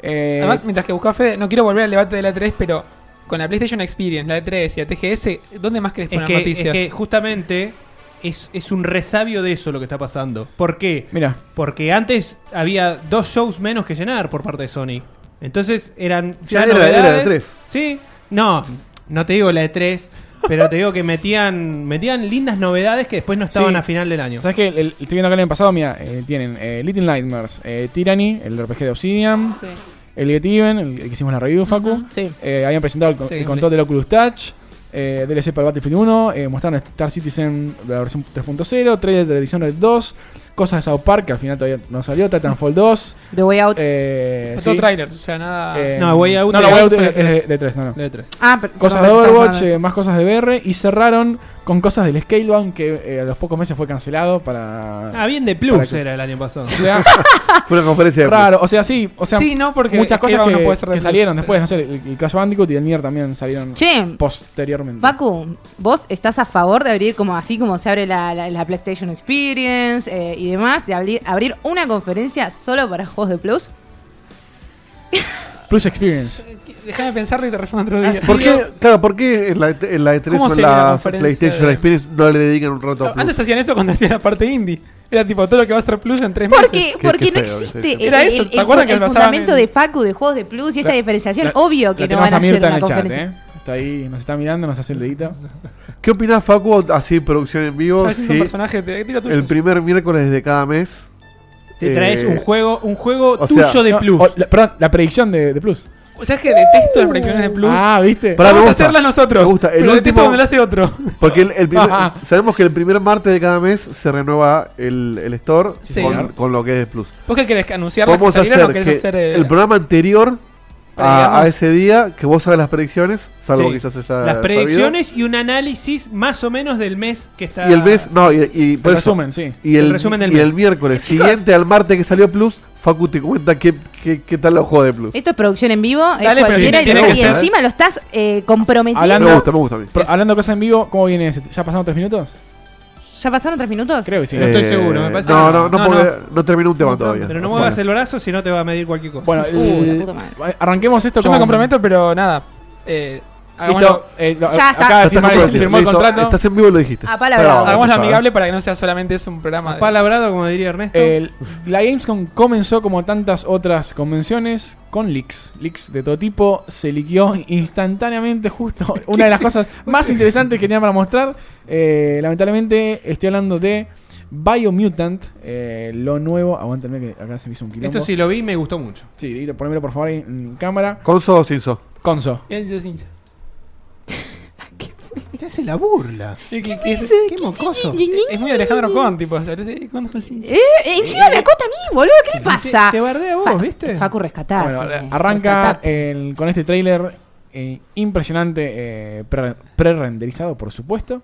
S3: Eh,
S4: Además, mientras que buscaba Fede, no quiero volver al debate de la 3, pero con la PlayStation Experience, la E3 y la TGS, ¿dónde más querés
S5: Es
S4: poner
S5: que, es
S4: noticias?
S5: que justamente es, es un resabio de eso lo que está pasando. ¿Por qué?
S3: mira,
S5: Porque antes había dos shows menos que llenar por parte de Sony. Entonces eran.
S1: Ya era-
S5: novedades.
S1: era de tres.
S5: Sí. No, no te digo la de tres, pero te digo que metían, metían lindas novedades que después no estaban
S3: Sí.
S5: a final del año.
S3: ¿sabes qué? El- el- estoy viendo acá el año pasado, mira, eh, tienen eh, Little Nightmares, eh, Tyranny, el RPG de Obsidian,
S4: Sí.
S3: el Get Even, el, el que hicimos la review, Facu.
S2: Sí.
S3: Eh, habían presentado el, con-
S4: Sí,
S3: el
S4: sí.
S3: control del Oculus Touch. eh, DLC para Battlefield 1, eh, mostraron Star Citizen de la versión 3.0, trailer de Dishonored 2, cosas de South Park que al final todavía no salió, Titanfall 2.
S2: The Way Out.
S3: Eh,
S4: Es
S3: sí.
S4: todo trailer, o sea, nada.
S3: Eh,
S5: No, Way Out
S3: No, no,
S5: de-
S3: Way Out de-
S5: de tres.
S3: es de 3, no, no.
S5: De tres.
S2: ah, per-
S3: Cosas de
S2: perdón,
S3: Overwatch,
S2: perdón.
S3: eh, más cosas de BR y cerraron con cosas del Scalebound que eh, a los pocos meses fue cancelado para... Eh,
S5: Ah, bien de
S3: Para
S5: Plus
S3: que-
S5: era el año pasado.
S3: O sea,
S1: Fue una conferencia
S5: pues.
S1: de
S3: raro, o sea, sí, o sea,
S4: sí, no, porque
S3: muchas cosas que,
S4: Scalebound no puede ser de
S3: que
S4: Plus,
S3: salieron
S4: pero-
S3: después, no sé, el, el Crash Bandicoot y el Nier también salieron
S2: Che,
S3: posteriormente.
S2: Facu, ¿vos estás a favor de abrir como así como se abre la, la- la PlayStation Experience eh, y demás? De abrir, abrir una conferencia solo para juegos de Plus.
S3: Plus Experience.
S4: Déjame pensarlo y te respondo otro día.
S1: ¿Por qué, claro, ¿por qué en la, E en la E3
S4: ¿Cómo
S1: o en
S4: sería la
S1: la
S4: conferencia
S1: PlayStation
S4: de-
S1: Experience no le dedican un rato a Plus?
S4: Antes hacían eso cuando hacían la parte indie. Era tipo todo lo que va a ser Plus en tres meses.
S2: Porque,
S1: Qué-
S2: porque
S1: qué
S2: no
S1: feo que se
S2: existe
S1: dice.
S2: el,
S4: Era eso,
S2: el-
S4: ¿se
S2: el fu-
S4: acuerdan que
S2: el
S4: lo pasaban
S2: fundamento
S4: en-
S2: de Facu de juegos de Plus y esta
S3: La-
S2: diferenciación?
S3: la-
S2: obvio
S3: la
S2: que no
S3: tenemos
S2: van a hacer
S3: Mirta en
S2: una
S3: el chat,
S2: conferencia.
S3: ¿eh? Está ahí, nos está mirando, nos hace el dedito.
S1: ¿Qué opinás, Facu, así producción en vivo?
S4: Estaba haciendo
S1: si
S4: un personaje de tira tuyo.
S1: el primer miércoles de cada mes.
S5: Te
S1: eh,
S5: traes un juego, un juego
S1: o
S5: tuyo
S1: sea,
S5: de
S3: No,
S5: Plus.
S3: o la- perdón, la predicción de, de Plus.
S4: O sea, es que detesto las predicciones de Plus.
S3: Ah, ¿viste?
S1: Pará,
S4: Vamos
S1: me
S4: a
S1: gusta.
S4: hacerlas nosotros.
S1: Me gusta. El
S4: pero detesto
S1: último-
S4: cuando lo hace otro.
S1: Porque el, el primer-
S3: Ajá.
S1: sabemos que el primer martes de cada mes se renueva el, el store
S4: Sí.
S1: con, con lo que es Plus.
S4: ¿Vos qué querés? ¿Anunciar las que
S1: Podemos
S4: salieron o
S1: hacer
S4: querés
S1: que
S4: hacer eh,
S1: el programa anterior a,
S4: digamos-
S1: a ese día, que vos hagas las predicciones, salvo
S5: Sí.
S1: que ya se haya
S5: Las
S1: sabido.
S5: predicciones y un análisis más o menos del mes que está.
S1: Y el mes, no, y, y por
S3: El
S1: eso,
S3: resumen, sí.
S1: Y el,
S5: El resumen del
S1: y el
S5: mes.
S1: miércoles siguiente al martes que salió Plus, Facu te cuenta qué, qué, qué tal los juegos de Plus.
S2: Esto es producción en vivo, es
S4: Dale, pero
S2: cualquiera
S4: tiene-
S2: y,
S4: tiene
S2: y
S1: que ser.
S2: encima lo estás eh, comprometiendo.
S3: Hablando-
S1: Me gusta, me gusta a mí.
S3: Pero
S4: Es-
S3: hablando de cosas en vivo, ¿cómo viene ese? ¿Ya pasaron tres minutos?
S2: ¿Ya pasaron tres minutos?
S3: Creo que sí.
S5: No
S1: Eh,
S5: estoy seguro, me parece
S1: No, no,
S5: que no.
S1: no,
S4: No,
S1: porque
S4: no.
S1: no, terminó un tema todavía.
S5: Pero no
S3: Bueno.
S5: muevas el brazo si no te va a medir cualquier cosa.
S3: Bueno,
S2: Uh,
S3: el-
S2: la puta
S3: arranquemos esto
S4: Yo me comprometo, pero nada. Eh, hagamos
S3: Listo,
S4: lo-
S3: eh, lo-
S2: Ya está.
S3: acaba de
S1: Estás
S3: firmar,
S1: comprometido.
S3: firmó el
S1: Listo,
S3: contrato.
S1: Estás en vivo y lo dijiste.
S2: A palabra.
S1: Pero-
S4: Hagámoslo
S1: por favor.
S4: amigable para que no sea solamente es un programa. de-
S5: Palabrado, como diría Ernesto.
S3: eh, El- la Gamescom comenzó como tantas otras convenciones con leaks. Leaks de todo tipo. Se liqueó instantáneamente justo una de las cosas más interesantes que tenía para mostrar. Eh, lamentablemente estoy hablando de Biomutant. eh, lo nuevo. Aguántame que acá se me hizo un quilombo.
S5: Esto sí lo vi y me gustó mucho.
S3: Sí, Dieguito, ponémelo por favor ahí en cámara.
S1: ¿Conso o Sinso?
S3: Conso.
S4: Bien, yo sin-
S5: ¿Qué hace la burla?
S4: Es
S5: Qué mocoso.
S4: es muy Alejandro Con, tipo. ¿Cuándo fue sin-
S2: Eh, encima me acota a mí, boludo, ¿qué le pasa?
S5: Te bardea
S2: Fa-
S5: vos, ¿viste?
S2: Facu eh. rescatar.
S3: Bueno, arranca el- con este tráiler eh, impresionante, eh, pre- pre-renderizado, por supuesto.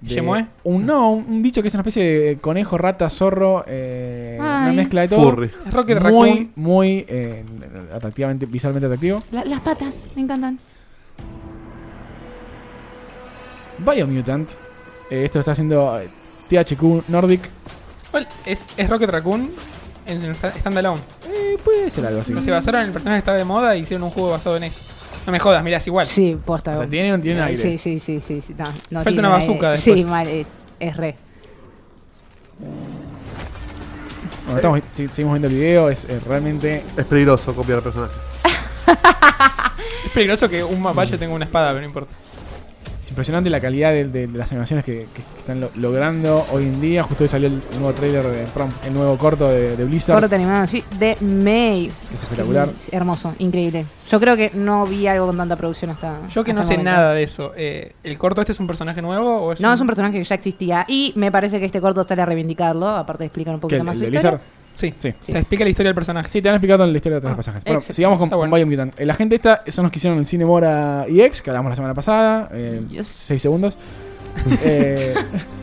S3: De
S4: ¿Yemoe?
S3: Un, no, un, un bicho que es una especie de eh, conejo, rata, zorro, eh, una
S2: Ay.
S3: mezcla de todo.
S1: Furry.
S4: Es Rocket
S3: Muy,
S4: Raccoon.
S3: muy eh, atractivamente, visualmente atractivo.
S2: La- las patas, me encantan.
S3: Biomutant. Eh, esto está haciendo eh, THQ Nordic.
S4: Bueno, Es, es Rocket Raccoon en su sta- standalone.
S3: Eh, puede ser algo así.
S4: Se basaron en el personaje que estaba de moda y hicieron un juego basado en eso. No me jodas, mirá, es igual.
S2: Sí, posta.
S3: O sea, tiene, tiene aire.
S2: Sí, sí, sí, sí. sí, No, no
S4: Falta
S2: tiene
S4: una
S2: aire.
S4: bazooka
S2: Sí,
S4: después.
S2: mal, eh, es re.
S3: Bueno, estamos- si- seguimos viendo el video. Es, eh, realmente
S1: Es peligroso copiar personajes.
S4: Es peligroso que un mapache tenga una espada, pero no importa.
S3: Es impresionante la calidad de, de- de las animaciones que, que están lo- logrando hoy en día. Justo hoy salió el nuevo trailer de perdón, el nuevo corto de, de Blizzard.
S2: Corto animado, sí. De May.
S3: Es espectacular.
S2: Sí, Hermoso, increíble. Yo creo que no vi algo con tanta producción hasta.
S4: Yo que no
S2: hasta
S4: sé
S2: el momento.
S4: nada de eso. eh, ¿El corto este es un personaje nuevo o es
S2: No, es un personaje que ya existía. Y me parece que este corto sale a reivindicarlo. Aparte de explicar un
S3: ¿Qué,
S2: poquito
S3: el,
S2: más
S3: el
S2: su
S3: de
S2: historia.
S3: Blizzard?
S4: Sí.
S3: Sí.
S4: Se explica la historia del personaje.
S3: Sí, te han explicado la historia de todos
S4: Ah,
S3: los personajes. Bueno,
S4: excelente.
S3: sigamos con,
S4: Está
S3: con
S4: bueno.
S3: Biomutant. Eh, La gente esta son los que hicieron el cine Mora y Ex, que hablamos la semana pasada. eh,
S2: Yes.
S3: Seis segundos. eh,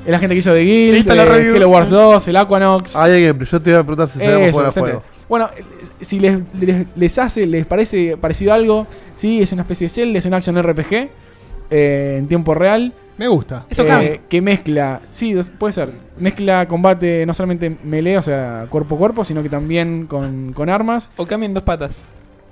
S3: es la gente que hizo The Guild,
S4: Lista la
S3: eh,
S4: review.
S3: Halo Wars 2, el Aquanox.
S1: Ah, hay gameplay. Yo te iba a preguntar si sabemos
S3: Eso,
S1: jugar al
S3: bastante.
S1: juego.
S3: Bueno, eh, si les, les, les hace, les parece parecido a algo, sí, es una especie de Zelda, es un action RPG eh, en tiempo real.
S5: Me gusta.
S4: Eso
S3: eh,
S4: cambia.
S3: que mezcla, sí, dos- puede ser, mezcla combate no solamente melee, o sea, cuerpo a cuerpo, sino que también con, con armas.
S4: O cambia en dos patas.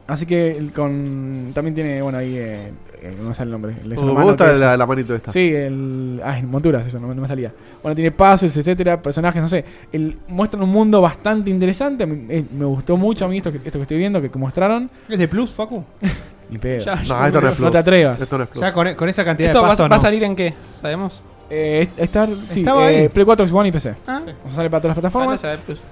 S3: Así que el con también tiene, bueno, ahí, eh, eh, no me sale el nombre. el
S1: Uh, Me
S3: hermano que
S1: gusta
S3: es-
S1: la, la manito esta.
S3: Sí, el. Ah, en monturas, eso, no, me- no me salía. Bueno, tiene puzzles, etcétera, personajes, no sé. El, muestran un mundo bastante interesante. Me, eh, me gustó mucho a mí esto que, esto que estoy viendo, que, que mostraron.
S5: ¿Es de Plus, Facu?
S3: Ni pedo.
S4: Ya, ya.
S1: No, esto no es
S3: eh, no
S1: plus.
S3: te atrevas.
S1: Esto no es plus.
S5: Ya con, con esa cantidad
S4: ¿Esto
S5: de
S4: va,
S5: pasto,
S4: va
S5: no.
S4: a salir en qué? ¿Sabemos?
S3: Eh, está, sí,
S5: Estaba
S3: eh,
S5: ahí.
S3: Play 4, Xbox One y PC.
S4: Ah,
S3: O sea, sale para todas las
S4: ahora
S3: plataformas.
S4: saber pues. plus.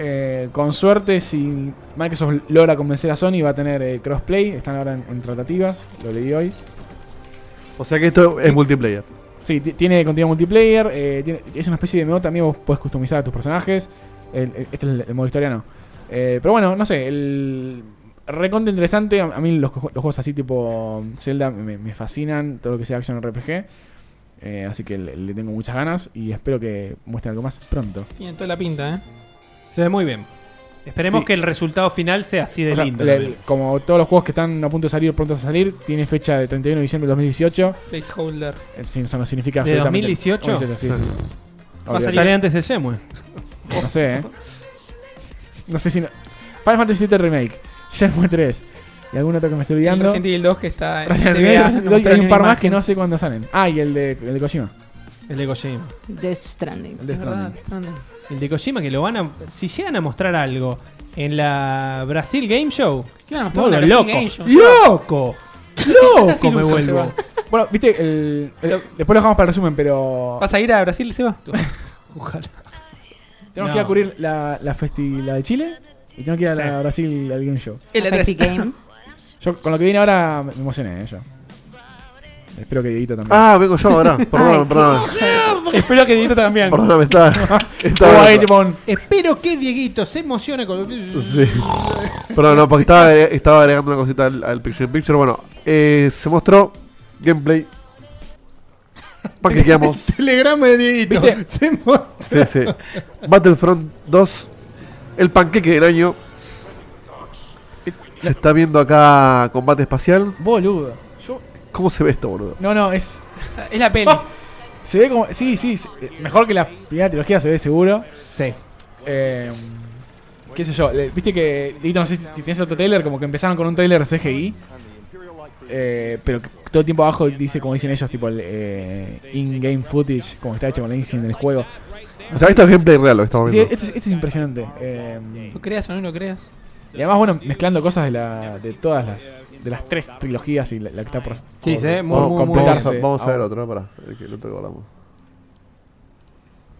S3: Eh, con suerte, si Microsoft logra convencer a Sony, va a tener eh, crossplay. Están ahora en, en tratativas, lo leí hoy.
S1: O sea que esto es multiplayer.
S3: Sí, ti- tiene contenido multiplayer. eh, tiene- es una especie de MMO también. Vos podés customizar a tus personajes. El- el- este es el, el modo historia, no. Eh, pero bueno, no sé. El recontra interesante. A, a mí los, co- los juegos así, tipo um, Zelda, me, me fascinan. Todo lo que sea action RPG. eh, así que le, le tengo muchas ganas. Y espero que muestren algo más pronto.
S4: Tiene toda la pinta, ¿eh?
S5: Se ve muy bien. Esperemos
S3: Sí.
S5: que el resultado final sea así de
S3: O sea,
S5: lindo.
S3: le-
S5: también.
S3: como todos los juegos que están a punto de salir, prontos a salir, tiene fecha de 31 de diciembre de 2018.
S4: Placeholder.
S3: Eh, sí, Eso no significa
S5: ¿De
S3: absolutamente-
S5: 2018?
S3: 2018, sí, sí.
S5: Va a
S3: Obvio.
S5: salir antes el Shenmue.
S3: No sé, ¿eh? No sé si. No... Final Fantasy VII Remake, Shenmue 3 y algún otro que me estoy
S4: El
S3: olvidando.
S4: Resident Evil 2 que está en
S3: Resident Evil,
S4: TVA,
S3: Resident
S4: nos
S3: Evil, hay
S4: mostraron
S3: un par
S4: una
S3: más que
S4: imagen.
S3: no sé cuándo salen. Ah, y el de, el de Kojima.
S5: El de Kojima.
S2: Death Stranding.
S3: El de
S4: Es verdad,
S3: Stranding.
S5: El de Kojima que lo van a. Si llegan a mostrar algo en la Brasil Game Show.
S4: ¿Qué van a mostrar?
S5: Bueno,
S4: Brasil
S5: loco.
S4: Game Show.
S5: ¡Loco!
S4: Esas- esas
S5: ¡Loco!
S4: ilusas
S5: Me
S4: se
S5: vuelvo.
S4: van.
S3: Bueno, viste, el, el- después lo dejamos para el resumen, pero.
S4: ¿Vas a ir a Brasil, Seba?
S5: Ojalá.
S3: Tenemos
S5: No.
S3: que ir a cubrir la, la, festi- la de Chile y tenemos que ir a la
S5: Sí.
S3: Brasil al Game Show.
S4: El
S2: Affected Game.
S3: Yo con lo que viene ahora me emocioné, ¿eh? Yo. Espero que Dieguito también.
S1: Ah, vengo yo ahora. Perdóname, perdóname.
S4: Espero que Dieguito también.
S1: Perdóname, estaba.
S3: Estuvo
S1: estaba
S3: ahí, tipo, un-
S5: Espero que Dieguito se emocione con lo
S1: Sí. Pero no, porque estaba, agre- estaba agregando una cosita al, al Picture in Picture. Bueno, eh, se mostró gameplay. Panquequeamos.
S5: Telegrama de Dieguito.
S3: ¿Viste?
S5: Se mo-
S1: Sí, sí. Battlefront 2. El panqueque del año. Se está viendo acá combate espacial.
S3: Boludo. Yo-
S1: ¿Cómo se ve esto, boludo?
S3: No, no, es.
S4: O sea, es la peli.
S3: Ah. Se ve como. Sí, sí, sí, eh, mejor que la primera trilogía se ve seguro.
S5: Sí.
S3: Eh, ¿Qué sé yo? le- Viste que. Dieguito, no sé si, si tienes otro trailer, como que empezaron con un trailer CGI. eh, pero que todo el tiempo abajo dice, como dicen ellos, tipo el eh, in-game footage, como está hecho con la engine del juego.
S1: O sea, esto es gameplay real lo que estamos
S3: Sí,
S1: viendo.
S3: esto, es- esto es impresionante. eh,
S4: Lo creas o no lo creas.
S3: y además, bueno, mezclando cosas de, la, de todas las. De las tres trilogías y la, la que está por. por-
S5: se ve muy,
S3: por
S5: muy, muy
S1: vamos,
S3: completarse.
S1: a, vamos a ver
S3: ahora.
S1: otro, ¿no? pará. eh, Que el otro que hablamos.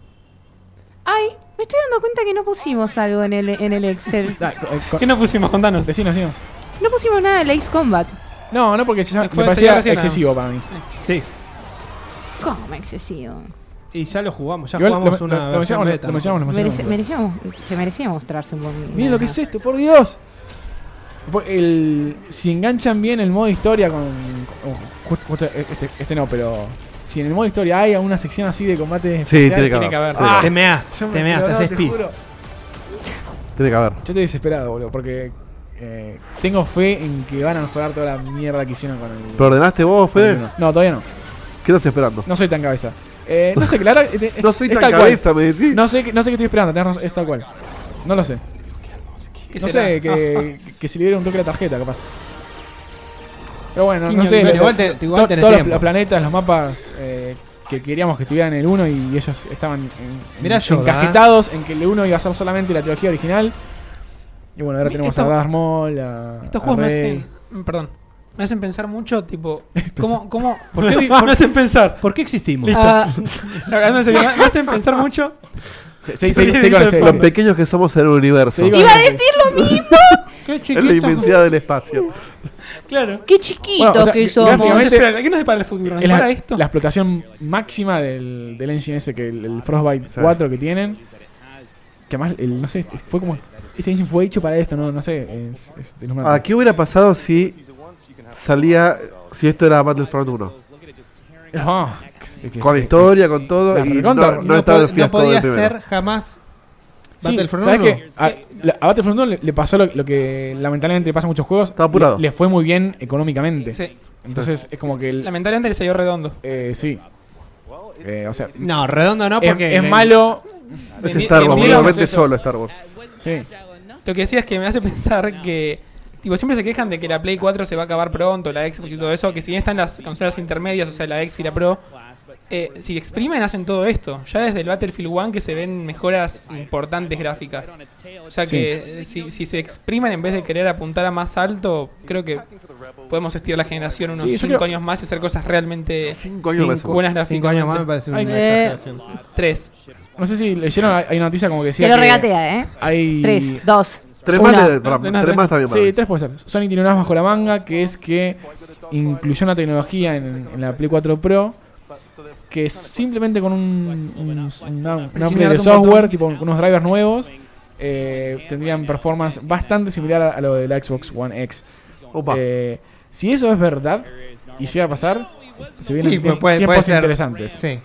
S2: Ay, me estoy dando cuenta que no pusimos algo en el, en el Excel.
S3: Da, eh, con-
S4: ¿Qué nos pusimos? Contanos.
S3: Decinos, decinos.
S2: No pusimos nada del Ace Combat.
S3: No, no, porque ya me
S4: Fue
S3: parecía
S4: recién, ¿no?
S3: excesivo para mí.
S5: Sí.
S2: ¿Cómo excesivo?
S5: Y ya lo jugamos, ya
S3: Igual
S5: jugamos
S3: lo-
S5: una
S3: lo, lo mencionamos,
S5: beta,
S3: lo
S5: ¿no?
S3: mencionamos, lo mencionamos.
S2: Merece- merecíamos- se merecía mostrarse un poco.
S3: Miren lo que es esto, por Dios. Po- El, si enganchan bien el modo historia con. con- oh, justo- justo este, este no, pero. Si en el modo historia hay alguna sección así de combate.
S1: Sí,
S3: especial,
S1: tiene que haber. Ah, Tiene
S4: haber.
S3: Ah.
S1: que
S5: Te
S1: haber.
S5: meas,
S3: yo me-
S5: te meas, te
S3: no,
S5: haces
S3: te
S5: pis.
S3: juro,
S1: Tiene que haber.
S3: Yo estoy desesperado, boludo, porque. eh, tengo fe en que van a mejorar toda la mierda que hicieron con el.
S1: ¿Pero ordenaste vos,
S3: con el
S1: Fede?
S3: uno. No, todavía no.
S1: ¿Qué estás esperando?
S3: No soy tan cabeza. Eh, no sé, que la verdad. es- es-
S1: No soy
S3: es
S1: tan
S3: tal cual.
S1: cabeza, me decís.
S3: No sé, qué- no sé qué estoy esperando, tenés razón, es tal cual. No lo sé.
S4: ¿Qué
S3: No
S4: será?
S3: sé, que, que si le diera un toque a la tarjeta, capaz. Pero bueno, no
S4: Guiño,
S3: sé.
S4: guiño.
S3: lo-
S5: Igual te-
S3: to-
S5: igual tenés
S3: todos los,
S5: tiempo.
S3: los planetas, los mapas eh, que queríamos que estuvieran en el 1 y ellos estaban en- en-
S5: Mirá Yoda,
S3: encasquetados en que el 1 iba a ser solamente la trilogía original. Y bueno, ahora
S4: Mi-
S3: tenemos
S4: esto-
S3: a Darth Maul, a,
S4: Ah. Estos
S3: a
S4: juegos me
S3: Rey.
S4: hacen. mm, Perdón. Me hacen pensar mucho, tipo. ¿Cómo.? cómo
S5: ¿Por qué vi- por-
S4: me hacen pensar.
S5: ¿Por qué existimos?
S2: Ah,
S4: La verdad, en serio, me hacen pensar mucho.
S3: Se- se- se-
S4: Sorry,
S3: se- se-
S4: Víctor, por
S3: se- se-
S1: Los pequeños que somos en el universo.
S3: Sí,
S1: Es
S3: con-
S2: iba a decir lo mismo.
S5: ¿Qué
S1: la inmensidad del espacio.
S4: Claro.
S2: Qué chiquitos
S3: Bueno, o sea,
S2: que
S3: gra-
S2: somos.
S4: ¿Qué nos
S3: Obviamente-
S4: espera? ¿Qué nos depara el futuro? ¿Nos
S3: es
S4: depara
S3: la,
S4: esto?
S3: la explotación máxima del, del engine ese que el, el Frostbite
S1: Sí.
S3: 4 que tienen. Que además, el- no sé, es- fue como. Ese engine fue hecho para esto, no, no sé. es- es desnumerante.
S5: Ah,
S1: ¿A Ah, qué hubiera pasado si salía, si esto era Battlefront 1?
S3: Ah,
S1: Con
S3: eh,
S1: historia, con todo,
S3: La
S1: y no,
S3: recontra-
S1: no
S5: No,
S1: estaba
S5: po-
S1: el fiasco
S5: no podía
S1: del primero.
S5: ser jamás
S3: sí,
S5: Battlefront
S3: ¿sabes
S5: 1.
S3: qué? A, la- a Battlefront 1 le, le pasó lo, lo que lamentablemente le pasa a muchos juegos.
S1: Estaba apurado.
S3: Le, le fue muy bien económicamente.
S4: Sí.
S3: Entonces es como que. El,
S4: Lamentablemente le salió redondo.
S3: eh, sí. Eh, o sea,
S5: No, redondo no,
S3: es,
S5: porque.
S3: es
S5: le-
S3: malo.
S1: Es
S4: Vendi-
S1: Star Wars,
S4: vendieron-
S1: básicamente solo Star Wars.
S3: Sí.
S4: Lo que decía es que me hace pensar que. Tipo, siempre se quejan de que la Play 4 se va a acabar pronto, la Xbox y todo eso, que si bien están las consolas intermedias, o sea, la X y la Pro, eh, si exprimen hacen todo esto. Ya desde el Battlefield 1 que se ven mejoras importantes gráficas. O sea que eh, si, si se exprimen en vez de querer apuntar a más alto, creo que podemos estirar la generación unos
S3: Sí, yo
S4: 5
S3: creo-
S4: años más y hacer cosas realmente
S1: Cinco años más.
S4: buenas
S5: Cinco años más me
S4: gráficas.
S5: parece una
S3: Ay,
S2: eh.
S5: exageración.
S4: 3.
S3: No sé si leyeron, hay hay una noticia como que decía.
S2: Te lo
S3: que
S2: regatea, ¿eh?
S3: Hay.
S2: 3, 2,
S1: Tres
S2: Una.
S1: más, le- pará,
S4: No, no,
S1: tres
S4: tres.
S1: más está bien para
S3: Sí,
S1: mí.
S3: tres puede ser. Sony tiene unas bajo la manga, que es que incluyó una tecnología en, en la Play 4 Pro que simplemente con un, un, un am- un upgrade de software, tipo unos drivers nuevos, eh, tendrían performance bastante similar a, a lo de la Xbox One X.
S1: Opa.
S3: Eh, si eso es verdad y llega a pasar, se vienen
S5: Sí, pues,
S3: tie-
S5: puede- puede-
S3: tiempos
S5: puede ser.
S3: interesantes.
S5: Sí.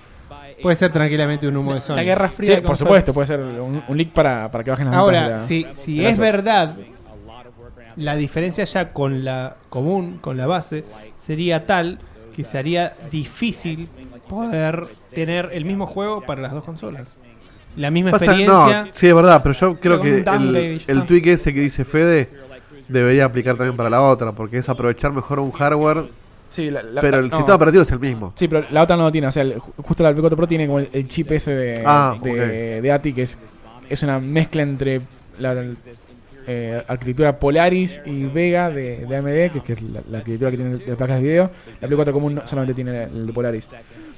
S5: Puede ser tranquilamente un humo de Sony.
S4: La guerra
S3: Sí,
S4: fría. de
S3: por
S4: consolas.
S3: supuesto, puede ser un, un leak para, para que bajen las ventas de
S5: Ahora,
S3: la-
S5: si, si
S3: de la
S5: es
S3: Xbox.
S5: verdad, la diferencia ya con la común, con la base, sería tal que sería difícil poder tener el mismo juego para las dos consolas. La misma
S1: Pasa-
S5: experiencia.
S1: no, sí, es verdad, pero yo creo
S4: Pero
S1: que
S4: un downgrade
S1: el,
S4: ya
S1: el
S4: está.
S1: tweak ese que dice Fede debería aplicar también para la otra, porque es aprovechar mejor un hardware,
S3: Sí, la- la-
S1: pero el
S3: no.
S1: sistema operativo es el mismo.
S3: Sí, pero la otra no lo tiene. O sea, el- ju- justo la Play 4 Pro tiene como el, el chip ese de,
S1: Ah,
S3: de,
S1: ok.
S3: de ATI, que es, es una mezcla entre la, la- eh, arquitectura Polaris y Vega de, de AMD, que, que es la, la arquitectura que tiene de placas de video. La Play 4 común no- solamente tiene el de Polaris.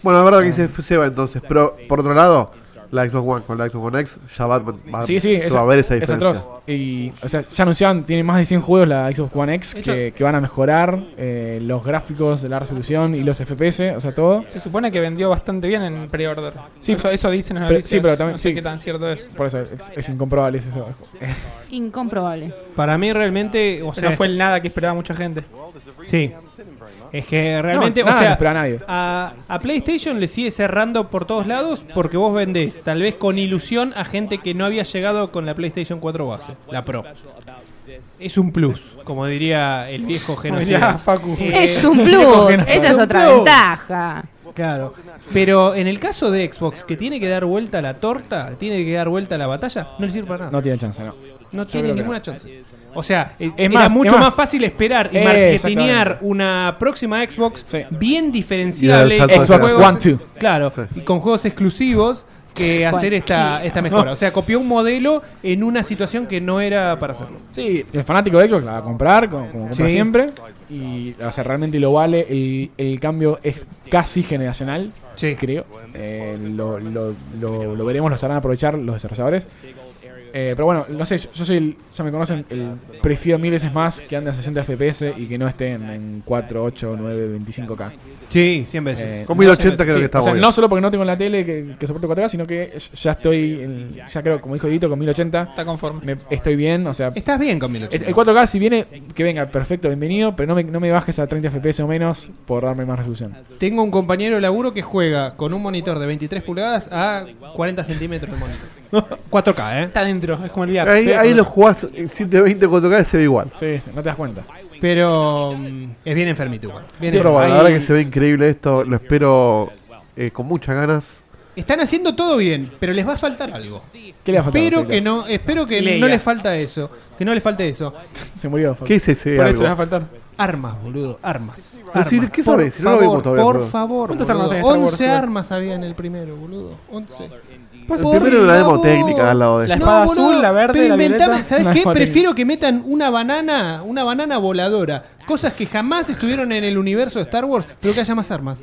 S1: Bueno, la verdad que dice Seba entonces, pero por otro lado, la Xbox One con la Xbox One X ya va, va-
S3: sí, sí,
S1: se
S3: es,
S1: va a ver esa
S3: es
S1: diferencia.
S3: atroz. Y, o sea, ya anunciaban, tiene más de 100 juegos la Xbox One X
S4: De hecho-
S3: que, que van a mejorar eh, los gráficos, la resolución y los FPS, o sea, todo.
S4: Se supone que vendió bastante bien en pre-order.
S3: Sí,
S4: eso, eso dicen en las
S3: pero-
S4: noticias.
S3: sí, pero también-
S4: No sé
S3: sí.
S4: qué tan cierto es.
S3: Por eso es, es incomprobable es eso.
S2: Incomprobable.
S5: Para mí realmente, o
S4: Pero
S5: sea,
S4: no fue el nada que esperaba mucha gente.
S5: sí. Es que realmente,
S3: No, nada
S5: o
S3: le
S5: sea,
S3: espera a nadie.
S5: a, a PlayStation le sigue cerrando por todos lados porque vos vendés, tal vez con ilusión, a gente que no había llegado con la PlayStation 4 base, la Pro. Es un plus, como diría el viejo genocida.
S4: Facu.
S5: Eh,
S2: Es un
S5: viejo
S2: plus.
S5: genocida.
S2: Esa es otra
S5: plus.
S2: ventaja.
S5: Claro. Pero en el caso de Xbox, que tiene que dar vuelta a la torta, tiene que dar vuelta a la batalla, no le sirve para nada.
S3: No tiene chance, no.
S5: No,
S3: creo
S5: tiene
S3: que
S5: ninguna
S3: no.
S5: chance. O sea, es
S3: más, es
S5: mucho
S3: más.
S5: más. fácil esperar y
S3: Eh,
S5: marketinear
S3: exactamente.
S5: una próxima Xbox
S3: Sí.
S5: bien diferenciable
S1: Y dar el salto
S5: con
S1: de
S5: juegos-
S3: Xbox One, two.
S5: Claro,
S1: Sí.
S5: y con juegos exclusivos que hacer esta, esta mejora. O sea, copió un modelo en una situación que no era para hacerlo.
S3: Sí, el fanático de Xbox la va a comprar, como, como compra
S5: Sí.
S3: siempre. Y o sea, realmente lo vale. El, el cambio es casi generacional,
S5: Sí.
S3: creo. Eh, lo, lo- lo- lo veremos, lo sabrán aprovechar los desarrolladores. Eh, pero bueno, no sé, yo, yo soy el- ya me conocen, el, prefiero mil veces más que ande a 60 FPS y que no estén en 4, 8, 9, 25K.
S5: Sí, 100 veces.
S3: Eh,
S1: Con 1080 creo
S3: Sí,
S1: que está
S3: o sea,
S1: muy
S3: no
S1: bien.
S3: solo porque no tengo la tele que, que soporto 4K, sino que ya estoy, en- ya creo, como dijo Edito, con 1080
S4: Está conforme.
S3: me, estoy bien, o sea,
S5: Estás bien con
S3: el
S5: 1080.
S3: el 4K si viene, que venga, perfecto, bienvenido, pero no me, no me bajes a 30 FPS o menos por darme más resolución.
S5: Tengo un compañero de laburo que juega con un monitor de 23 pulgadas a 40 centímetros de monitor. 4K, ¿eh?
S4: Está dentro, es como el VR.
S1: Ahí,
S4: Sí,
S1: ahí lo jugás en 720 4K y se ve igual.
S3: Sí, sí, no te das cuenta.
S5: Pero mm, es bien enfermito igual. Bien
S1: Pero
S5: enfermo.
S1: bueno, la verdad
S5: Ahí-
S1: que se ve increíble esto, lo espero eh, con muchas ganas.
S5: Están haciendo todo bien, pero les va a faltar algo.
S3: ¿Qué le va a faltar?
S5: Espero
S3: Sí,
S5: que no, espero que
S4: Leia.
S5: no les falta eso. Que no les falte eso.
S3: Se murió.
S1: ¿Qué es ese?
S4: Por eso les va a
S1: algo?
S4: faltar.
S5: Armas, boludo, armas.
S1: Pero si-
S5: Armas.
S1: ¿qué
S5: Por
S1: sabés? Si no lo
S5: favor,
S1: vimos todavía,
S5: Por
S1: boludo.
S5: favor.
S4: ¿Cuántas
S5: boludo.
S4: armas hay en Star Wars,
S5: 11
S4: boludo?
S5: armas había en el primero, boludo. 11.
S1: El primero era la demo técnica al lado de
S4: La
S1: esto.
S4: espada azul, la verde,
S5: pero
S4: la
S5: inventaban-
S4: violeta.
S5: ¿Sabes
S3: Una
S5: qué?
S3: espada
S5: Prefiero que metan una banana, una banana voladora. Cosas que jamás estuvieron en el universo de Star Wars, pero que haya más armas.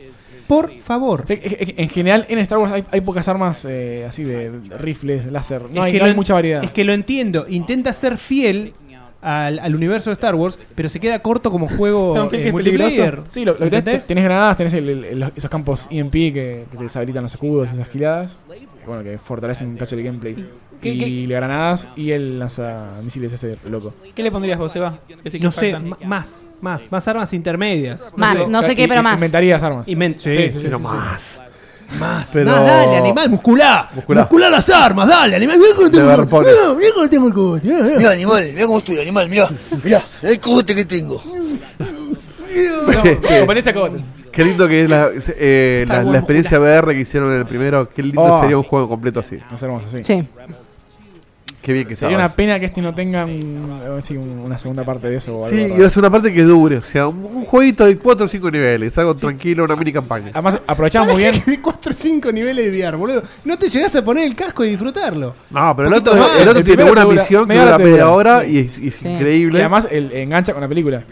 S5: Por favor.
S3: Sí, es que en general en Star Wars hay, hay pocas armas eh, así de rifles, láser. No,
S5: Es
S3: hay,
S5: que
S3: no
S5: lo
S3: hay
S5: en-
S3: mucha variedad.
S5: Es que lo entiendo. Intenta ser fiel al, al universo de Star Wars, pero se queda corto como juego
S4: Tan fiel
S5: eh,
S4: que es
S5: multiplayer.
S3: Sí, lo, lo que tenés,
S5: ¿Entendés?
S3: tenés granadas, tenés el- el- los- esos campos EMP que, que te deshabilitan los escudos, esas giladas. que, Bueno, que fortalecen un cacho el gameplay.
S4: ¿Qué-
S3: y las granadas y el lanzamisiles ese loco.
S4: ¿Qué le pondrías vos, Eva? Que sí que
S5: No sé,
S4: faltan.
S5: ma- más, más, más armas intermedias.
S2: Más, no sé qué,
S3: Y-
S2: pero más.
S3: Inventarías armas.
S5: Invent- sí, sí, sí.
S1: Pero más.
S5: Más,
S1: Pero-
S5: más, dale, animal, musculá.
S1: Musculá.
S5: Musculá, las armas, dale, animal. Mirá cómo te
S1: De
S5: muevo,
S1: garpones.
S5: mirá, mirá cómo te muevo, mirá, mirá.
S8: Mira, animal, mira cómo estoy, animal, mira, mira, el cogote que tengo.
S3: Competencia con otros.
S1: Este, Qué lindo que es la, eh, la, la experiencia VR que hicieron en el primero. Qué lindo
S3: Oh.
S1: sería un juego completo así.
S3: Es hermoso, sí.
S2: Sí.
S1: Qué bien que
S3: Sería
S1: salgas.
S3: una pena que este no tenga un- sí, un- una segunda parte de eso. o algo
S1: Sí,
S3: raro.
S1: y hace una parte que dure. O sea, un, un jueguito de 4 o 5 niveles. Algo tranquilo, una mini campaña.
S3: Además, aprovechamos muy
S1: Em.
S3: bien.
S5: Que vi 4 o 5 niveles de VR, boludo. No te llegás a poner el casco y disfrutarlo.
S1: No, pero el
S5: poquito
S1: otro,
S5: más.
S1: el otro
S3: El
S1: tiene
S3: primero
S1: una
S3: te dura
S1: misión que
S3: media hora
S1: dura
S3: te dura.
S1: media hora y es, y es
S2: Sí.
S3: Y
S1: increíble.
S3: además el, engancha con la película.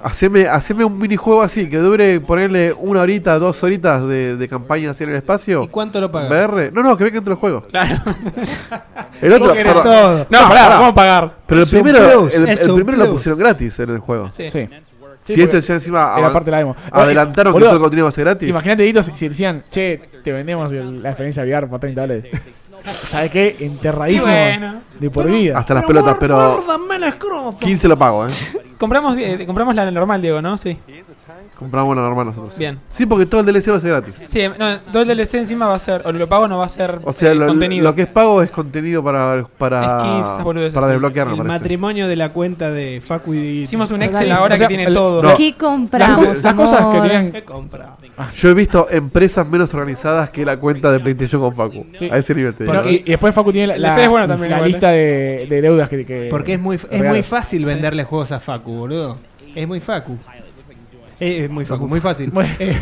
S1: Haceme, haceme un minijuego así, que dure ponerle una horita, dos horitas de, de campaña así en el espacio.
S5: ¿Y cuánto lo pagas?
S1: VR. No, no, que venga entre los juegos.
S4: Claro.
S1: El otro,
S5: Vos querés
S1: perdón.
S5: todo.
S4: No, pará, vamos a pagar.
S1: pero el
S5: Es un
S1: primero,
S5: plus,
S1: el,
S5: es
S1: el
S5: un
S1: primero lo
S5: plus.
S1: pusieron gratis en el juego.
S4: Sí.
S3: Sí.
S1: Si
S3: Sí,
S1: esto
S3: porque
S1: ya encima
S3: Era
S1: avan-
S3: parte de la demo.
S1: Ah, adelantaron que
S3: Boludo,
S1: todo el contenido va a ser gratis.
S3: Imagínate, Dito, si, si decían, che, te vendemos el- la experiencia VR por 30 dólares. ¿Sabes qué? Enterradísimo.
S4: Y bueno.
S3: de por vida.
S1: Hasta las pelotas, pero 15 lo pago, ¿eh?
S4: Compramos, eh, compramos la normal, Diego, ¿no? Sí.
S1: Compramos la normal nosotros.
S4: Bien.
S1: Sí, porque todo el DLC va a ser gratis.
S4: Sí, eh, no, todo el DLC encima va a ser, o lo pago no va a ser
S1: O sea,
S4: eh,
S1: lo,
S4: contenido.
S1: lo que es pago es contenido para para,
S4: Skins, esas boludeces,
S1: para
S4: sí.
S1: desbloquearlo,
S5: El
S1: parece.
S5: matrimonio de la cuenta de Facu y Dieguito.
S4: Hicimos un
S2: Total.
S4: Excel ahora
S3: O sea,
S4: que tiene
S3: el-
S4: todo.
S1: No.
S2: ¿Qué
S3: Las,
S2: compramos?
S3: cosas- las cosas que
S2: amor?
S3: tenían.
S5: ¿Qué compra?
S1: Yo he visto empresas menos organizadas que la cuenta de PlayStation con Facu.
S3: Sí.
S1: A ese nivel te digo.
S3: Pero- y, y después Facu tiene la,
S4: El Fede es bueno también,
S3: la
S4: igual, ¿eh?
S3: lista de, de deudas que, que-
S5: Porque es muy, es
S3: regalos.
S5: muy fácil venderle juegos a Facu, boludo. Es muy Facu. Eh, es muy Facu, muy fácil. Eh,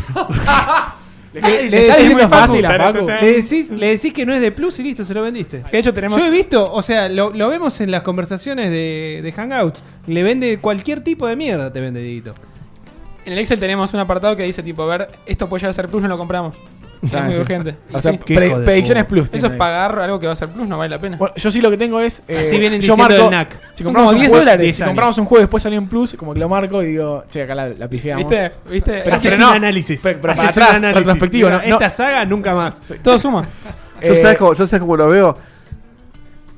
S3: Le,
S5: está
S3: decís
S5: diciendo
S3: muy fácil a
S4: Facu,
S3: Facu.
S4: tarán,
S5: le, decís, le decís que no es de Plus y listo, se lo vendiste.
S4: De hecho, tenemos.
S5: Yo he visto, o sea, lo, lo vemos en las conversaciones de, de Hangouts. Le vende cualquier tipo de mierda, te vende Dieguito.
S4: En el Excel tenemos un apartado que dice, tipo, a ver, esto puede llegar a ser plus, no lo compramos.
S3: Ah,
S4: es muy
S3: sí.
S4: urgente.
S3: O sea,
S5: Sí. Qué
S3: pre-
S5: hijo de
S3: predicciones
S5: puta.
S3: plus.
S4: Eso
S3: tiene
S4: es
S3: ahí.
S4: pagar algo que va a ser plus, no vale la pena.
S3: Bueno, yo sí lo que tengo es. Eh,
S5: Sí, vienen
S3: yo
S5: diciendo
S3: marco,
S5: el NAC.
S3: Si
S4: Son
S3: compramos,
S4: como
S3: un
S4: 10
S3: juego,
S4: dólares.
S3: si compramos un juego y después salió en plus, como que lo marco y digo, che, acá la, la pifiamos.
S4: ¿Viste? ¿Viste? Ah,
S3: Pero
S5: Haces
S3: no,
S5: un análisis.
S3: pero- pero
S5: Haces
S3: para atrás,
S5: un análisis.
S3: retrospectivo,
S5: Mira,
S3: no- no.
S5: Esta saga nunca más.
S4: Todo suma.
S1: Yo,
S3: Eh,
S1: sabes cómo, yo sabes cómo lo veo.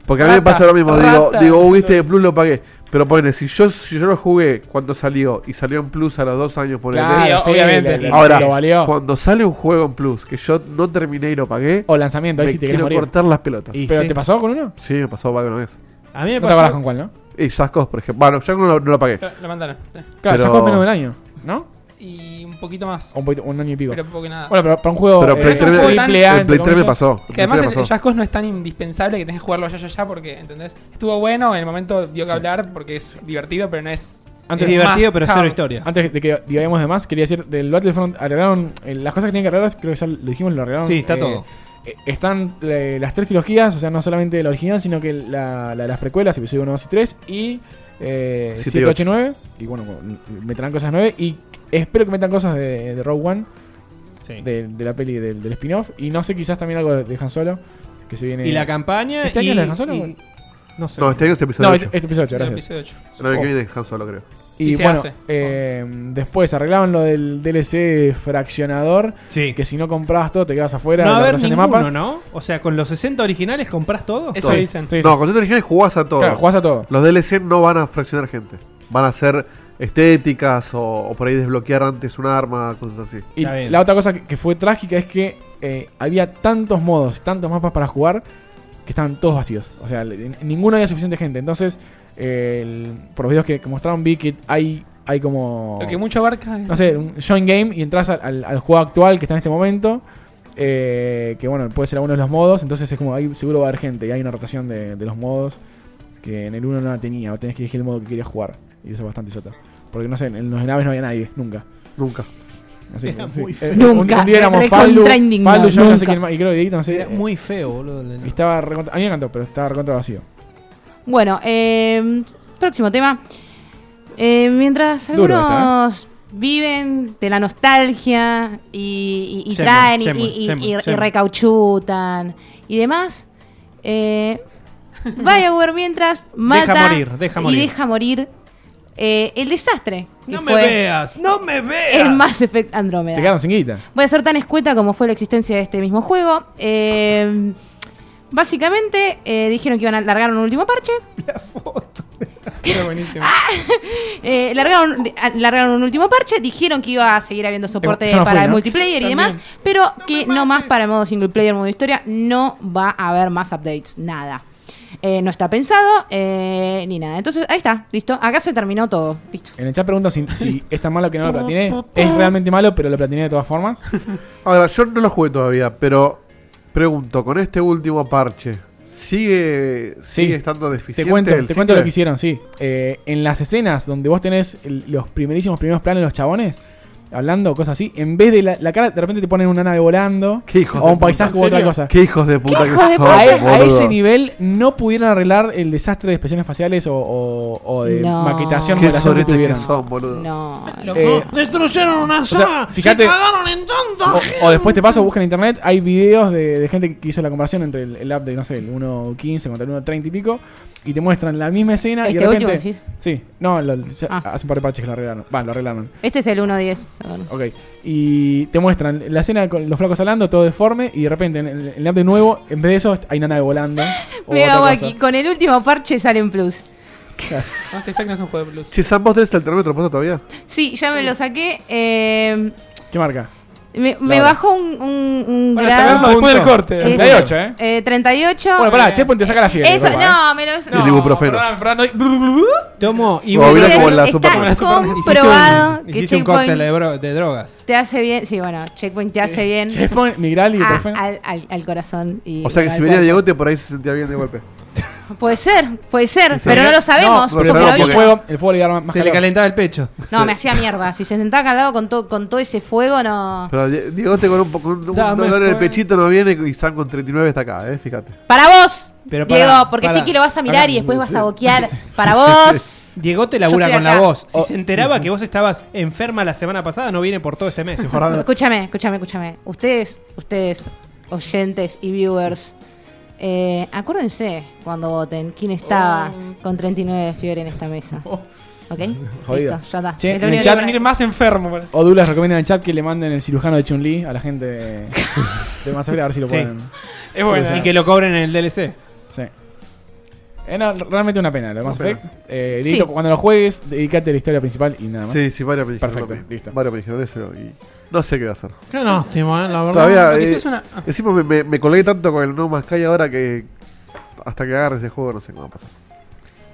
S1: Porque a mí me
S4: Rata,
S1: pasa lo mismo. Digo,
S4: rata.
S1: digo, "Uh, viste, de Plus lo pagué. Pero ponele, si yo, si yo lo jugué cuando salió y salió en Plus a los dos años, ponele.
S3: Claro,
S4: Sí, obviamente.
S3: le- le-
S1: Ahora,
S3: lo valió.
S1: cuando sale un juego en Plus que yo no terminé y lo pagué,
S3: O lanzamiento, Oh, ahí
S1: me
S3: sí te querés
S1: quiero
S3: morir.
S1: cortar las pelotas.
S5: Y
S3: ¿Pero
S5: sí.
S3: te pasó con uno?
S1: Sí, me pasó varias veces.
S5: A mí me
S3: No te
S5: pasó-
S3: acordás con cuál, ¿no?
S1: Y Jaskos, por ejemplo. Bueno, yo no lo, no lo pagué.
S4: Lo, lo mandaron. sí.
S3: Claro,
S1: Pero-
S3: sacó menos de un año, ¿no?
S4: Y un poquito más.
S3: O un, poquito- un año y pico.
S4: Pero poco que nada.
S3: bueno, pero para Oh, un juego. eh,
S1: Pero Play
S4: es un juego
S3: triple
S4: tan-
S3: A,
S1: En
S3: entre
S1: Play 3 me
S3: comillas.
S1: pasó. en
S4: que
S1: Play
S4: además
S1: 3
S4: el,
S1: me
S4: el
S1: pasó.
S4: Just Cause no es tan indispensable que tenés que jugarlo ya, ya, ya, porque, ¿entendés? Estuvo bueno, en el momento dio que
S3: Sí.
S4: hablar porque es divertido, pero no es.
S5: Es
S3: Antes,
S5: divertido,
S4: Must
S5: pero
S4: have.
S5: cero historia.
S3: antes de que digamos de más, quería decir del Battlefront arreglaron eh, las cosas que tienen que arreglar, creo que ya lo dijimos, lo arreglaron.
S5: Sí, está
S3: eh,
S5: todo.
S3: eh, Están eh, las tres trilogías, o sea, no solamente la original, sino que la, la de las precuelas, episodio 1, 2 y 3, y eh,
S1: Siete y
S3: 7, 8 y 9. Y bueno, meterán cosas 9. Y espero que metan cosas de, de Rogue One,
S5: Sí.
S3: de, de la peli del, del spin-off. Y no sé, quizás también algo de, de Han Solo, que se viene.
S5: Y la campaña.
S3: ¿Este año
S5: y-
S3: la dejan solo?
S5: y- No sé.
S1: No, este año es episodio
S3: No, este
S1: 8.
S3: este episodio, ocho,
S4: el
S3: gracias.
S4: episodio 8.
S1: El año que viene es Han Solo, creo.
S3: Y
S4: Sí, se
S3: bueno,
S4: hace.
S3: eh, después arreglaron lo del DLC fraccionador.
S5: Sí.
S3: Que si no comprabas todo, te quedas afuera de
S5: no va a
S3: la
S5: haber
S3: operación de
S5: ninguno,
S3: mapas.
S5: ¿no? O sea, con los 60 originales compras todo.
S4: Eso
S1: Sí.
S4: dicen.
S3: Sí, sí.
S1: No, concepto original jugás a todo.
S3: Claro, jugás a todo.
S1: Los DLC no van a fraccionar gente. Van a ser estéticas o, o por ahí desbloquear antes un arma, cosas así.
S3: Y
S5: Está bien.
S3: la otra cosa que, que fue trágica es que eh, había tantos modos, tantos mapas para jugar, que estaban todos vacíos. O sea, le- en- ninguno había suficiente gente. Entonces, eh, el- por los videos que, que mostraron, vi que hay, hay como.
S4: Lo que mucho abarca.
S3: no sé, un join game y entras al, al- al juego actual que está en este momento. eh, que bueno, puede ser alguno de los modos. Entonces es como, ahí seguro va a haber gente y hay una rotación de, de los modos que en el 1 no la tenía. O tenés que elegir el modo que querías jugar. Y eso es bastante chota. Porque no sé, en los naves no había nadie, nunca.
S1: Nunca.
S3: Así que,
S5: Era
S3: sí.
S5: muy
S3: Eh,
S5: feo.
S3: un-
S2: Nunca,
S3: Un día éramos
S2: recontra
S3: Faldu,
S2: indignado,
S3: Faldu, yo no sé
S2: nunca.
S3: quién más. Y creo que Dieguito, no sé.
S5: Era
S3: eh,
S5: muy feo, boludo. el-
S3: y estaba recontra- A mí me encantó, pero estaba recontra vacío.
S2: Bueno, eh, próximo tema. Eh, mientras
S3: Duro
S2: algunos viven de la nostalgia y, y- y
S5: Shenmue,
S2: traen y-
S5: Shenmue,
S2: y, y-
S5: Shenmue,
S2: y- y
S5: Shenmue.
S2: recauchutan y demás, eh, Bioware mientras mata
S5: morir, deja morir.
S2: y deja morir eh, el desastre que
S5: No me
S2: fue
S5: veas, no me veas.
S2: el Mass Effect Andromeda.
S3: Se quedaron sin guita.
S2: Voy a ser tan escueta como fue la existencia de este mismo juego. Eh, básicamente eh, dijeron que iban a largar un último parche.
S4: Era buenísimo.
S2: Eh, largaron, de- a- largaron un último parche, dijeron que iba a seguir habiendo soporte
S3: Eh, yo no fui,
S2: para el
S3: ¿no?
S2: multiplayer y demás, pero que no más para el modo single player, modo historia, no va a haber más updates, nada. Eh, no está pensado eh, ni nada. Entonces, ahí está, listo. Acá se terminó todo, listo.
S3: En el chat preguntan si, si es tan malo que no lo platiné. Es realmente malo, pero lo platiné de todas formas.
S1: Ahora, yo no lo jugué todavía, pero pregunto, con este último parche, ¿sigue,
S3: Sí.
S1: sigue estando
S3: Te
S1: deficiente?
S3: cuento,
S1: el
S3: te cuento lo que
S1: simple?
S3: hicieron, sí. Eh, en las escenas donde vos tenés el- los primerísimos primeros planos de los chabones, hablando, cosas así, en vez de la, la cara, de repente te ponen una nave volando
S1: Qué hijos
S3: o
S1: de
S3: un
S1: puta,
S3: paisaje
S1: ¿en
S3: u otra
S1: serio?
S3: cosa.
S1: Qué hijos de puta que
S2: hijos de
S1: son,
S2: puta?
S3: A, e- a
S1: boludo.
S3: ese nivel no pudieron arreglar el desastre de expresiones faciales o, o- o de
S2: No.
S3: maquetación
S2: Qué
S1: Qué
S3: modelación que
S1: sorete que
S3: tuvieron.
S1: son, boludo.
S2: No.
S3: Eh,
S5: ¡Destruyeron una
S3: sea,
S5: zona!
S3: fíjate-
S5: ¡Se cagaron en tonto!
S3: O, o después te paso, busca en internet, hay videos de, de gente que hizo la comparación entre el, el app de, no sé, el 1.15 contra el 1.30 y pico, y te muestran la misma escena y
S2: ¿Este
S3: de repente...
S2: último decís?
S3: Sí, no, lo- ya
S2: Ah.
S3: hace un par de parches que lo arreglaron. Va, lo arreglaron.
S2: Este es el 1.10. perdón.
S3: Ok. Y te muestran la escena con los flacos hablando, todo deforme, y de repente en el, en el app de nuevo, en vez de eso, hay una nave volando. o
S2: Me
S3: otra
S2: hago
S3: cosa.
S2: aquí. Con el último parche salen plus.
S4: Mass Effect no es un juego de plus.
S1: Si Sam, vos tenés el termómetro puesto todavía.
S2: Sí, ya me lo saqué. eh,
S3: ¿Qué marca?
S2: me me
S3: Laura.
S2: bajó un, un- un
S4: Bueno,
S2: grado.
S4: sabemos después del corte.
S2: Eh,
S3: 38, ¿eh?
S2: eh, 38.
S3: Bueno,
S5: Eh,
S3: pará, Chepo te saca la fiebre.
S2: Eso,
S3: papá, ¿eh?
S2: no, me lo.
S1: El
S2: no.
S1: ibuprofeno.
S5: Tomó y
S1: Como vino
S2: Está
S1: como la super.
S2: comprobado que
S5: Hiciste un cóctel de,
S2: Checkpoint
S5: bro- de drogas.
S2: te hace bien. Sí, bueno, Checkpoint te hace bien
S3: Checkpoint, Migral y
S2: a-
S3: ibuprofeno.
S2: al, al- al corazón. Y
S1: O sea que
S2: al
S1: si venía
S2: cuerpo.
S1: Diegote por ahí se sentía bien de golpe.
S2: Puede ser, puede ser,
S1: Sí,
S2: pero
S1: sí.
S2: no lo sabemos.
S3: No,
S1: porque
S3: pero
S1: no lo
S3: el,
S1: porque-
S3: fuego, el fuego le da más
S5: Se le
S3: calor.
S5: calentaba el pecho.
S2: No, me hacía mierda. Si se sentaba acá al lado con, todo con todo ese fuego, no.
S1: Pero Die- Diegote con un, po- con un
S5: Dame
S1: dolor en el
S5: fuego.
S1: pechito no viene y Sam con 39 está acá, eh, fíjate.
S2: Para vos,
S5: Pero para-
S2: Diego, porque
S5: para-
S2: sé que lo vas a mirar
S5: para-
S2: y después vas a boquear. Para vos.
S5: Diego te
S2: Yo
S5: labura
S2: estoy
S5: con
S2: acá.
S5: la voz. Si
S3: Oh,
S5: se enteraba que vos estabas enferma la semana pasada, no viene por todo este mes.
S2: Escúchame, escúchame, escúchame. Ustedes, ustedes, oyentes y viewers, eh, acuérdense cuando voten quién estaba
S3: Oh.
S2: con 39 de fiebre en esta mesa. ¿Ok?
S3: Jodido.
S2: Listo, ya está.
S3: Che,
S2: Es
S3: en
S2: lo
S3: el
S2: único
S4: Ya
S2: que
S3: chat-
S2: para-
S4: venir más enfermo. boludo.
S3: O Douglas recomienda en el chat que le manden el cirujano de Chun-Li a la gente de, de Mass Effect, a ver si lo
S5: Sí.
S3: pueden.
S4: Es bueno.
S5: Y que lo cobren en el DLC.
S3: Sí. Era realmente una pena, lo de Mass
S1: Una
S3: Effect. Eh, Dieguito,
S2: Sí.
S3: cuando lo juegues, dedícate a la historia principal y nada más.
S1: Sí, sí, varios me dijeron.
S3: Perfecto,
S1: lo mismo.
S3: listo.
S1: Varios me dijeron eso y no sé qué va a hacer.
S5: Qué lástima, eh, la verdad.
S1: Todavía.
S4: Lo que
S1: eh,
S4: sí es una- ah.
S1: Encima me, me, me colgué tanto con el No Man's Sky ahora que. Hasta que agarre ese juego no sé cómo va a pasar.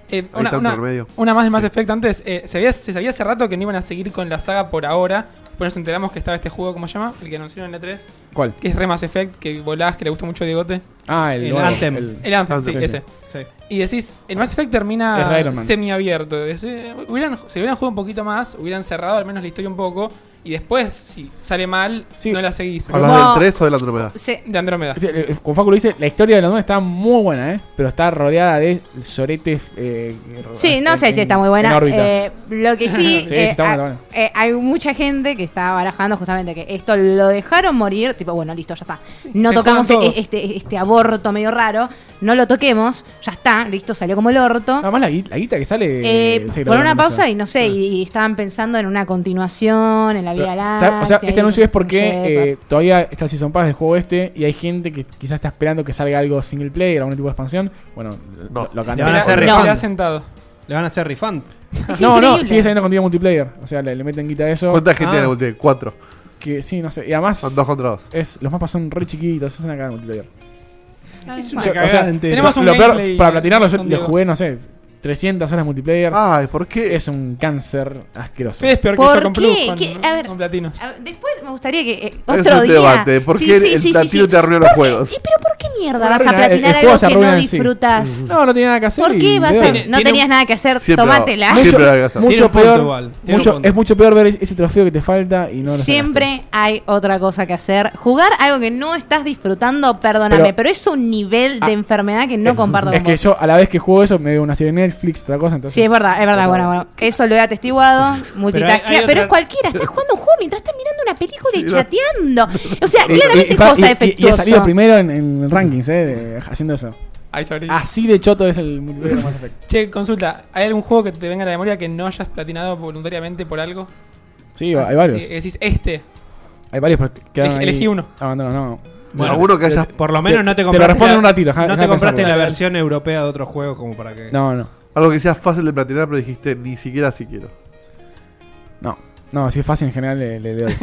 S4: Eh,
S1: Ahí
S4: una,
S1: está un
S4: una-
S1: intermedio.
S4: una más de Mass Effect antes. eh, se, había- se sabía hace rato que no iban a seguir con la saga por ahora. Pero nos enteramos que estaba este juego, ¿cómo se llama? El que anunciaron en E3.
S3: ¿Cuál?
S4: Que es Re Mass Effect, que volás, que le gusta mucho a Diegote.
S3: Ah, el,
S5: El
S3: bueno,
S5: Anthem.
S3: el-
S4: El Anthem,
S1: Anthem,
S4: sí,
S3: sí,
S4: ese.
S5: Sí.
S4: Y decís, el Mass Effect
S3: Es
S4: termina
S3: de Iron Man.
S4: semiabierto. Es, eh, hubieran, si hubieran jugado un poquito más, hubieran cerrado al menos la historia un poco. Y después, si sale mal,
S3: Sí.
S4: no la seguís.
S1: ¿Hablas
S2: Wow.
S1: del 3 o de la Andrómeda?
S2: Se-
S4: De Andrómeda.
S3: Sí, eh, Con Facu lo dice, la historia de la nube está muy buena, ¿eh? Pero está rodeada de soretes. eh,
S2: Sí,
S3: en-
S2: no sé si está muy buena.
S3: En órbita.
S2: Eh, lo que sí,
S3: Sí, sí,
S2: eh,
S3: está buena,
S2: ha-
S3: está buena.
S2: eh, hay mucha gente que está barajando justamente que esto lo dejaron morir, tipo, bueno, listo, ya está. no
S4: se
S2: tocamos
S4: jodan
S2: e-
S4: todos.
S2: este, este aborto medio raro, no lo toquemos, ya está, listo, salió como el orto.
S3: Nada más la, gui- la guita que sale.
S2: Eh,
S3: eh, se
S2: por
S3: grabó
S2: una
S3: en eso.
S2: pausa y no sé, y, y estaban pensando en una continuación, en la
S3: Pero,
S2: Vía
S3: ¿sabes?
S2: Láctea.
S3: O sea, este anuncio es
S2: no
S3: porque
S2: sé,
S3: eh, todavía está el Season Pass del juego este y hay gente que quizás está esperando que salga algo single player, algún tipo de expansión. Bueno,
S1: No.
S3: lo, lo
S5: Le van a
S3: cambiaron.
S5: hacer
S4: Esperá-
S2: No.
S4: esperá sentado.
S5: Le van a hacer refund.
S2: es
S3: No, no,
S2: increíble.
S3: sigue saliendo contenido multiplayer. O sea, le, le meten guita a eso.
S1: ¿Cuánta gente
S5: Ah.
S1: hay en el 4.
S3: Que sí, no sé.
S1: Son
S3: Y
S1: 2
S3: además,
S1: contra 2.
S3: es, los mapas son re chiquitos, hacen acá de multiplayer.
S2: Bueno,
S3: o sea,
S4: Tenemos un
S3: lo peor,
S4: gameplay
S3: para platinarlo, yo
S4: con
S3: le
S4: Diego.
S3: jugué, no sé, 300 horas multiplayer.
S1: Ay, ¿por qué?
S3: Es un cáncer asqueroso.
S4: Fede es peor que
S2: ¿Por
S4: yo con
S2: qué?
S4: Plus, con,
S2: ¿Qué? A ver.
S4: con platinos.
S2: A ver, Ah, Después me gustaría que eh,
S1: Es
S2: otro
S1: un
S2: día.
S1: debate. ¿Por
S2: Sí,
S1: qué
S2: sí,
S1: el
S2: sí, sí,
S1: platino
S2: sí.
S1: te arruina los juegos?
S2: ¿Y pero por qué mierda
S3: No,
S2: vas a
S3: arruina, el- eh, el
S2: platinar
S3: juego
S2: algo
S3: se
S2: que no
S3: arruina en sí.
S2: disfrutás?
S3: No, no tiene nada que hacer.
S2: ¿Por
S3: y
S2: qué vas
S3: le
S2: a,
S3: doy.
S4: Tiene-
S2: no
S4: tiene
S2: tenías
S4: un-
S2: nada que hacer?
S1: Siempre
S2: Tomátela.
S1: hago. Siempre hago eso.
S5: Tiene
S3: Mucho
S5: un punto
S3: peor,
S5: igual, tiene
S3: mucho,
S5: un punto.
S3: es mucho peor ver ese trofeo que te falta y no lo sacaste.
S2: Siempre hay otra cosa que hacer. Jugar algo que no estás disfrutando, perdóname, pero,
S3: Pero-
S2: es un nivel de
S3: Ah,
S2: enfermedad que no
S3: Es-
S2: comparto
S3: Es
S2: con
S3: que
S2: vos.
S3: yo a la vez que juego eso me veo una serie de Netflix, otra cosa, entonces.
S2: Sí, es verdad, es verdad.
S3: Otra
S2: Bueno,
S3: vez.
S2: bueno, eso lo he atestiguado. multitasquea,
S4: hay- hay
S2: Pero,
S4: otra-
S2: es cualquiera, estás jugando un juego mientras estás mirando una película
S1: Sí,
S2: y
S1: no.
S2: chateando. O sea,
S3: Y-
S2: claramente
S3: Eh, y-
S2: el
S3: pa-
S2: juego está
S3: y- y- Y he
S2: defectuoso.
S3: salido primero en, en rankings, eh, de- haciendo eso.
S4: Ay, sorry.
S3: Así de choto es el multiplayer de Mass Effect.
S4: Che, consulta, ¿hay algún juego que te venga a la memoria que no hayas platinado voluntariamente por algo?
S3: Sí,
S1: Ah,
S3: va- hay varios.
S4: Ah, Sí, decís este.
S3: Hay varios, pero quedaron
S4: Elegí-
S3: ahí.
S4: elegí uno.
S3: Abandono, no.
S1: Bueno, Alguno que hayas.
S5: Por lo menos
S3: Te-
S5: no
S3: te
S5: te
S3: lo
S5: compraste.
S3: respondo
S5: la-
S3: en un ratito, ja-
S5: No
S3: déjame
S5: te compraste
S3: pensarlo.
S5: la versión europea de otro juego como para que.
S3: No, no.
S1: Algo que sea fácil de platinar, pero dijiste ni siquiera si quiero.
S3: No, no, si es fácil en general le, le doy.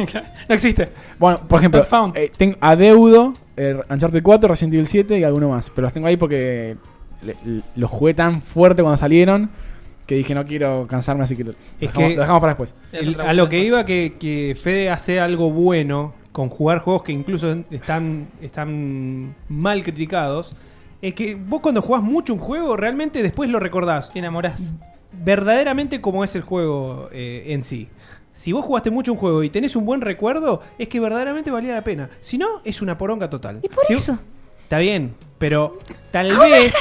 S4: No existe.
S3: bueno, por ejemplo,
S4: Not found.
S3: eh, tengo Adeudo, eh, Uncharted 4, Resident Evil 7 y alguno más. Pero los tengo ahí porque le- le- los jugué tan fuerte cuando salieron que dije no quiero cansarme, así que lo, lo
S5: Es
S3: dejamos,
S5: que-
S3: lo dejamos para después.
S5: El- a lo que iba que, que Fede hace algo bueno con jugar juegos que incluso están, están mal criticados. Es que vos cuando jugás mucho un juego, realmente después lo recordás
S4: Te enamorás.
S5: verdaderamente como es el juego eh, en sí. Si vos jugaste mucho un juego y tenés un buen recuerdo, es que verdaderamente valía la pena. Si no, es una poronga total.
S2: Y por
S5: Si-
S2: eso.
S5: Está bien, pero tal vez.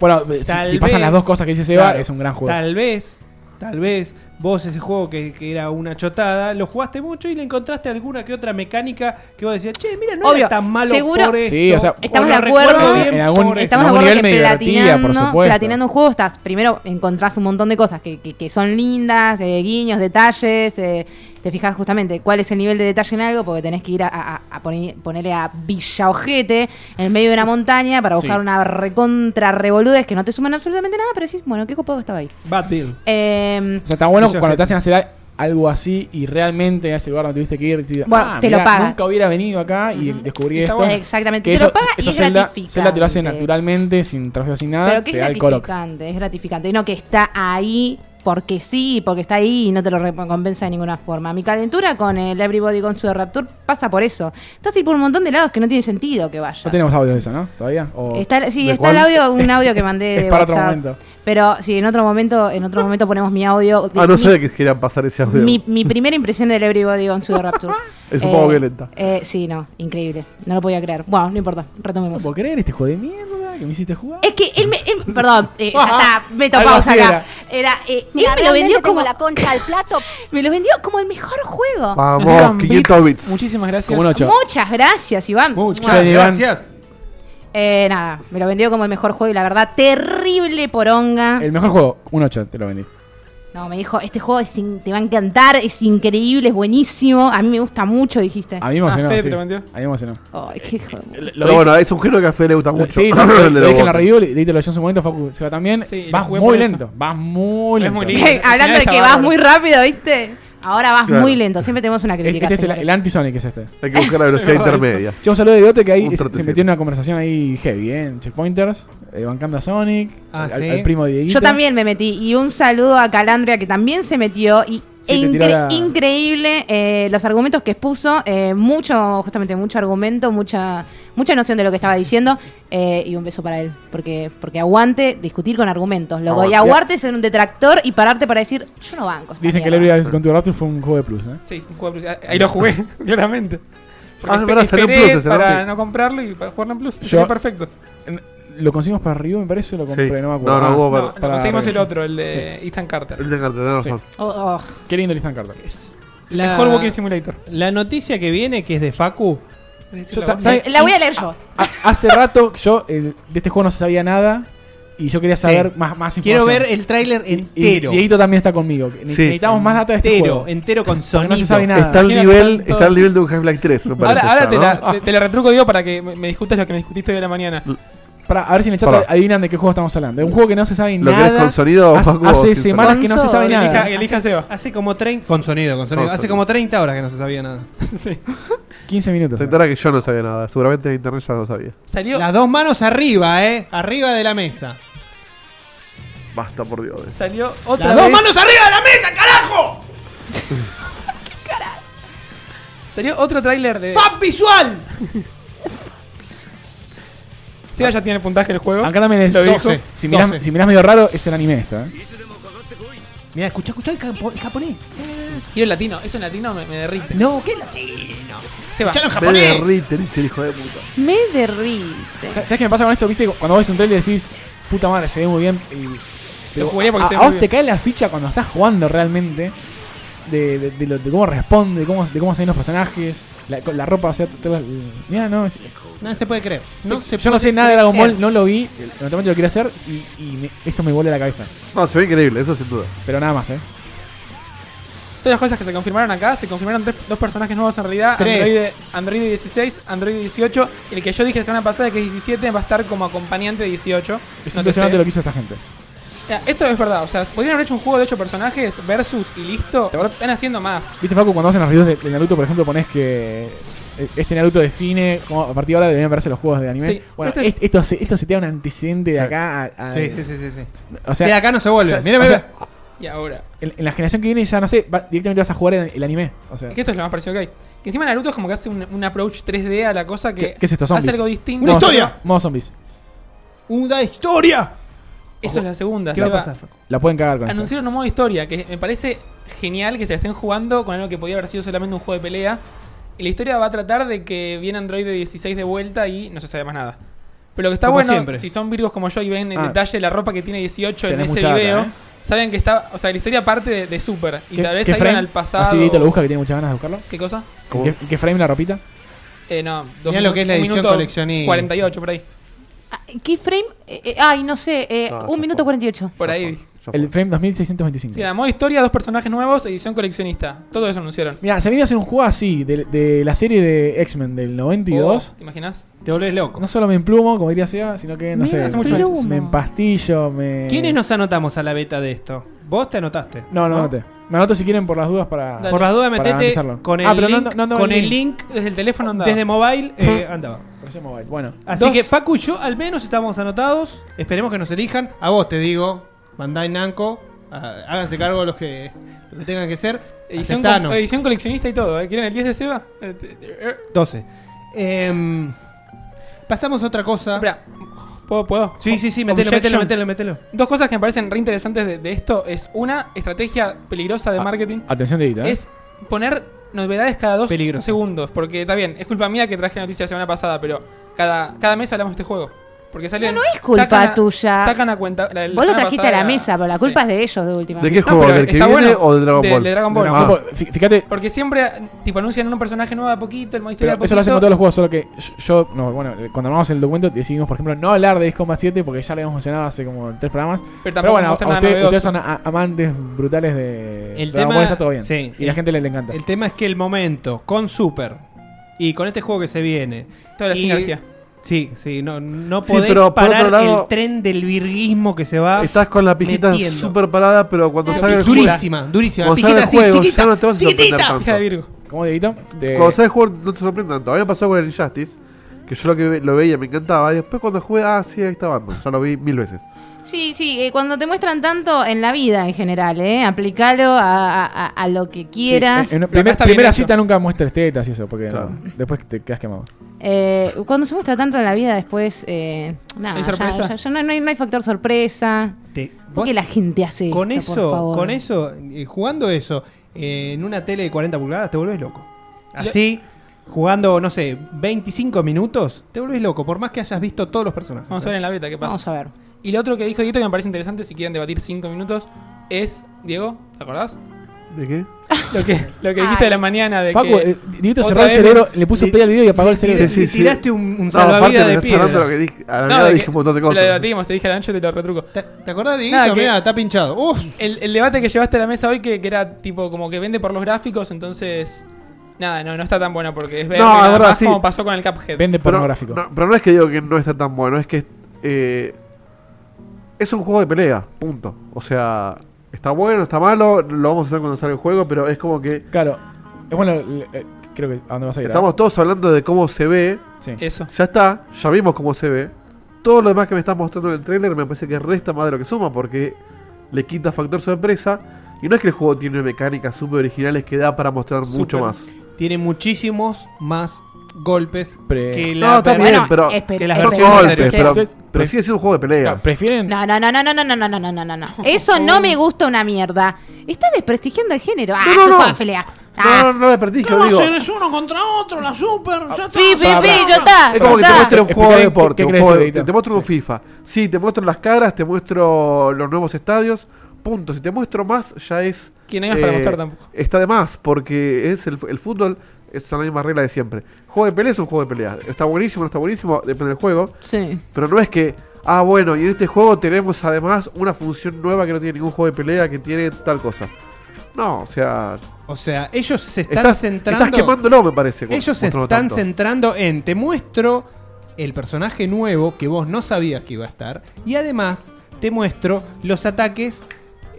S3: Bueno, eh, si,
S5: Tal
S3: si pasan
S5: vez.
S3: las dos cosas que dice Seba,
S5: Claro.
S3: es un gran juego.
S5: Tal vez, tal vez, vos ese juego que, que era una chotada, lo jugaste mucho y le encontraste alguna que otra mecánica que vos decías, che, mira, no
S2: Obvio,
S5: era tan malo
S2: seguro-
S5: por esto.
S3: Sí, o sea,
S2: Estamos
S5: O lo
S2: de acuerdo.
S5: recuerdo
S2: En-
S5: bien
S3: en algún-
S5: por esto.
S2: Estamos de
S3: algún
S2: acuerdo que
S3: nivel me divertía,
S2: platinando,
S3: por supuesto.
S2: platinando un juego estás, primero encontrás un montón de cosas que, que- que son lindas, eh, guiños, detalles, eh, te fijas justamente cuál es el nivel de detalle en algo, porque tenés que ir a, a- a poner- ponerle a Villa Ojete en medio de una montaña para buscar
S5: Sí.
S2: una recontra revoludez que no te suman absolutamente nada, pero decís, bueno, qué copado estaba ahí.
S5: Bad deal.
S2: Eh,
S3: O sea, está bueno
S5: Mucha
S3: cuando te
S5: gente.
S3: hacen hacer a- algo así y realmente a ese lugar donde tuviste que ir. decís, "Ah,
S2: Bueno, te lo paga.
S3: Nunca hubiera venido acá y descubrí
S4: Está
S3: esto.
S4: bueno.
S2: exactamente,
S3: Que
S2: te
S3: eso,
S2: lo paga y
S3: eso
S2: es
S3: Zelda,
S2: gratificante.
S3: Zelda te lo hace naturalmente, sin trofeo, sin nada.
S2: Pero que
S3: te
S2: es
S3: da el coloc.
S2: gratificante, es gratificante. Y no que está ahí porque sí, porque está ahí y no te lo recompensa de ninguna forma. Mi calentura con el Everybody Gone to the Rapture pasa por eso. Estás ir por un montón de lados que no tiene sentido que vayas.
S3: No tenemos audio de eso, ¿no? ¿Todavía? ¿O
S2: Está, sí,
S3: de
S2: está
S3: cuál?
S2: el audio, un audio que mandé de
S3: Es para otro
S2: WhatsApp.
S3: momento.
S2: Pero sí, en otro momento, en otro momento ponemos mi audio.
S1: Ah, no
S2: Mi-
S1: sé de qué quieran pasar ese audio.
S2: mi, mi primera impresión del Everybody Gone to the Rapture.
S1: Es un poco violenta.
S2: eh, sí, no, increíble. No lo podía creer. Bueno, no importa,
S3: ¿No
S2: retomemos.
S3: puedo creer este juego de mierda que me hiciste jugar?
S2: Es que él me. él- perdón, eh, ya está, meto
S3: Ah, Algo
S2: pausa
S3: así
S2: acá. Era, eh, él me lo vendió como.
S6: concha al plato.
S2: Me lo vendió como el mejor juego.
S1: Vamos, 500 bits.
S4: Muchísimas gracias.
S3: Como un ocho.
S2: Muchas gracias, Iván.
S3: Che, Iván,
S5: Gracias.
S2: Eh, nada, me lo vendió como el mejor juego y la verdad, terrible poronga.
S3: El mejor juego, un 8, te lo vendí.
S2: No, me dijo, este juego es in- te va a encantar, es increíble, es buenísimo. A mí me gusta mucho, dijiste.
S3: A mí me emocionó.
S4: Ah, Fede
S3: sí.
S4: te lo vendió.
S3: A mí me emocionó.
S2: Ay, qué hijo de puta.
S1: Pero bueno, es un género que a Fede le
S4: Ah,
S1: gusta mucho.
S3: Sí, lo,
S1: El de
S3: lo dije en la
S1: los
S3: review, le dije lo yo en su momento, Facu se va también.
S4: Sí, y lo
S3: vas
S4: jugué
S3: muy
S4: por eso.
S3: lento, vas muy
S4: Es
S3: lento. Este
S4: muy lindo. Al final
S2: Hablando de
S4: está
S2: que vas
S4: bárbaro.
S2: muy rápido, ¿viste? Ahora vas
S1: Claro.
S2: muy lento, siempre tenemos una
S3: Este
S2: crítica.
S3: es el,
S2: señores.
S3: el anti-Sonic, es este.
S1: Hay que buscar la velocidad intermedia.
S3: Che, un saludo de Diote que ahí
S1: Un
S3: es- se
S1: trotecito.
S3: metió en una conversación ahí heavy, ¿eh? En Checkpointers, eh, bancando a Sonic,
S5: Ah,
S3: al,
S5: sí.
S3: al primo de Dieguito.
S2: Yo también me metí. Y un saludo a Calandria que también se metió. Y
S3: Sí,
S2: e
S3: te tiró
S2: incre-
S3: la-
S2: increíble eh, los argumentos que expuso. eh, mucho, justamente, mucho argumento, mucha, mucha noción de lo que estaba diciendo. eh, y un beso para él. Porque, porque aguante discutir con argumentos. Lo Y
S3: Aguante.
S2: aguante ser un detractor y pararte para decir, yo no banco. esta
S3: Dicen que
S2: mierda".
S3: Lebry con tu Raptor fue un juego de plus, ¿eh?
S4: Sí, un juego de Plus. Ahí lo jugué, claramente.
S1: Ah,
S4: espe-
S1: es verdad, salió en
S4: esperé
S1: Plus ese, ¿no?
S4: para
S1: Sí.
S4: no comprarlo y para jugarlo en Plus.
S3: Yo-
S4: Salió perfecto.
S3: Lo conseguimos para review, me parece, o lo compré,
S1: Sí.
S3: no me acuerdo.
S1: No, no,
S3: Ah,
S1: hubo-
S4: No,
S1: Para-
S4: no,
S3: para-
S4: conseguimos el otro, el de Ethan Carter.
S1: Tenés razón.
S2: Oh, oh.
S3: Qué lindo el Ethan Carter.
S4: Es
S5: La-
S4: Mejor Walking Simulator.
S5: La noticia que viene, que es de Facu,
S3: Yo, sa- ¿sabe?
S2: Eh, La voy a leer yo.
S3: Ha- Hace rato yo el- de este juego no sabía nada y yo quería saber
S5: Sí.
S3: más, más
S5: quiero
S3: información.
S5: ver el tráiler entero.
S3: Y Dieguito también está conmigo. que ne-
S1: Sí.
S3: Necesitamos más data de este
S5: entero,
S3: juego.
S5: entero con
S3: Porque
S5: sonido.
S3: no se sabe nada.
S1: Está al
S4: Imagino
S1: nivel,
S4: que
S1: está
S4: están
S1: al
S4: todos-
S1: nivel de un Half-Life 3, me parece.
S4: Ahora, ahora
S1: ya,
S4: te,
S1: ¿no? Ah,
S4: la, te, te la retruco, digo, para que me, me discutas lo que me discutiste hoy a la mañana.
S3: Para, a ver si en el chat
S1: Pará.
S3: adivinan de qué juego estamos hablando. De un juego que no se sabe
S1: ¿Lo
S3: nada.
S1: querés con sonido o
S3: hace,
S1: Facu,
S3: hace
S1: sin
S3: semanas
S2: sonido?
S3: que no se sabe
S2: Con
S4: Elija,
S3: nada.
S4: elija Seba.
S5: Hace como 30. Con sonido, con sonido.
S1: Con
S5: Hace
S1: sonido.
S5: como 30 horas que no se sabía nada.
S4: Sí.
S3: 15 minutos.
S1: Se entera que yo no sabía nada. Seguramente en internet ya no sabía.
S4: Salió,
S5: Las dos manos arriba, eh. Arriba de la mesa.
S1: Basta, por Dios.
S4: salió otra
S5: Las dos
S4: vez.
S5: manos arriba de la mesa, carajo.
S4: Salió otro tráiler de.
S5: ¡Fab visual!
S4: Seba ya tiene el puntaje del juego.
S3: Acá también es
S4: Lo
S3: doce.
S4: dijo.
S3: Si mirás,
S5: Doce.
S3: si mirás medio raro, es el anime esta. ¿eh?
S5: Mira, escuchá, escuchá el, campo- el japonés.
S4: Quiero el latino. Eso en latino me, me derrite.
S5: No, qué latino.
S4: Seba.
S5: Escuchalo en
S1: Me
S5: japonés.
S1: derrite, dice el hijo de puta.
S2: Me derrite.
S3: Sa- ¿Sabes qué me pasa con esto? ¿Viste? Cuando ves un trailer decís, puta madre, se ve muy bien. Y, pero
S4: jugaría porque
S3: a,
S4: se ve
S3: a
S4: muy
S3: vos te
S4: bien.
S3: cae la ficha cuando estás jugando realmente. De, de- de lo- de cómo responde, de cómo, de cómo se ven los personajes, la, con la ropa, o sea, todas las- Mira, no, es-
S5: No se puede creer. No se
S3: yo no
S5: puede
S3: sé nada de
S5: creer.
S3: Dragon Ball, no lo vi, eventualmente lo quería hacer y, y me- esto me vuelve la cabeza.
S1: No, se ve increíble, eso sin duda.
S3: Pero nada más, ¿eh?
S4: Todas las cosas que se confirmaron acá, se confirmaron tres- dos personajes nuevos en realidad.
S5: Tres.
S4: Android, Android 16, Android 18. El que yo dije la semana pasada que es 17 va a estar como acompañante de 18.
S3: Es
S4: No te sé.
S3: impresionante lo que hizo esta gente.
S4: Ya, Esto es verdad, o sea, podrían haber hecho un juego de 8 personajes versus y listo.
S3: La verdad-
S4: Están haciendo más.
S3: Viste, Facu, cuando hacen los reviews de, de Naruto, por ejemplo, pones que eh, este Naruto define cómo a partir de ahora deberían verse los juegos de anime.
S4: Sí,
S3: Bueno,
S4: esto es-
S3: est- esto, se, esto se te da un antecedente de
S5: Sí.
S3: acá a. a-
S5: Sí, sí, sí, sí. sí.
S3: O
S5: Sí,
S3: sea,
S5: acá no se vuelve.
S3: o sea,
S5: Mirá,
S3: o
S5: mirá,
S3: sea,
S5: mirá.
S4: Y ahora.
S3: en, en la generación que viene ya no sé, va- directamente vas a jugar el, el anime. O sea,
S4: Es que esto es lo más parecido que hay. Que encima Naruto es como que hace un, un approach 3D a la cosa que
S3: ¿Qué- qué es esto,
S4: hace
S3: zombies?
S4: algo distinto.
S5: Una historia.
S3: Modo zombies.
S5: Una historia.
S4: Eso es la segunda.
S5: ¿Qué va a
S4: Seba.
S5: pasar, Facu?
S3: La pueden cagar con esto.
S4: Anunciaron un modo historia que me parece genial que se la estén jugando con algo que podía haber sido solamente un juego de pelea. Y la historia va a tratar de que viene Android 16 de vuelta y no se sabe más nada. Pero lo que está
S5: Como
S4: bueno,
S5: siempre.
S4: si son virgos como yo y ven el
S3: Ah.
S4: detalle de la ropa que tiene 18 en
S3: Tenés
S4: ese
S3: mucha data,
S4: video,
S3: ¿eh?
S4: saben que está. O sea, la historia parte de, de Super. Y
S3: ¿Qué-
S4: tal vez
S3: qué
S4: ahí van
S3: frame?
S4: al pasado.
S5: Ah,
S3: Así Dieguito lo busca que tiene muchas ganas de buscarlo.
S4: ¿Qué cosa?
S3: ¿En qué, en qué frame la ropita?
S4: Eh, no, dos
S5: Mirá lo
S4: minu-
S5: que es la
S4: un
S5: edición
S4: minuto
S5: coleccionista.
S4: 48, por ahí.
S2: Ah, ¿Qué frame? Eh, eh, ay, no sé. Eh,
S1: No, ya
S2: un minuto
S1: fue.
S2: 48.
S4: Por ahí.
S3: El frame 2625.
S4: Sí, nada, modo historia, dos personajes nuevos, edición coleccionista. Todo eso anunciaron.
S3: Mira, se me iba a hacer un juego así de, de la serie de X-Men del 92.
S4: Oh, ¿Te imaginas?
S5: Te volvés loco.
S3: No solo me emplumo, como diría Seba, sino que, no
S2: Me
S3: sé,
S2: emplumo.
S3: me empastillo, me...
S5: ¿Quiénes nos anotamos a la beta de esto? Vos te anotaste.
S3: No, no, anoté. Me anoto si quieren por las dudas para...
S4: Dale.
S5: Por las dudas,
S3: Para
S5: metete
S3: analizarlo.
S5: con el
S3: Ah, pero no-
S5: link.
S3: no andaba
S5: con
S3: el
S5: el link.
S4: Desde el teléfono andaba.
S5: Desde mobile eh, andaba.
S3: Pero sea mobile. Bueno,
S5: Así
S3: Dos-
S5: que Facu y yo al menos estamos anotados. Esperemos que nos elijan. A vos te digo, Bandai Namco. ah, háganse cargo los que, los que tengan que ser.
S4: Edición,
S5: Aceptanos.
S4: co- edición coleccionista y todo, ¿eh? ¿Quieren el 10 de Seba? Eh, te- te- eh,
S5: 12. Em, pasamos a otra
S3: Ah.
S5: cosa.
S4: Espera, ¿puedo? puedo?
S5: Sí, sí, sí, metelo,
S4: Objection.
S5: metelo, metelo, metelo.
S4: Dos cosas que me parecen re interesantes de, de esto es una estrategia peligrosa de
S3: Ah,
S4: marketing.
S3: Atención, Dieguito, ¿eh?
S4: Es poner novedades cada dos
S5: Peligroso.
S4: segundos. Porque está bien, es culpa mía que traje noticias la semana pasada, pero cada, cada mes hablamos de este juego. Porque salen,
S2: No, no es culpa
S4: sacan a-
S2: tuya.
S4: Sacan a cuenta. la- la
S2: Vos lo
S4: semana
S2: trajiste
S4: pasada
S2: a la
S4: era-
S2: mesa, pero la
S4: sí.
S2: culpa es de ellos de última.
S1: ¿De qué
S4: No,
S1: juego?
S4: pero
S1: ¿Del que
S4: está
S1: viene
S4: bueno.
S1: o de Dragon
S4: De-
S1: Ball?
S4: de Dragon Ball.
S1: Ah.
S3: Tipo, fí- Fíjate,
S4: Porque siempre tipo, anuncian un personaje nuevo a poquito, el modo historia
S3: pero
S4: de a
S3: eso lo hacen
S4: poquito.
S3: con todos los juegos, solo que yo- yo, no, bueno, eh, cuando armamos el documento decidimos, por ejemplo, no hablar de x 7 porque ya lo habíamos mencionado hace como tres programas.
S4: Pero
S3: Pero
S4: tampoco
S3: bueno, a
S4: muestran nada
S3: usted-
S4: novedoso.
S3: ustedes son a- amantes brutales de
S5: El
S3: Dragon
S5: tema-
S3: Ball, está todo bien.
S5: sí.
S3: y la gente le, le encanta.
S5: El tema es que el momento con Super y con este juego que se viene.
S4: Toda la
S5: y-
S4: sinergia.
S5: Sí, sí, no, no
S1: Sí,
S5: podés
S1: pero por
S5: parar
S1: otro lado-
S5: el tren del virguismo que se va.
S1: Estás con la pijita
S5: metiendo.
S1: super parada, pero cuando
S2: La
S1: salga el juego.
S5: durísima, durísima.
S1: Cuando salga el
S5: Pijita así,
S1: juego,
S5: chiquita.
S1: ya no te vas a sorprender
S5: chiquitita.
S1: tanto.
S4: Hija de Virgo.
S3: ¿Cómo, Dieguito? Te-
S1: Cuando salga el juego, no te sorprendan tanto. A mí me pasó con el Injustice, que yo lo que ve- lo veía me encantaba. Y después cuando jugué, ah, sí, ahí está Bando. Ya lo vi mil veces.
S2: Sí, sí, eh, cuando te muestran tanto en la vida en general, ¿eh? Aplicalo a, a- a- a lo que
S3: Sí,
S2: quieras.
S3: en- en-
S4: Pero
S3: primer-
S4: acá está bien
S3: primera
S4: hecho.
S3: cita nunca muestres tetas y eso, porque
S1: Claro.
S3: no, después te quedas quemado.
S2: Eh, cuando se muestra tanto en la vida, después. eh, nada,
S4: ¿Hay
S2: ya-
S4: sorpresa?
S2: ya- ya no, no hay, no hay factor sorpresa.
S5: Te-
S2: ¿Por
S5: vos-
S2: qué la gente hace
S5: con
S2: esto, por
S5: eso,
S2: favor?
S5: con eso, eh, jugando eso eh, en una tele de 40 pulgadas te vuelves loco. Así, jugando, no sé, 25 minutos, te vuelves loco, por más que hayas visto todos los personajes.
S4: Vamos a ver en la beta qué pasa.
S2: Vamos a ver.
S4: Y lo otro que dijo Dieguito que me parece interesante, si quieren debatir cinco minutos, es, Diego, ¿te acordás?
S1: ¿De qué?
S4: Lo que, lo que dijiste
S2: Ay.
S4: de la mañana de
S3: Facu,
S4: que...
S3: eh, Dieguito
S4: otra
S3: cerró el
S4: vez
S3: cerebro, le puso
S5: le-
S3: play al video y apagó el
S5: Tira-
S3: cerebro.
S1: Sí, sí,
S5: le
S1: sí.
S5: tiraste un, un
S1: No, aparte,
S5: salvavidas
S1: me
S5: de
S1: estás hablando lo
S5: piedra.
S1: que dije. A la
S4: No,
S1: mierda
S4: de
S1: dije
S4: que-
S1: un montón de
S4: Lo
S1: cosas.
S4: debatimos, te dije a la noche y te lo retruco.
S5: ¿Te, te acordás de
S4: Nada,
S5: Nada,
S4: que-
S5: Mirá, está pinchado. Uf.
S4: El, el debate que llevaste a la mesa hoy, que, que era tipo como que vende por los gráficos, entonces... Nada, no, no está tan bueno porque es ver
S1: No,
S4: que
S1: es
S4: nada
S1: verdad,
S4: más
S1: sí.
S4: como pasó con el Cuphead.
S3: Vende
S1: Pero
S3: pornográfico.
S1: No, pero no es que digo que no está tan bueno, es que eh, es un juego de pelea, punto. O sea, está bueno, está malo, lo vamos a hacer cuando salga el juego, pero es como que
S3: Claro. Es bueno, le- eh, creo que a dónde vas a ir.
S1: estamos todos hablando de cómo se ve,
S3: ahora? Sí.
S4: Eso.
S1: ya está, ya vimos cómo se ve. Todo lo demás que me estás mostrando en el trailer me parece que resta más de lo que suma porque le quita factor sorpresa. Y no es que el juego tiene mecánicas super originales que da para mostrar mucho
S4: Súper.
S1: más.
S5: Tiene muchísimos más golpes
S3: Pre-
S5: que la
S1: no, está
S5: verdad-
S1: bien,
S2: Bueno,
S1: pero-
S2: espe-
S5: que las
S1: Son
S5: versiones
S1: golpes,
S5: anteriores.
S1: pero,
S3: Entonces,
S1: pero
S3: pre-
S1: sigue siendo un juego de pelea.
S3: Claro, prefieren.
S2: No, no, no, no, no, no, no, no, no, no, no, no. Eso no me gusta una mierda. Estás desprestigiando el género. Ah,
S1: No, no,
S2: se
S1: no.
S2: juega a pelear. Ah,
S1: No, no, no, desperdicio, digo.
S5: uno contra otro, la super.
S2: pi, pi,
S3: Para,
S2: pi,
S3: para.
S2: yo está.
S1: Es como que
S2: yo
S1: te
S2: está.
S1: muestran un juego de
S3: Explicaré
S1: deporte.
S3: qué
S1: un
S3: crees,
S1: juego de-
S3: Edito.
S1: te muestro un
S3: Sí.
S1: FIFA. Sí, te muestro las caras, te muestro los nuevos estadios. Punto. Si te muestro más, ya es. eh,
S4: Que no hay más para mostrar tampoco.
S1: Está de más, porque es el, el fútbol es la misma regla de siempre. Juego de pelea es un juego de pelea. Está buenísimo, no está buenísimo, depende del juego.
S2: Sí.
S1: Pero no es que. Ah, bueno, y en este juego tenemos además una función nueva que no tiene ningún juego de pelea, que tiene tal cosa. No, o sea.
S5: O sea, ellos se están
S1: Estás,
S5: centrando.
S1: estás quemándolo, me parece. con-
S5: Ellos se
S1: mostrándolo
S5: están
S1: tanto.
S5: centrando en te muestro el personaje nuevo que vos no sabías que iba a estar y además te muestro los ataques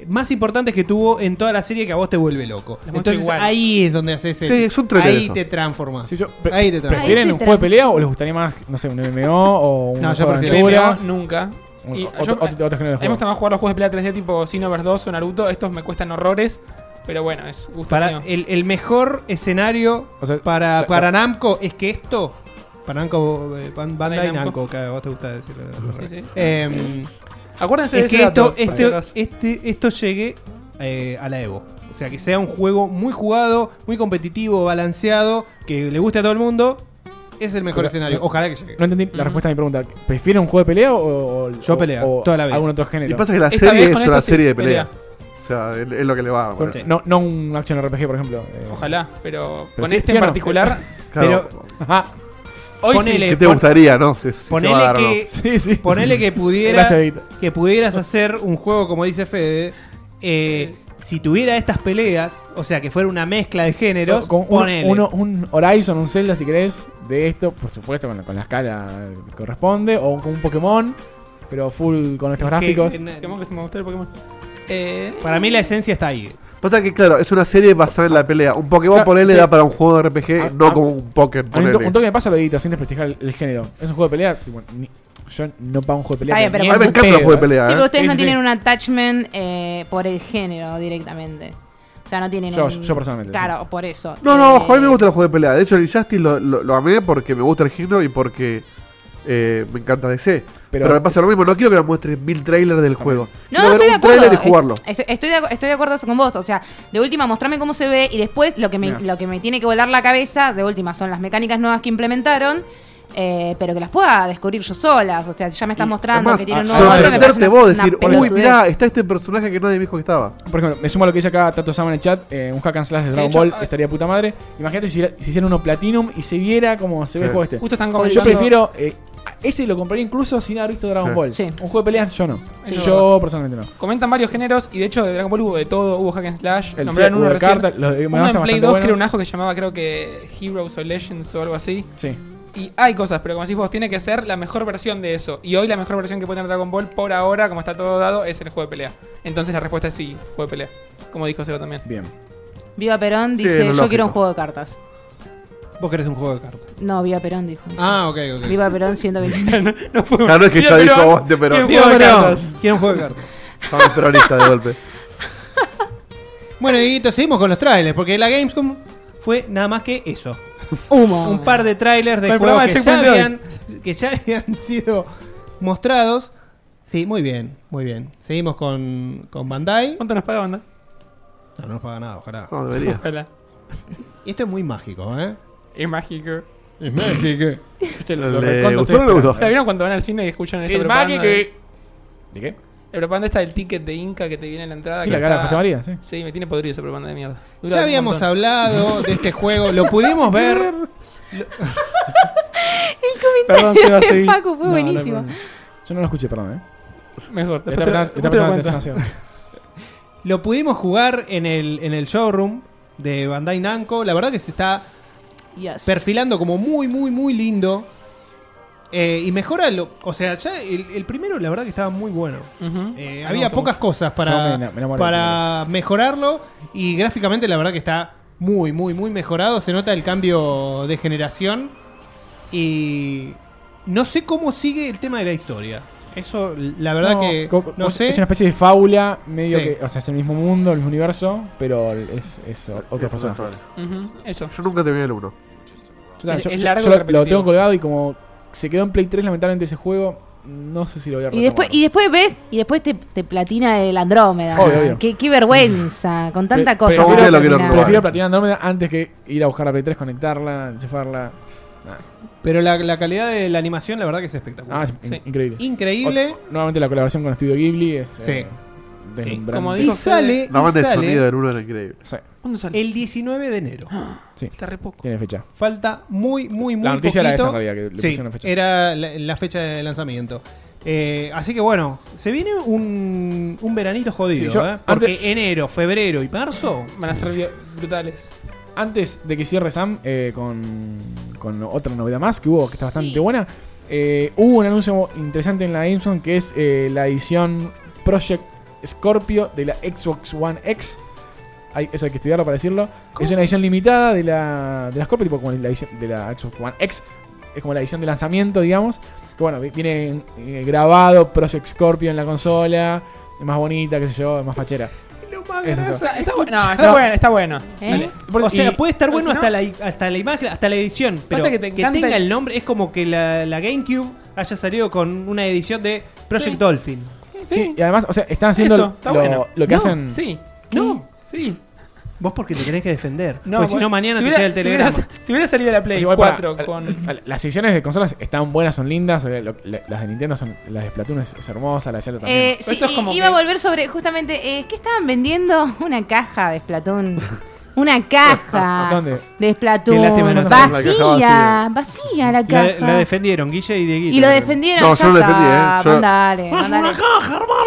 S5: más importantes que tuvo en toda la serie que a vos te vuelve loco.
S4: muestro
S5: Entonces
S4: igual.
S5: ahí es donde haces el
S1: Sí, es un trailer
S5: ahí
S1: eso.
S5: te transformas.
S3: Sí, yo- pre-
S5: ahí te transformas.
S3: ¿Prefieren
S2: Ahí te
S3: un juego de
S2: tra-
S3: pelea o les gustaría más, no sé, un MMO o un
S5: No, yo
S3: juego de
S5: prefiero
S3: aventura?
S4: MMO nunca.
S3: Un-
S4: Y
S3: otro-
S4: yo-
S3: otro- otro género de
S4: a mí me
S3: juego.
S4: gusta más jugar los juegos de pelea 3D tipo Xenoverse 2 o Naruto. Estos me cuestan horrores, pero bueno, es gusto
S5: Para eh,
S4: mío.
S5: el, el mejor escenario
S3: O sea,
S5: para,
S3: la-
S5: para Namco es que esto. Para Namco, eh, Ban- Bandai
S4: Namco.
S5: Namco, que a vos te gusta decirlo.
S4: Sí, sí.
S5: Em,
S4: Acuérdense
S5: es
S4: de
S5: que
S4: ese dato.
S5: esto,
S4: por si
S5: este,
S4: acaso.
S5: este- esto llegue eh, a la Evo. O sea, que sea un juego muy jugado, muy competitivo, balanceado, que le guste a todo el mundo. Es el mejor
S3: Pero- eh,
S5: escenario. Ojalá que llegue.
S3: No entendí la respuesta a mi pregunta. ¿Prefieren un juego de pelea o, o-
S5: Yo
S3: o-
S5: pelea,
S3: o
S5: toda la vida.
S3: algún otro
S1: Y
S3: género?
S1: pasa que la
S4: Esta
S1: serie
S4: vez
S1: es
S4: con
S1: una
S4: esto sí,
S1: serie de pelea.
S4: pelea.
S1: O sea, es, es lo que le va a poner.
S5: Sí.
S3: No, no un action RPG, por ejemplo. eh.
S4: Ojalá, pero,
S3: Pero
S4: con
S3: sí-
S4: este
S3: sí o
S4: en
S3: no.
S4: particular,
S1: Claro,
S3: Ajá.
S4: hoy
S5: Ponele.
S4: sí.
S1: ¿Qué te
S5: pon-
S1: gustaría, no? Si- si se
S5: Ponele
S1: va a dar o no.
S5: que,
S3: Sí, sí.
S5: ponele que pudiera.
S3: Gracias, Edith.
S5: que pudieras hacer un juego como dice Fede, eh, si tuviera estas peleas, o sea, que fuera una mezcla de géneros,
S3: Con un,
S5: ponele.
S3: uno- un Horizon, un Zelda, si querés, de esto, por supuesto, con la, con la escala que corresponde, o con un Pokémon, pero full con estos
S5: Que-
S3: gráficos.
S5: en-
S4: Pokémon, que se me gustó el Pokémon. Eh,
S5: para mí la esencia está ahí.
S1: Pasa que, claro, es una serie basada en la pelea. Un Pokémon
S3: Claro,
S1: ponele
S3: sí.
S1: da para un juego de RPG,
S3: Ah,
S1: no
S3: ah,
S1: como un Pokémon
S3: A mí un to-
S1: ponele.
S3: un toque me pasa lo edito, sin desprestigiar el, el género. Es un juego de pelea. tipo, ni- yo no pago un juego de pelea.
S2: Está bien, pero
S1: A
S3: ni
S1: mí me
S3: en
S1: encantan los
S3: pedo,
S1: juegos de
S2: Sí,
S3: ¿eh?
S2: pero
S1: pelea, ¿eh?
S2: ustedes
S3: Sí,
S2: no
S3: sí,
S2: tienen
S3: sí.
S2: un attachment eh, por el género directamente. O sea, no tienen
S3: Yo-
S2: un-
S3: yo personalmente,
S2: Claro, por eso.
S1: No, no,
S2: Eh,
S1: ojo, a mí me gustan los juegos de pelea. De hecho, el Injustice lo, lo, lo amé porque me gusta el género y porque eh, me encanta DC. Pero,
S3: Pero
S1: me pasa lo mismo, no quiero que me muestres mil trailers del juego.
S2: No,
S1: Quiero
S2: no,
S1: ver
S2: estoy de
S1: un trailer
S2: acuerdo.
S1: y jugarlo.
S2: Es- Estoy, estoy de, acu- estoy de acuerdo eso con vos. O sea, de última, mostrame cómo se ve y después lo que, me, lo que me tiene que volar la cabeza, de última, son las mecánicas nuevas que implementaron, eh, pero que las pueda descubrir yo solas. O sea, si ya me estás mostrando
S1: Además,
S2: que tiene un nuevo orden, me parece
S1: sorprenderte
S2: una-
S1: vos,
S2: una
S1: decir, uy,
S2: pelotudez".
S1: mirá, está este personaje que nadie me dijo que estaba.
S3: Por ejemplo, me sumo a lo que dice acá Tato Sama en el chat. eh, un hack and slash de Dragon
S4: hecho,
S3: Ball
S4: ah,
S3: estaría puta madre. Imagínate si, si hicieran uno Platinum y se viera como se
S1: Sí.
S3: ve el juego este.
S4: Justo están
S3: Yo
S4: comentando.
S3: prefiero. eh, ese lo compraría incluso sin haber visto Dragon
S1: Sí.
S3: Ball.
S2: Sí.
S3: Un juego de peleas, yo no.
S4: Sí.
S3: Yo personalmente no.
S4: Comentan varios géneros y de hecho de Dragon Ball hubo de todo, hubo hack and slash,
S3: El
S4: nombraron
S3: Jet,
S4: uno
S3: hubo de
S4: recién.
S3: cartas, los de Game
S4: uno
S3: Master
S4: en Play
S3: bastante
S4: 2 que era
S3: buenos.
S4: un ajo que se llamaba creo que Heroes o Legends o algo así.
S3: Sí.
S4: Y hay cosas, pero como decís vos, tiene que ser la mejor versión de eso. Y hoy la mejor versión que puede tener Dragon Ball por ahora, como está todo dado, es el juego de pelea. Entonces la respuesta es sí, juego de pelea. Como dijo Seba también.
S3: Bien.
S2: Viva Perón
S1: Sí,
S2: dice,
S1: no,
S2: yo
S1: lógico.
S2: quiero un juego de cartas.
S5: Vos querés un juego de cartas.
S2: No, Viva Perón dijo.
S5: Ah, ok, ok.
S2: Viva Perón 120.
S4: No fue
S1: Claro, es que
S4: Viva
S1: ya dijo
S4: Perón.
S1: vos de Perón.
S4: Viva Perón.
S5: Quiero un juego de cartas.
S1: Somos peronistas de golpe.
S5: Bueno, Dieguito, seguimos con los trailers, porque la Gamescom fue nada más que eso.
S2: Humo.
S5: Un par de trailers de
S4: Para el programa
S5: juegos que
S4: de
S5: ya, habían,
S4: Checkpoint
S5: que ya habían sido mostrados. Sí, muy bien, muy bien. Seguimos con, con Bandai.
S4: ¿Cuánto nos paga banda?
S5: No, no nos paga nada, ojalá.
S1: No, debería.
S4: Ojalá.
S5: Y esto es muy mágico, ¿eh?
S4: Es mágico.
S5: Es mágico.
S1: Le
S3: reconto
S1: gustó o no le
S3: estoy
S1: gustó.
S4: ¿La vieron cuando van al cine y escuchan esta propaganda? de-
S3: ¿De qué?
S4: La propaganda está del ticket de Inca que te viene en la entrada.
S3: Sí,
S4: Ah, que
S3: la cara de
S4: está-
S3: José María, sí.
S4: Sí, me tiene podrido esa propaganda de mierda. Dura
S5: Ya
S4: un
S5: habíamos
S4: montón.
S5: hablado de este juego, lo pudimos ver.
S4: Perdón, Seba, seguí.
S2: Paco, fue
S3: No, no hay
S2: buenísimo.
S3: problema. Yo no lo escuché, perdón, ¿eh?
S4: Mejor.
S3: Está
S4: después te-
S3: apretando-
S4: después
S3: está
S4: te lo cuento.
S3: apretando atención demasiado.
S5: Lo pudimos jugar en el, en el showroom de Bandai Namco. La verdad que se está
S2: Yes.
S5: perfilando como muy, muy, muy lindo. Eh, y mejora lo. O sea, ya el, el primero, la verdad que estaba muy bueno.
S4: Ujú.
S5: Eh,
S4: Me
S5: había
S4: gustó
S5: pocas cosas para,
S3: Yo me ena- me enamoré
S5: para mejorarlo. Y gráficamente, la verdad que está muy, muy, muy mejorado. Se nota el cambio de generación. Y. No sé cómo sigue el tema de la historia. Eso, la verdad
S3: No,
S5: que.
S3: co- co-
S5: No sé.
S3: Es una especie de fábula, medio
S5: Sí.
S3: que. O sea, es el mismo mundo, el mismo universo, pero es, es o- otro personaje.
S4: Ujú, Eso.
S1: Yo nunca terminé el 1.
S3: Yo-
S4: Es-
S3: yo-
S4: es
S3: yo-
S4: largo
S3: yo
S4: y
S3: lo- lo
S4: repetitivo.
S3: tengo colgado y como se quedó en Play 3, lamentablemente ese juego, no sé si lo voy a
S2: Y
S3: retomar.
S2: después, y después ves, y después te, te platina el Andrómeda.
S3: Obvio, obvio.
S2: Qué, qué vergüenza, con tanta
S3: Pre-
S2: cosa.
S1: prefiero lo que
S2: para
S1: lo
S2: terminar.
S1: probar.
S3: Prefiero platinar Andrómeda antes que ir a buscar la Play 3, conectarla, enchufarla.
S5: Pero la, la calidad de la animación, la verdad que es espectacular.
S3: Ah, es in-
S4: Sí.
S3: increíble.
S5: Increíble.
S3: Ot- nuevamente la colaboración con Studio Ghibli es.
S5: Sí.
S3: eh, deslumbrante.
S4: Como
S5: Y
S4: dijo Fede-
S5: sale,
S1: La
S5: y
S1: banda de
S5: sale
S1: sonido del 1 era increíble.
S3: Sí,
S4: ¿Cuándo sale?
S5: el 19 de enero.
S3: sí,
S4: Está re poco.
S3: tiene fecha.
S5: Falta muy, muy, muy
S3: La noticia era
S5: poquito.
S3: esa en realidad, que le
S5: Sí,
S3: pusieron fecha.
S5: era la, la fecha de lanzamiento. Eh, así que bueno, se viene un, un veranito jodido,
S3: Sí, yo-
S5: ¿eh? Porque
S3: antes-
S5: enero, febrero y marzo.
S4: Van a ser vi- brutales.
S3: Antes de que cierre Sam eh, con, con otra novedad más que hubo, que está bastante
S2: Sí.
S3: buena, eh, hubo un anuncio interesante en la Gamescom que es eh, la edición Project Scorpio de la Xbox One X. Hay, eso hay que estudiarlo para decirlo. Es una edición limitada de la, de la Scorpio, tipo como la edición de la Xbox One X. Es como la edición de lanzamiento, digamos. Que bueno, vi- viene eh, grabado Project Scorpio en la consola. Es más bonita, qué sé yo, es más fachera. Es eso.
S4: Está, está bueno, no, está bueno, está bueno.
S2: ¿Eh?
S4: Dale.
S5: o sea,
S3: y-
S5: puede estar bueno
S4: si no-
S5: hasta, la, hasta la imagen, hasta la edición. Pero
S4: que
S5: que,
S4: te encanta
S5: tenga
S4: el-
S5: el nombre, es como que la, la GameCube haya salido con una edición de Project
S4: Sí.
S5: Dolphin.
S4: Sí,
S3: Sí. y además, o sea, están haciendo
S4: Eso, está
S3: lo,
S4: bueno.
S3: lo que
S5: No,
S3: hacen.
S4: Sí.
S5: No.
S4: Sí.
S5: Vos porque te tenés que defender.
S4: No,
S5: porque Pues si
S4: bueno,
S5: no, mañana
S4: si
S5: te
S4: hubiera-
S5: llega el
S4: si
S5: telegrama.
S4: hubiera- Si hubiera salido la Play
S3: Igual para-
S4: 4
S3: al-
S4: con.
S3: al- las secciones de consolas están buenas, son lindas. eh, lo- le- las de Nintendo son. Las de Splatoon es, es hermosa, la de Zelda también.
S2: Eh, sí,
S4: Esto es
S2: i-
S4: como
S2: iba a
S4: que-
S2: volver sobre justamente eh, ¿qué estaban vendiendo una caja de Splatoon. Una caja
S3: ¿Dónde?
S2: de Splatoon.
S5: Qué lástima que no está
S1: en la caja
S2: vacía, vacía la
S5: La,
S2: caja.
S5: la defendieron, Guille y Dieguito.
S2: y lo defendieron.
S1: No,
S2: ya
S1: yo lo
S2: está,
S1: defendí, ¿eh? Yo-
S2: mandale, mandale.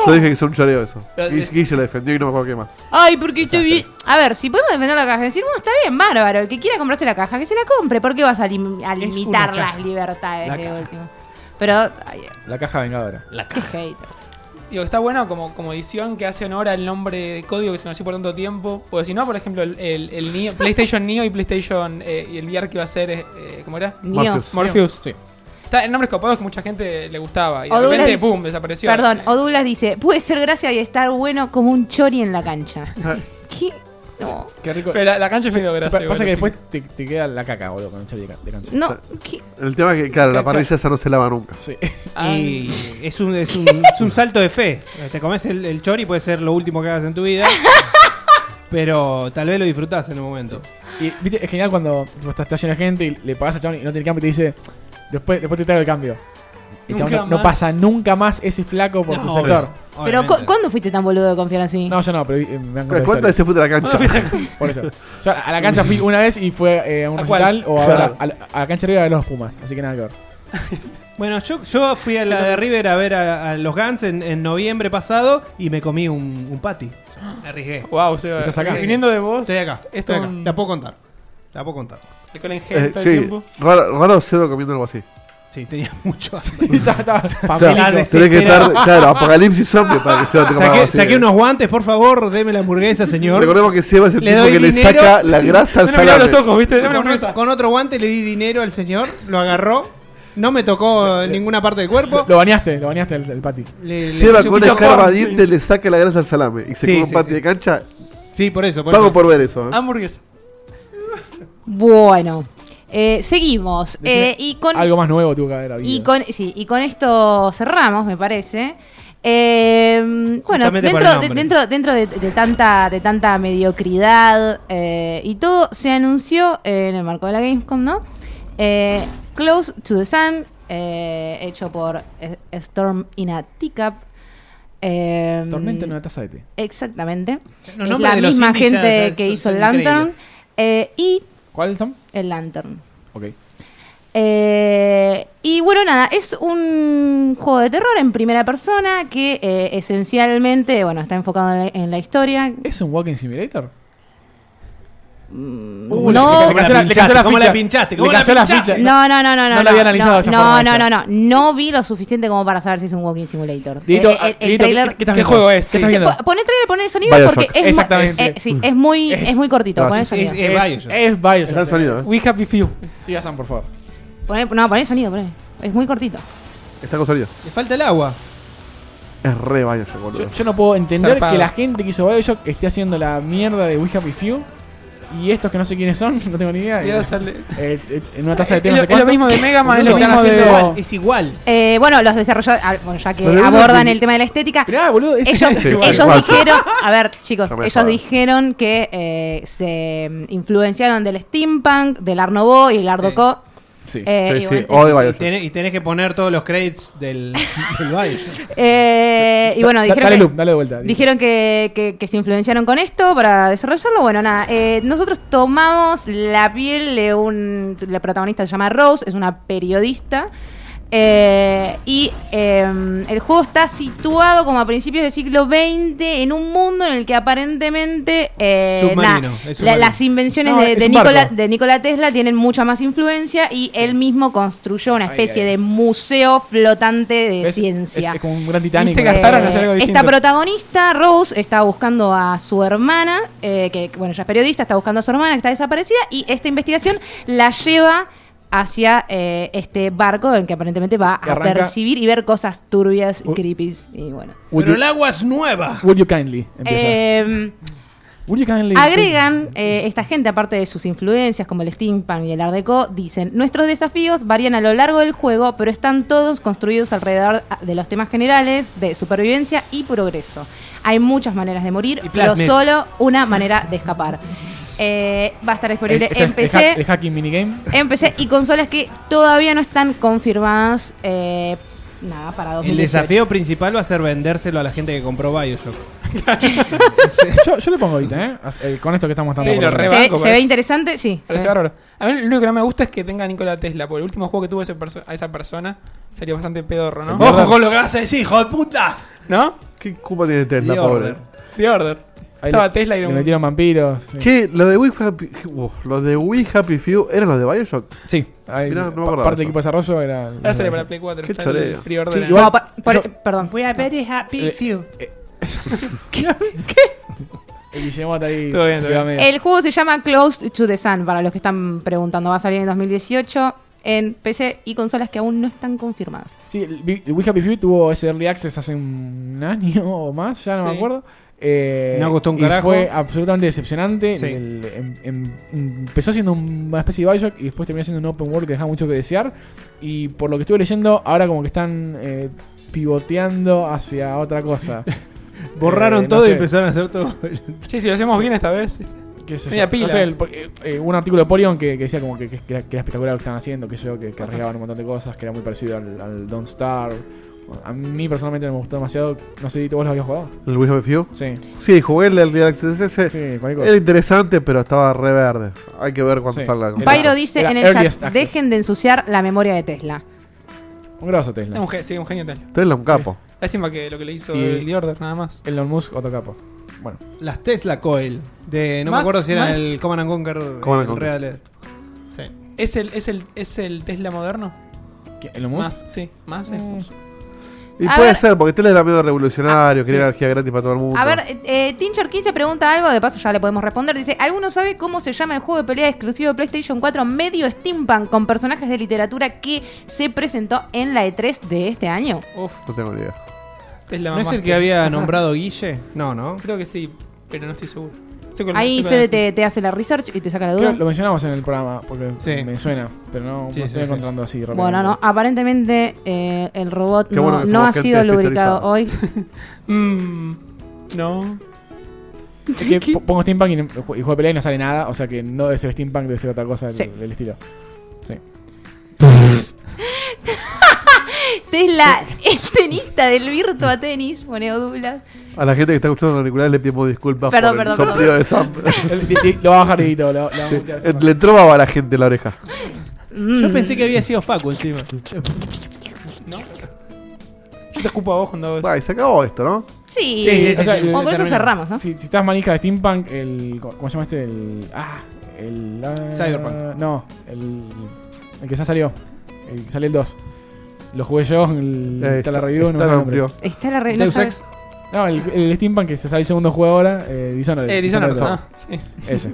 S1: Yo dije que es un choreo eso.
S4: Pero-
S1: Gui- Guille la defendió y no me acuerdo qué más.
S2: Ay, porque estoy bien. A ver, si podemos defender la caja, decir, bueno, está bien, bárbaro. El que quiera comprarse la caja, que se la compre. ¿Por qué vas a, lim- a limitar
S5: una caja.
S2: las libertades
S5: La
S2: de
S5: caja. Ah.
S2: último? Pero, ay,
S3: La caja vengadora.
S5: La
S2: qué
S5: caja.
S2: hate.
S4: Digo, está bueno como, como edición que hace honor al nombre de código que se conoció por tanto tiempo. Porque si no, por ejemplo, el, el- el Neo- PlayStation Neo y PlayStation eh, y el VR que iba a ser, eh, eh, ¿cómo era?
S2: Neo.
S1: Morpheus.
S4: Morpheus.
S3: Sí.
S4: Está en nombres copados que mucha gente le gustaba. Y de
S2: O Douglas
S4: repente,
S2: dice-
S4: ¡pum! desapareció.
S2: Perdón,
S4: Eh,
S2: o Douglas dice, puede ser gracia y estar bueno como un chori en la cancha.
S5: Ah.
S2: ¿Qué? No.
S3: Qué rico.
S4: Pero la, la cancha es medio
S3: Sí, pa-
S4: grasa.
S3: pasa
S4: igual,
S3: que
S4: así.
S3: después te, te queda la caca, boludo, con el chori de, ca- de cancha.
S2: No, ¿qué?
S1: El tema es que, claro, la parrilla esa no se lava nunca.
S3: Sí.
S4: Ah,
S5: Y es un, es, un, es un salto de fe. Te comes el, el chori, puede ser lo último que hagas en tu vida. pero tal vez lo disfrutás en un momento.
S3: Y viste, es genial cuando tipo, estás, estás lleno de gente y le pagas al chabón y no tiene cambio y te dice, después, después te traigo el cambio. Y el
S4: Nunca
S3: chabón no, no
S4: más.
S3: pasa nunca más ese flaco por tu
S5: No,
S3: sector.
S2: Pero,
S5: obviamente.
S2: ¿cu- ¿cuándo fuiste tan boludo de confiar así?
S3: No, yo no, pero eh, me han
S1: Pero
S3: contado
S1: ¿Cuántas veces
S3: historias.
S1: fuiste a la cancha?
S3: Por eso. Yo a la cancha fui una vez y fue eh, a un
S4: ¿A cuál?
S3: recital o a,
S1: Claro.
S3: a la, a la cancha arriba de los Pumas. Así que nada que ver.
S5: Bueno, yo, yo fui a la de River a ver a, a los Guns en, en noviembre pasado y me comí un, un patty. Me arriesgué.
S4: Wow, o sea,
S3: Estás acá.
S4: viniendo de vos.
S5: Estoy acá.
S4: Es
S5: estoy acá.
S4: un-
S5: La puedo contar. La puedo contar.
S4: de Colin Hay
S1: Eh,
S4: todo el
S1: sí,
S4: tiempo.
S1: raro, raro cero comiendo algo así.
S5: Sí, tenía mucho hambre.
S1: O sea,
S5: Familiar de
S1: tenés que
S5: Cisquera.
S1: estar, claro, apocalipsis zombie para que se te coma algo
S5: Saqué,
S1: así.
S5: saqué unos guantes, por favor, deme la hamburguesa, señor.
S1: Recordemos que Seba es el
S5: Le
S1: tipo
S5: doy
S1: que le
S5: dinero.
S1: saca la grasa al
S4: No me mirá
S1: salame.
S4: los ojos, ¿viste? No me
S5: Con,
S4: mirá los
S5: otro-
S4: ojos.
S5: con otro guante le di dinero al señor, lo agarró, no me tocó en ninguna parte del cuerpo.
S3: Lo bañaste, lo bañaste el, el pati.
S5: Le- le
S1: Seba
S5: puse un
S1: con una
S5: piso-
S1: escarba diente le saca la grasa al salame y se
S5: Sí,
S1: come un
S5: sí,
S1: pati
S5: sí.
S1: de cancha.
S5: Sí, por eso. Por
S1: Pago
S5: eso.
S1: por ver eso. ¿eh?
S4: Hamburguesa.
S2: Bueno, eh, seguimos.
S3: Decime
S2: Eh, y con,
S3: Algo más nuevo tuvo que haber habido.
S2: y, con, sí, y con esto cerramos, me parece. Eh, bueno,
S5: Justamente
S2: dentro,
S5: por el
S2: de,
S5: nombre.
S2: dentro, dentro de, de tanta, de tanta mediocridad eh, y todo, se anunció eh, en el marco de la Gamescom, ¿no? Eh, Close to the Sun, eh, hecho por eh, Storm in a Teacup. Eh,
S3: Tormenta en una taza de té.
S2: Exactamente.
S5: Los
S2: es
S5: nombres
S2: la
S5: de los
S2: misma
S5: indies ya-
S2: gente
S5: ya
S2: que
S5: son-
S2: hizo
S5: son
S2: el Lantern
S5: increíbles.
S2: eh, y
S3: ¿Cuál son?
S2: el Lantern.
S3: Ok.
S2: Eh, y bueno, nada, es un juego de terror en primera persona que eh, esencialmente, bueno, está enfocado en la, en la historia.
S3: ¿Es un Walking Simulator?
S2: Mm, no,
S3: le cayó la- le cayó la
S5: ¿Cómo la
S3: ficha.
S5: pinchaste?
S3: Le
S5: ¿Cómo la
S3: cayó la
S5: pinchaste?
S3: ficha.
S2: no, no, no, no,
S3: No
S2: no,
S3: la había analizado
S2: no,
S3: de esa
S2: no,
S3: forma
S2: no, no,
S3: esa.
S2: no, no vi lo suficiente como para saber si es un walking simulator.
S3: Dieguito,
S2: Eh, el- el
S3: Dieguito,
S2: trailer-
S3: ah, ¿qué, qué estás
S4: ¿Qué
S3: viendo?
S4: juego es?
S3: ¿Qué estás
S2: Sí,
S3: viendo?
S2: po- Poné el trailer, poné el sonido
S1: Bioshock.
S2: porque es, mu-
S3: Exactamente.
S2: eh, sí, es muy, es, muy cortito, poné el
S1: Gracias.
S2: sonido.
S5: Es Bioshock.
S3: Es
S1: Está el
S3: Bioshock.
S1: sonido, ¿eh?
S4: We Happy Few.
S3: Siga Sam, por favor.
S2: Poné- no, poné el sonido, poné. Es muy cortito.
S1: Está con sonido.
S5: Le falta el agua.
S1: Es re baño ese, boludo.
S3: Yo, yo no puedo entender
S4: Zarpado.
S3: que la gente que hizo Bioshock esté haciendo la mierda de We Happy Few y estos que no sé quiénes son, no tengo ni idea.
S4: Y ahora
S3: eh,
S4: sale-
S3: eh, eh, en una taza de té
S4: Es
S3: no
S4: lo-
S3: sé
S4: es lo
S3: cuánto.
S4: mismo de Mega Man, es lo
S3: Boludo,
S4: mismo
S3: están
S4: de.
S3: haciendo-
S5: Igual, es igual.
S2: Eh, bueno, los desarrolladores, ah, bueno, ya que
S1: Pero no
S2: abordan
S1: lo-
S2: el tema de la estética,
S3: Mirá, ah, boludo, es
S2: ellos, eh,
S1: Sí,
S2: ellos
S1: igual.
S2: dijeron, a ver chicos,
S1: No me
S2: ellos
S1: jodas.
S2: dijeron que eh, se mm, influenciaron del steampunk, del Art Nouveau y el Art Deco.
S3: Sí.
S2: Eh,
S1: sí,
S2: y
S1: sí.
S2: bueno,
S1: O de
S5: Y
S1: baño.
S5: tenés, y tenés que poner todos los credits del, del Bioshock.
S2: eh, y bueno,
S3: Da-
S2: dijeron
S3: dale
S2: que-
S3: loop, dale de vuelta.
S2: Dijeron que, que- que se influenciaron con esto para desarrollarlo. Bueno, nada, eh, nosotros tomamos la piel de un... La protagonista se llama Rose, es una periodista. eh, y eh, el juego está situado como a principios del siglo XX en un mundo en el que aparentemente eh,
S5: Submarino,
S2: nada,
S5: es
S2: la-
S5: submarino.
S2: las invenciones
S3: No,
S2: de,
S3: es
S2: de
S3: un
S2: Nikola,
S3: barco.
S2: de Nikola Tesla tienen mucha más influencia y él mismo construyó una especie
S3: ay.
S2: de museo flotante de
S3: ¿Ves?
S2: ciencia.
S3: Es, es como un gran Titanic.
S4: se
S3: ¿no?
S4: gastaron
S2: Eh,
S4: en hacer algo
S2: esta
S4: distinto.
S2: protagonista, Rose, está buscando a su hermana, eh, que que, bueno, ya es periodista, está buscando a su hermana que está desaparecida, y esta investigación la lleva hacia eh, este barco en que aparentemente va
S3: Que
S2: a
S3: arranca-
S2: percibir y ver cosas turbias,
S3: Uh.
S2: creepy y bueno.
S3: Would
S5: Pero
S3: you,
S5: el agua es nueva.
S3: would you kindly? Empieza.
S2: Eh,
S3: Woody kindly-
S2: Agregan eh, esta gente, aparte de sus influencias como el steampunk y el art deco, dicen, nuestros desafíos varían a lo largo del juego, pero están todos construidos alrededor ah, de los temas generales de supervivencia y progreso. Hay muchas maneras de morir,
S5: Y
S2: pero
S5: plasmids.
S2: solo una manera de escapar. Eh, va a estar
S3: El-
S2: disponible
S3: este
S2: en
S3: es el, hack-
S2: PC,
S3: el hacking minigame.
S2: en PC y consolas que todavía no están confirmadas eh, nada para 2018.
S5: El desafío principal va a ser vendérselo a la gente que compró Bioshock.
S3: yo, yo le pongo ahorita, ¿eh? As- eh, Con esto que estamos
S4: Sí,
S3: dando.
S4: lo
S3: por
S2: ¿Se,
S3: sentado.
S4: rebanco,
S2: ve- se
S4: parece.
S2: ve interesante? Sí. se
S4: Parece
S2: ve.
S4: bárbaro. A mí lo único que no me gusta es que tenga a Nikola Tesla, porque el último juego que tuvo ese perso- a esa persona sería bastante pedorro, ¿no?
S5: ¡Ojo con lo que vas a decir, hijo de puta!
S4: ¿No?
S1: ¿Qué culpa tiene Tesla,
S5: The
S1: pobre?
S5: Order.
S4: The Order.
S3: Ahí
S4: Estaba
S3: le-
S4: Tesla y
S3: le
S4: era un-
S3: metieron vampiros. sí.
S1: Che, los de Wii Happy, uh, los de Wii Happy Few eran los de Bioshock.
S3: Sí, ahí-
S1: Mirá, no me
S3: pa-
S1: acordaba
S3: parte
S1: eso.
S3: de equipo de desarrollo era.
S4: Ahora sale para Play 4.
S1: Qué
S4: está en el
S1: choreo.
S4: pre-order.
S3: Sí,
S4: ¿eh?
S3: igual-
S2: No, pa- por- e,
S3: Yo-
S2: perdón.
S5: We are very happy
S3: Eh,
S5: few.
S3: El Guillemot ahí.
S4: Todo bien,
S3: se
S4: todo
S3: queda
S4: bien.
S3: medio-
S2: El juego se llama Close to the Sun, para los que están preguntando. Va a salir en 2018 en PC y consolas que aún no están confirmadas.
S3: Sí, el Vi- el We Happy Few tuvo ese early access hace un año o más, ya no me
S4: Sí.
S3: acuerdo. Eh,
S5: No costó un
S3: y
S5: carajo.
S3: Fue absolutamente decepcionante.
S5: Sí.
S3: El- em- em- empezó siendo una especie de Bioshock y después terminó siendo un open world que dejaba mucho que desear. Y por lo que estuve leyendo, ahora como que están eh, pivoteando hacia otra cosa.
S5: Borraron
S3: Eh, no
S5: todo y
S3: sé.
S5: empezaron a hacer todo.
S4: Sí, si lo hacemos bien esta vez.
S3: qué sé
S4: Media
S3: yo.
S4: pila.
S3: No sé, el- porque, eh, un artículo de Polygon que, que decía como que, que- que era, que era espectacular lo que estaban haciendo, que yo, que, que arriesgaban un montón de cosas, que era muy parecido al, al Don't Star. A mí personalmente no me gustó demasiado. No sé, ¿vos lo habías jugado?
S1: ¿El Wii Happy Few?
S3: Sí,
S1: Sí, jugué el Early Access ese.
S3: sí, cualquier cosa.
S1: Era interesante, pero estaba re verde. Hay que ver cuando
S3: Sí.
S1: salga.
S3: Era-
S2: Pyro dice
S3: era
S2: en el chat,
S3: earliest access.
S2: dejen de ensuciar la memoria de Tesla.
S3: Un grosso Tesla.
S4: Es un ge- sí, un genio tal.
S1: Tesla un capo.
S4: Lástima que lo que le hizo
S3: Y-
S4: el The Order, nada más.
S3: Elon Musk, otro capo. Bueno,
S5: Las Tesla Coil. De, no me
S4: Más-
S5: acuerdo si era
S4: más-
S5: el Command and Conquer.
S1: Command and
S5: el
S1: Conquer.
S5: Real. Sí.
S4: ¿Es el, es el, es el Tesla moderno?
S3: ¿qué- Elon Musk.
S4: Más, sí. Más es
S2: Mm.
S4: Musk.
S1: Y
S2: A
S1: puede
S2: ver- Ah,
S1: ser, porque Tesla era medio revolucionario, quería energía gratis para todo el mundo.
S2: A ver, eh, eh, Tincher15 pregunta algo, de paso ya le podemos responder. Dice, ¿alguno sabe cómo se llama el juego de pelea exclusivo de PlayStation 4 medio steampunk con personajes de literatura que se presentó en la E3 de este año?
S4: Uf,
S1: No tengo ni idea.
S4: Tesla
S5: ¿No
S4: mamá.
S5: es el que había nombrado Guille? No, no.
S4: Creo que sí, pero no estoy seguro. Sé cuál- sé
S2: Ahí
S4: cuál
S2: Fede
S4: es.
S2: te, te hace la research y te saca la
S3: Creo
S2: duda.
S3: que lo mencionamos en el programa porque
S5: Sí.
S3: me suena, pero no
S5: Sí,
S3: me
S5: sí,
S3: estoy
S5: sí.
S3: encontrando así rápido.
S2: Bueno, no, aparentemente eh, el robot
S1: Qué
S2: no,
S1: bueno que
S2: no
S1: somos
S2: ha
S1: gente
S2: sido lubricado
S1: especializada.
S2: hoy.
S4: Mm, no.
S3: Es que po- pongo Steampunk y, no- y juego de pelea y no sale nada, o sea que no debe ser Steampunk, debe ser otra cosa del,
S2: Sí.
S3: del estilo.
S2: Tesla es tenista del Virtua Tenis, poneo Douglas.
S1: A la gente que está escuchando los auriculares le pedimos disculpas
S2: Perdón,
S1: por el
S2: perdón,
S1: soplido de Sam.
S3: El- di- di- lo va a bajar y todo, lo, lo va a
S1: Sí.
S3: mutear, Pues-
S1: Eh,
S3: Sam.
S1: Le entró baba a la gente en la oreja.
S2: Mm.
S5: Yo pensé que había sido Facu encima.
S4: Yo te escupo a vos cuando hago eso.
S1: Va, y se acabó esto, ¿no?
S2: Sí,
S5: Sí, sí, sí,
S3: O sea,
S5: sí,
S2: o
S5: se
S2: con eso
S5: termina.
S2: cerramos, ¿no?
S3: Si, si estás manija de Steampunk, el. ¿Cómo se llama este? El. Ah, el. ah,
S5: Cyberpunk.
S3: No, el. El que ya salió. El que salió el 2. Lo jugué yo, el,
S1: Eh,
S3: está la review, no me
S1: está
S3: sale el
S1: la
S3: nombre.
S1: review.
S2: Está la re... no
S5: Deus
S2: sabes-
S5: Ex.
S3: No, el, el Steampunk que se sale el segundo juego ahora, eh, Dishonored.
S4: Eh, Dishonored,
S3: dos.
S4: ah, sí.
S3: Ese.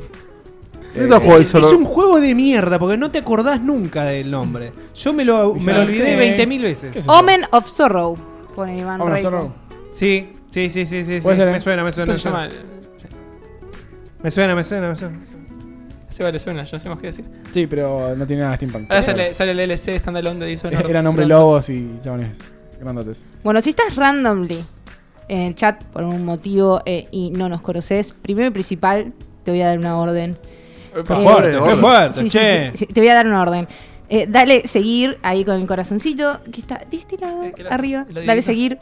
S1: Yo no
S3: Eh,
S1: juego el
S5: Es,
S1: solo.
S5: es un juego de mierda porque no te acordás nunca del nombre. Yo me lo, me lo olvidé
S3: Sí.
S5: 20.000 veces.
S2: Omen of Sorrow, pone Iván
S3: Omen of
S2: Reiko.
S3: Sorrow.
S5: Sí, sí, sí, sí, sí. sí.
S3: Puede ser, ¿eh?
S5: Me suena, me suena. Me
S4: Entonces se
S5: suena.
S4: llama.
S5: me suena, me suena, me suena.
S4: Se vale, suena, yo no sé más qué decir.
S3: Sí, pero no tiene nada de Steampunk.
S4: Ahora sale, sale el LC standalone de Dishonored.
S3: Eran hombres
S4: Perdón.
S3: lobos y chabones grandotes.
S2: Bueno, si estás randomly en el chat por un motivo eh, y no nos conoces, primero y principal, te voy a dar una orden.
S5: Qué
S1: Eh,
S5: fuerte, qué
S1: orden.
S5: fuerte,
S2: Sí, sí,
S5: che.
S2: sí, sí, te voy a dar una orden. Eh, dale seguir ahí con el corazoncito que está de este lado,
S4: Eh, que la-
S2: arriba.
S4: la
S2: Dale
S4: divina.
S2: seguir.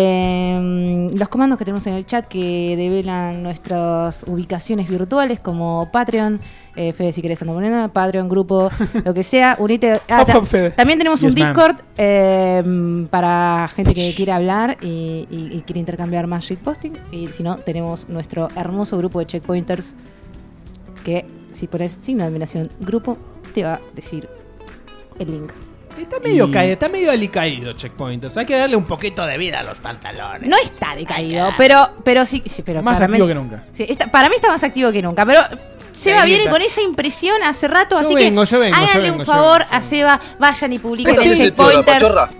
S2: Eh, los comandos que tenemos en el chat que develan nuestras ubicaciones virtuales como Patreon, eh, Fede si querés andar poniendo, Patreon, grupo, lo que sea, unite. Ah,
S4: Hop,
S2: ta-
S4: hop, Fede.
S2: también tenemos un
S3: Yes, ma'am.
S2: Discord eh, para gente que quiera hablar y, y- y quiere intercambiar más shitposting. Y si no, tenemos nuestro hermoso grupo de checkpointers que si pones signo de admiración grupo, te va a decir el link.
S5: Está medio
S3: Y-
S5: caído, está medio alicaído Checkpoint. O sea, hay que darle un poquito de vida a los pantalones.
S2: No está decaído, pero, pero sí, sí, pero
S3: Más
S2: claramente-
S3: activo que nunca.
S2: Sí, está- para mí está más activo que nunca, pero Seba
S4: Ahí
S2: viene
S4: está.
S2: con esa impresión hace rato,
S5: Yo
S2: así
S5: vengo,
S2: que
S5: yo vengo, yo
S2: háganle
S5: vengo,
S2: un
S5: yo
S2: favor
S5: vengo, yo
S2: a Seba, vayan y publiquen
S5: Este
S8: Esto
S2: en
S8: tiene sentido,
S2: checkpointers.
S8: pachorra.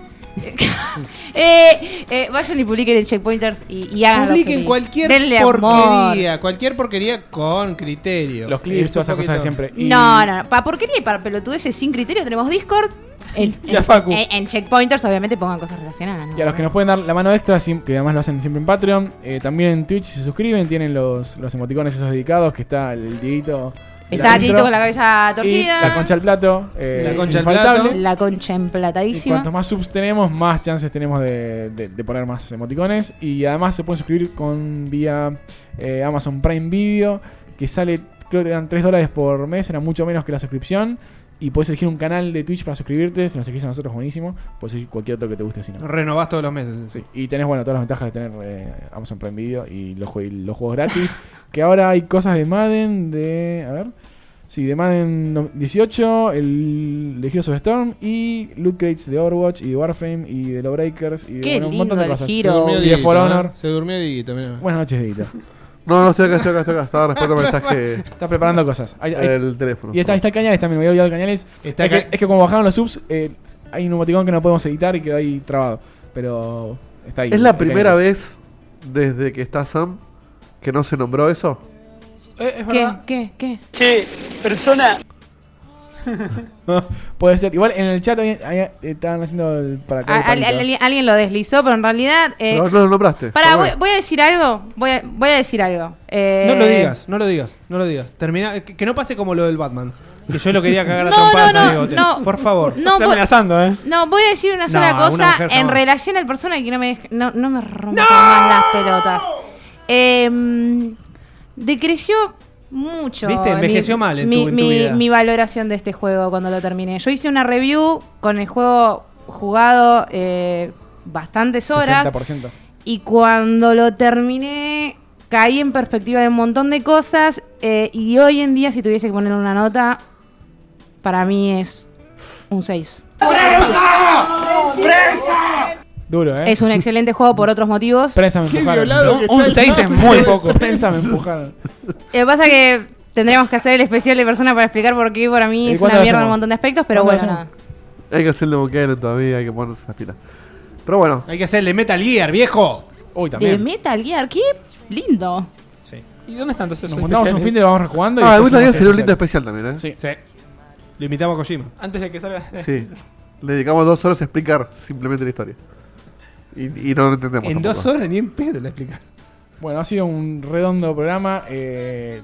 S2: Eh, eh, vayan y publiquen en Checkpointers y, y hagan lo que
S5: Publiquen
S2: queréis.
S5: cualquier
S2: Denle amor.
S5: porquería, cualquier porquería con criterio.
S3: Los clips,
S5: Es
S3: todas esas
S5: un
S3: cosas de
S5: poquito-
S3: siempre. Y-
S2: No, no, no. Para porquería y para pelotudeces sin criterio tenemos Discord. En,
S4: Y a
S2: en-
S4: Facu.
S2: en- en Checkpointers, obviamente, pongan cosas relacionadas. ¿no?
S3: Y a los que nos pueden dar la mano extra, sim- que además lo hacen siempre en Patreon, eh, también en Twitch se suscriben, tienen los, los emoticones esos dedicados, que está el Dieguito.
S2: Está
S3: adentro,
S2: Tito con la cabeza
S3: y
S2: torcida.
S3: la concha al plato. eh,
S5: La concha al
S3: infaltable.
S5: plato.
S2: La concha
S3: Y
S2: emplatadísima.
S3: cuantos más subs tenemos, más chances tenemos de, de- de poner más emoticones. Y además se pueden suscribir con vía eh, Amazon Prime Video, que sale, creo que eran 3 dólares por mes, era mucho menos que la suscripción. Y puedes elegir un canal de Twitch para suscribirte, si nos elegís a nosotros, buenísimo. Puedes elegir cualquier otro que te guste, si no.
S5: Renovás todos los meses.
S3: Sí, y tenés, bueno, todas las ventajas de tener eh, Amazon Prime Video y los, jue- los juegos gratis. que ahora hay cosas de Madden, de. A ver. Sí, de Madden no- 18, el de Heroes of Storm y Loot Crates de Overwatch y de Warframe y de Lowbreakers y de
S2: Qué
S3: bueno, un montón
S2: lindo
S3: de
S2: el
S3: cosas.
S2: giro.
S3: Y de For
S5: ¿no?
S3: Honor.
S5: Se durmió Dieguito, mirá.
S3: Buenas noches, Edita.
S1: No, no, estoy acá, estoy acá, estoy acá. Estaba respondiendo mensaje
S3: Está preparando cosas. Hay- hay-
S1: el teléfono.
S3: y está, está Cañales también, me había olvidado de Cañales.
S5: Está
S3: es, que,
S5: Ca-
S3: es que como bajaron los subs, eh, hay un emoticón que no podemos editar y quedó ahí trabado. Pero está ahí.
S1: ¿Es la
S3: Está
S1: primera
S3: Cañales.
S1: vez desde que está Sam que no se nombró eso?
S4: Eh, es
S2: ¿Qué?
S4: verdad.
S2: ¿Qué? ¿Qué?
S3: Puede ser. Igual en el chat había- había- estaban haciendo el para
S2: Al- al- al- alguien lo deslizó, pero en realidad. eh,
S1: no, no lo nombraste.
S2: Pará,
S1: Está
S2: voy,
S1: bueno.
S2: voy a decir algo. Voy a, voy a decir algo. Eh,
S5: No lo digas, no lo digas, no lo digas. Termina, que, que no pase como lo del Batman. Que yo lo quería cagar a
S2: No,
S5: trompadas,
S2: no, no,
S5: Diegote.
S2: no.
S5: Por favor.
S2: No,
S4: Está
S2: voy-
S4: amenazando, ¿eh?
S2: no, voy a decir una
S5: No,
S2: sola
S5: una
S2: cosa
S5: mujer
S2: en
S5: jamás.
S2: relación al personaje que no me, dej- no, no me rompa más las pelotas. Em, decreció mucho.
S5: Viste, envejeció
S2: mi,
S5: mal en
S2: mi,
S5: tu- en tu
S2: mi-
S5: vida.
S2: mi valoración de este juego cuando lo terminé. Yo hice una review con el juego jugado eh, bastantes horas.
S3: 60%.
S2: Y cuando lo terminé, caí en perspectiva de un montón de cosas. eh, y hoy en día, si tuviese que poner una nota, para mí es un 6.
S3: Duro, ¿eh?
S2: Es un excelente juego por otros motivos.
S3: Prensa me empujaron.
S4: Un- Un 6 es muy poco.
S3: Prensa me empujaron.
S2: Lo que Eh, pasa es que tendremos que hacer el especial de persona para explicar por qué para
S3: ¿Y
S2: mí es
S3: cuándo
S2: una
S3: lo
S2: mierda en
S3: hacemos?
S2: un montón de aspectos, pero
S3: ¿Cuándo
S2: bueno,
S3: lo
S2: nada.
S1: Hay que hacerle boquero todavía, hay que ponerse las pilas. Pero bueno, Ah,
S5: Hay que hacerle Metal Gear, viejo.
S3: Uy,
S2: De
S3: también.
S2: Metal Gear, qué lindo.
S4: ¿Y dónde están todos esos
S3: Nos juntamos un
S4: especiales?
S3: fin de lo vamos jugando. y
S1: ah, el
S3: después
S1: Metal Gear
S3: hacemos
S1: sería un
S3: el
S1: lindo especial también, ¿eh?
S3: Sí.
S5: Sí. Lo invitamos a Kojima.
S4: Antes de que salga.
S1: Sí. Le dedicamos dos horas a explicar simplemente la historia. Y, y no lo entendemos.
S5: En
S1: tampoco.
S5: dos horas ni en pedo la explicas.
S3: Bueno, ha sido un redondo programa. eh,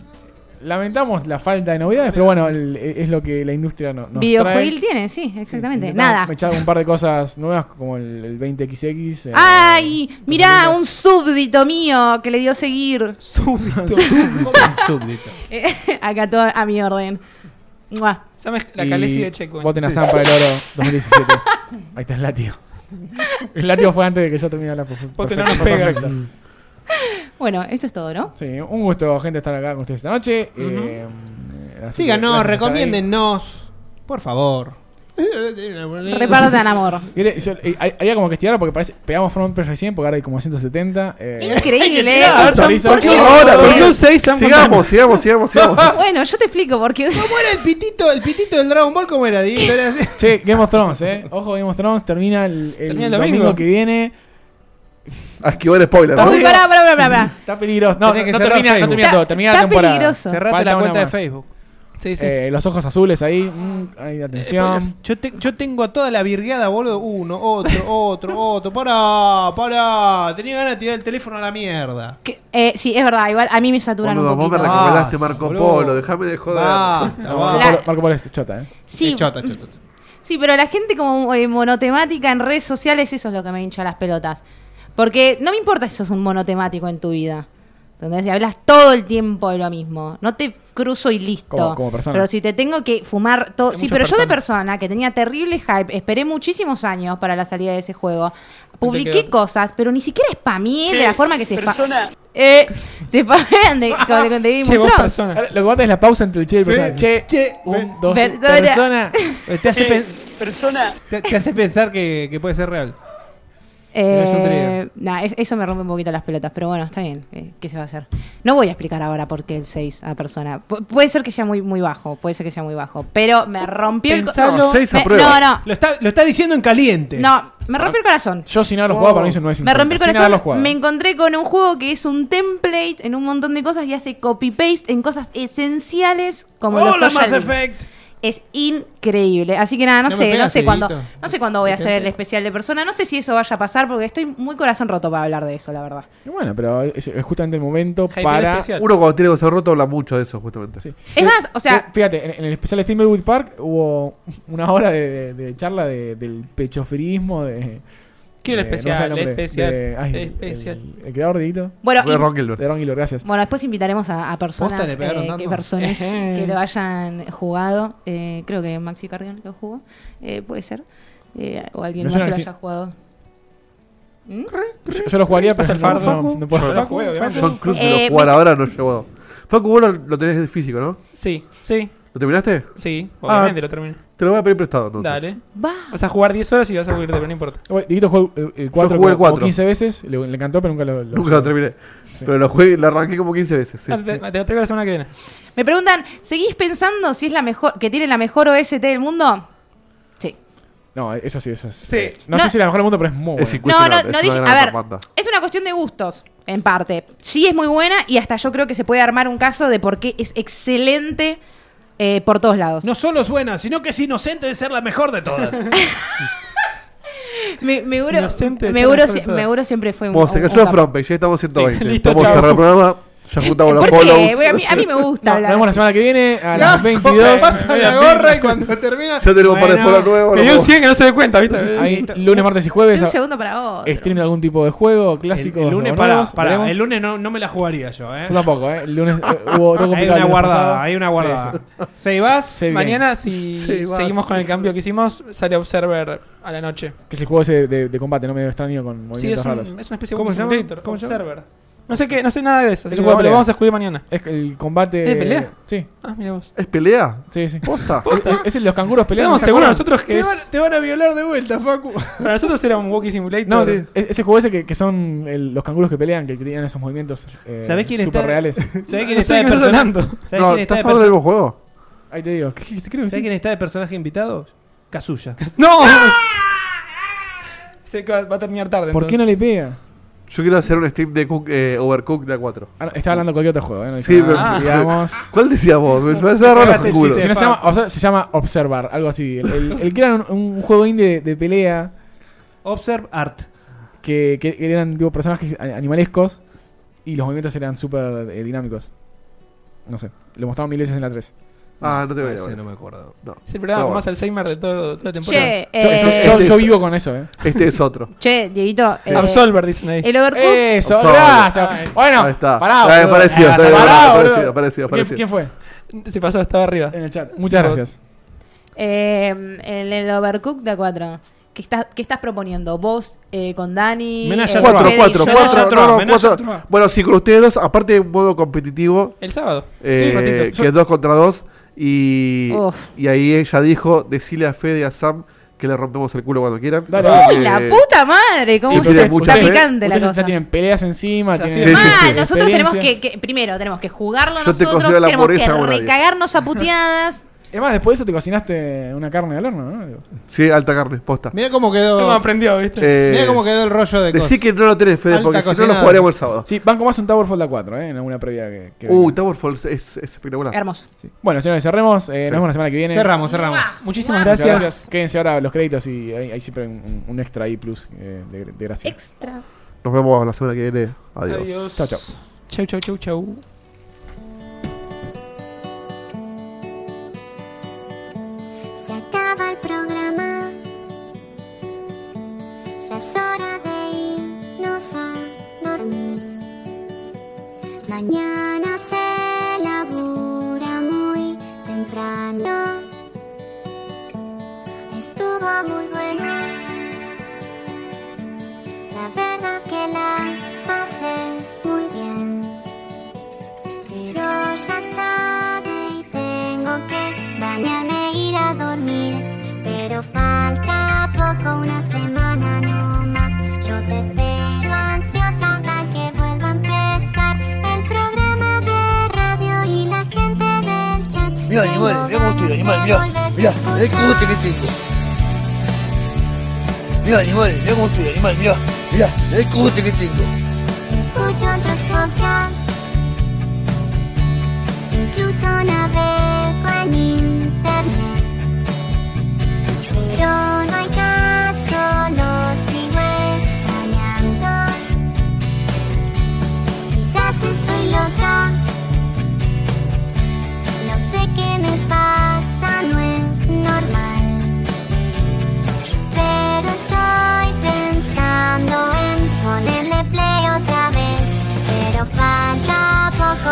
S3: lamentamos la falta de novedades, pero bueno, el- e, es lo que la industria no, nos
S2: Videojuegos
S3: trae.
S2: tiene, sí, exactamente.
S3: Intentamos
S2: Nada.
S3: Echar un par de cosas nuevas como el, el 20XX. eh,
S2: Ay, mirá, un súbdito mío que le dio seguir.
S4: Súbdito.
S5: Súbdito.
S2: Eh, Acá todo a mi orden. Mua.
S4: ¿Sabes la
S3: y
S4: calesi de
S5: ¿eh?
S4: Checo?
S3: Voten a Sam para el oro 2017. Ahí está el látigo. El látigo fue antes de que yo terminara la perfe-
S4: Voten a los
S3: perfecto,
S4: pegas.
S3: perfecto.
S2: Bueno, eso es todo, ¿no?
S3: Sí, un gusto, gente, estar acá con ustedes esta noche. Eh, así que gracias
S5: Síganos,
S3: por estar ahí.
S5: recomiéndennos. Por favor.
S2: Repartan amor.
S3: Mire, yo- eh, hay- había como que estirar porque parece. Pegamos front press recién porque ahora hay como 170. Eh,
S2: Increíble.
S3: tirar. A ver, Sam,
S2: Porque-
S3: ¿por qué?
S1: Ahora,
S4: ¿Por qué
S1: boludo.
S4: un 6 Sam?
S1: Sigamos, sigamos, sigamos, sigamos.
S2: Ah, Bueno, yo te explico por qué.
S5: ¿Cómo era el pitito, el pitito del Dragon Ball? ¿Cómo era, Dieguito? Era así.
S3: che, Game of Thrones, ¿eh? Ojo, Game of Thrones termina el, el
S4: Termina el
S3: domingo.
S4: domingo.
S3: que viene.
S1: A esquivar spoilers, ¿no?
S2: Uy, pará, pará, pará, pará.
S3: Está peligroso. No, no,
S5: Tenés que
S3: no
S5: cerrar
S3: termina, no
S5: Facebook.
S3: termina todo. Termina la
S2: Está
S3: temporada.
S2: peligroso.
S5: Cerrate
S3: Falta
S5: la
S3: una
S5: cuenta de
S3: más.
S5: Facebook. Eh,
S4: Sí, sí.
S3: Eh, los ojos azules ahí. mm, ahí, atención.
S5: Yo, te- yo tengo a toda la virgueada, boludo. Uno, otro, otro, otro. Pará, pará. Tenía ganas de tirar el teléfono a la mierda.
S2: Que- eh, sí, es verdad, igual a mí me saturan
S1: Boludo,
S2: un
S1: vos me
S2: poquito.
S5: recom-
S1: recomendaste
S5: Basta,
S1: Marco
S5: boludo.
S1: Polo, déjame de joder.
S4: Ah,
S5: Basta,
S3: No,
S5: basta.
S2: La-
S3: Marco, Marco Polo es chota, ¿eh?
S2: Sí,
S5: Eh, chota, chota, chota.
S2: sí, pero la gente como eh, monotemática en redes sociales, eso es lo que me hincha las pelotas. Porque no me importa si sos un monotemático en tu vida. Donde si hablas todo el tiempo de lo mismo. No te cruzo y listo.
S3: Como- como persona.
S2: Pero si te tengo que fumar todo.
S4: Hay
S2: Sí,
S4: muchas
S2: pero yo de
S4: personas.
S2: persona que tenía terrible hype, esperé muchísimos años para la salida de ese juego. Publiqué
S4: quedó.
S2: cosas, pero ni siquiera spameé de la forma que se spamea. Eh, se spamean de, con el contenido de Game
S4: Che,
S2: of
S4: vos
S2: Thrones.
S4: persona.
S3: Ahora, Lo que mata es la pausa entre el che y el
S5: Sí.
S3: personaje. Che,
S5: Che,
S3: un, dos,
S2: Perdona.
S3: persona.
S5: Eh, Te hace, pen- te- te hace pensar que, que puede ser real. es un
S2: Eh, nah, es- eso me rompe un poquito las pelotas, pero bueno, está bien. eh, ¿Qué se va a hacer? No voy a explicar ahora por qué el 6 a persona. Pu- puede ser que sea muy, muy bajo, puede ser que sea muy bajo, pero me rompió el co-
S4: Pensalo.
S1: No, seis a
S2: me-
S1: prueba.
S2: No, no,
S5: Lo está, lo está diciendo en caliente.
S2: no, me rompió el corazón.
S3: Yo sin haberlos jugado, para mí eso no es
S2: Me rompí el
S3: sin haberlos
S2: corazón,
S3: jugado.
S2: me encontré con un juego que es un template en un montón de cosas y hace copy-paste en cosas esenciales como
S3: Oh,
S2: los
S5: Hola,
S2: social
S5: Mass
S2: links.
S5: Effect.
S2: Es increíble. Así que nada, no,
S5: No me
S2: sé, no
S5: pegas,
S2: sé cuándo,
S5: Dieguito.
S2: no sé cuándo voy a hacer el especial de persona, no sé si eso vaya a pasar porque estoy muy corazón roto para hablar de eso, la verdad.
S3: Y bueno, pero es, es justamente el momento
S4: Hype
S3: para.
S4: especial.
S1: Uno cuando tiene corazón roto habla mucho de eso, justamente.
S3: Sí. eh,
S2: Es más, o sea-
S3: Fíjate, en, en el especial de Timberwood Park hubo una hora de, de- de charla de- del pechoferismo. De,
S4: Quiero el
S3: de- Eh, no sé
S4: especial, el
S3: nombre,
S4: especial.
S3: de- ay,
S4: el
S3: eh, el-
S4: especial.
S3: El, el creador de Hito.
S2: Bueno,
S1: Fue
S2: y-
S1: Ron Gilbert.
S3: De Ron Gilbert, gracias.
S2: bueno después invitaremos a, a personas,
S5: ¿Posta le pegaron
S2: eh,
S5: tanto?
S2: que, personas
S4: Ejé.
S2: que lo hayan jugado. Eh, creo que Maxi Carrión lo jugó, eh, puede ser. Eh, o alguien
S3: Me
S2: más que
S3: suena
S2: lo
S3: que
S2: haya
S3: sí.
S2: jugado. ¿Mm?
S3: Yo, yo lo jugaría, pero
S4: Pasa el fardo.
S3: no, no, no puedo.
S4: Yo lo juego,
S1: John Cruz se
S2: Eh,
S1: lo jugar
S2: me-
S1: ahora no llegó. Facu, vos lo, lo tenés de físico, ¿no?
S4: Sí, sí,
S1: ¿Lo terminaste?
S4: sí.
S1: Ah.
S4: Obviamente lo termino.
S1: Te lo voy a pedir prestado entonces.
S4: Dale.
S2: Va.
S4: Vas a jugar 10 horas y vas a aburrirte, pero no importa.
S3: Bueno, Dieguito jugó el- el 4
S1: Yo jugué el
S3: como
S1: cuatro.
S3: 15 veces, le, le encantó, pero nunca lo.
S1: Nunca lo terminé. Pero lo jugué, lo arranqué como 15 veces. sí.
S4: Ah, te, te lo traigo la semana que viene.
S2: Me preguntan, ¿seguís pensando si es la mejor, que tiene la mejor OST del mundo? Sí.
S3: No, eso sí, eso es. Eh,
S4: Sí.
S3: No,
S2: No-
S3: sé si la mejor del mundo, pero es muy
S1: Es
S3: bueno.
S2: No,
S1: Cuestión,
S2: no,
S1: es
S2: no
S1: una
S2: dije.
S1: gran
S2: A ver,
S1: banda.
S2: es una cuestión de gustos, en parte. Sí es muy buena y hasta yo creo que se puede armar un caso de por qué es excelente eh, por todos lados.
S5: No solo es buena, sino que es inocente de ser la mejor de todas.
S2: Me, me guro-
S4: Inocente de
S2: me
S4: ser
S2: guro
S4: mejor
S2: si-
S4: de todas.
S2: me guro siempre fue un.
S1: Bueno, se
S2: un-
S1: cayó
S2: un
S1: la
S2: capo.
S1: frontpage, ya estamos en 120.
S4: Sí, listo,
S1: Vamos a
S4: chao.
S1: cerrar el programa. Ya juntamos los
S2: ¿Por
S1: follows.
S2: qué? Güey, A mí, a mí me gusta
S3: No, nos
S2: hablar.
S3: vemos la semana que viene a las 22.
S5: Pasa la gorra y cuando termina.
S1: Ya tenemos para el follow nuevo.
S4: Me
S1: lo
S4: dio un
S1: puedo-
S4: 100 que no se dé cuenta, ¿viste?
S3: Ahí, lunes, martes
S2: De
S3: y jueves.
S2: un
S3: a-
S2: segundo para otro.
S3: Stream de algún tipo de juego,
S5: El,
S3: clásico.
S5: el lunes,
S3: o
S5: para,
S3: nuevos, veremos.
S5: el lunes no, no me la jugaría yo, ¿eh?
S3: Yo tampoco, ¿eh? El lunes eh, hubo todo
S5: Hay
S3: complicado el
S5: una
S3: lunes pasado.
S5: guardada, hay una
S3: Sí,
S5: guardada.
S3: sí.
S5: Se vas,
S3: Se viene.
S4: Mañana, si
S1: Sí, vas.
S4: seguimos con el cambio que hicimos, sale Observer a la noche.
S3: Que es el juego ese de, de combate, no me extraño con movimientos
S4: Sí, es, un-
S3: raros.
S4: es una especie de
S5: ¿Cómo
S4: Walking
S5: se llama?
S4: Simulator,
S5: ¿Cómo se llama?
S4: Observer. No sé qué, no sé nada de eso. así
S3: Es
S4: que
S3: un
S4: lo
S3: juego de pelea.
S4: vamos a descubrir mañana.
S3: Es el combate.
S4: ¿Es de pelea?
S3: Sí,
S4: Ah, mira vos.
S1: ¿Es pelea?
S3: sí, sí.
S1: ¿Posta?
S3: Es- es- Es el de los canguros peleando.
S4: Estamos
S3: ¿se
S4: seguros
S3: acuerdan?
S4: nosotros que
S5: te, van,
S4: es.
S5: te van a violar de vuelta, Facu.
S4: Para nosotros era un Walking Simulator.
S3: No, sí, es- ese juego ese que, que son el- los canguros que pelean, que tienen esos movimientos eh,
S5: ¿Sabés quién está-
S3: super reales.
S5: ¿Sabés quién
S4: No sé
S5: está
S4: de
S5: de
S4: qué estás
S5: persona-
S4: hablando.
S5: ¿Sabés
S1: no,
S5: quién
S1: ¿estás
S5: está de
S1: hablando del
S5: persona-
S1: mismo juego?
S3: Ahí te digo, ¿qué- qué- creo que sí.
S5: ¿Sabés quién está de personaje invitado? Kazuya.
S4: ¡No! Sé que va va a terminar tarde.
S3: ¿Por qué no
S4: entonces.
S3: le pega?
S1: Yo quiero hacer un Steam de Cook, eh, Overcooked de A4.
S3: Ah, no, estaba hablando de cualquier otro juego, ¿eh? No dice
S1: Sí,
S3: nada,
S1: pero-
S3: digamos.
S1: ¿Cuál decías vos? Me parece raro,
S5: cagaste
S1: te
S5: el
S1: juro.
S5: chiste.
S3: Si no se, llama, o sea, se llama Observar, algo así. El, el- el que era un, un juego indie de, de pelea
S5: Observe Art.
S3: que, que eran tipo personajes a- animalescos y los movimientos eran súper eh, dinámicos. No sé, lo mostraron mil veces en la 3.
S1: Ah, no te
S5: Ese
S1: veo.
S5: no me acuerdo.
S4: Es el programa
S1: No,
S4: con
S1: bueno.
S4: más Alzheimer de todo, toda la temporada.
S2: Che,
S3: Yo, yo-
S2: eh,
S3: yo-
S1: este
S3: yo
S1: es-
S3: vivo con eso, ¿eh?
S1: Este es otro.
S2: che, Dieguito. eh,
S4: Absolver, dicen ahí.
S2: el Overcooked.
S3: Eso,
S1: Observar.
S3: gracias. Bueno,
S1: Ahí está.
S3: pará.
S1: Está bien,
S3: boludo.
S1: parecido, está
S3: Pará,
S1: bien, parecido,
S3: boludo.
S1: parecido,
S3: ¿Quién-
S1: parecido.
S3: ¿Quién fue?
S4: Se pasó, estaba arriba.
S3: En el chat. Muchas
S4: Sí,
S3: gracias.
S2: Eh, en el Overcooked de A4. ¿Qué estás, ¿Qué estás proponiendo? ¿Vos eh, con Dani?
S5: Menaya
S2: eh,
S5: Cuatro,
S2: Fede y
S1: 4, 4,
S2: yo?
S5: Menaya
S1: 4,
S5: Trump,
S1: no, no,
S5: Menaya
S1: 4.
S5: Trump.
S1: Bueno, sí, con ustedes dos, aparte de un modo competitivo,
S4: El sábado.
S1: eh,
S4: sí, ratito.
S1: que es 2 contra 2. Y,
S2: Uf.
S1: y ahí ella dijo, decile a Fede y a Sam que le rompemos el culo cuando quieran.
S3: Dale.
S2: ¡Uy,
S1: Eh,
S2: la puta madre! ¿Cómo
S1: Sí,
S2: está,
S1: tiene
S2: está
S1: mucha fe.
S2: picante la
S3: Ustedes
S2: cosa?
S3: ya tienen peleas encima.
S4: Desafío.
S1: Sí,
S3: Tienen
S1: sí, sí.
S2: Mal, Ah, nosotros tenemos
S3: experiencia.
S2: que, que- primero tenemos que jugarlo
S1: Yo te
S2: nosotros,
S1: considero la
S2: tenemos que
S1: pureza como nadie.
S2: recagarnos a puteadas.
S3: Es más, después de eso te cocinaste una carne al horno, ¿no? Digo,
S1: Sí, alta carne, posta.
S5: Mira cómo
S4: No
S5: quedó.
S4: me aprendió, ¿viste?
S1: Eh,
S5: Mirá cómo quedó el rollo de
S1: Decí
S5: cosas.
S1: que no lo tenés, Fede,
S5: Alta
S1: porque si no lo
S5: cocinada.
S1: jugaremos el sábado.
S3: Sí, banco más un Tower Fold a 4, ¿eh? En alguna previa que. que
S1: Uy,
S3: venga.
S1: Towerfall es, es espectacular.
S2: Hermoso.
S3: Bueno, señores, cerremos. eh, Nos vemos la semana que viene.
S5: Cerramos, cerramos.
S4: Muchísimas
S3: Muchas
S4: gracias.
S3: Quédense ahora los créditos y hay, hay siempre un, un extra ahí plus eh, de, de gracia.
S2: Extra.
S1: Nos vemos la semana que viene. Adiós.
S4: Adiós.
S3: Chau, chau.
S4: Chau, chau, chau, chau.
S6: Se acaba el programa. Ya es hora de irnos a dormir. Mañana se labura muy temprano. Estuvo muy bueno. La verdad que la pasé muy bien. Pero ya es tarde y tengo que bañarme e ir a dormir. Pero falta poco, una semana no más. Yo te
S8: Mirá, animal, mirá cómo estoy, animal, mirá. Mirá, mirá el cogote que tengo. Mirá, animal, mirá cómo estoy, animal, mirá. Mirá, mirá el cogote que tengo.
S6: Escucho otros podcasts. Incluso navego en internet. Pero no hay caso, lo sigo extrañando. Quizás estoy loca. No sé qué me pasa, no es normal. Pero estoy pensando en ponerle play otra vez. Pero falta poco,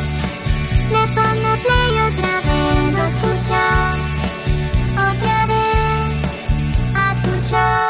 S6: Le pongo play otra vez a escuchar. Otra vez a escuchar.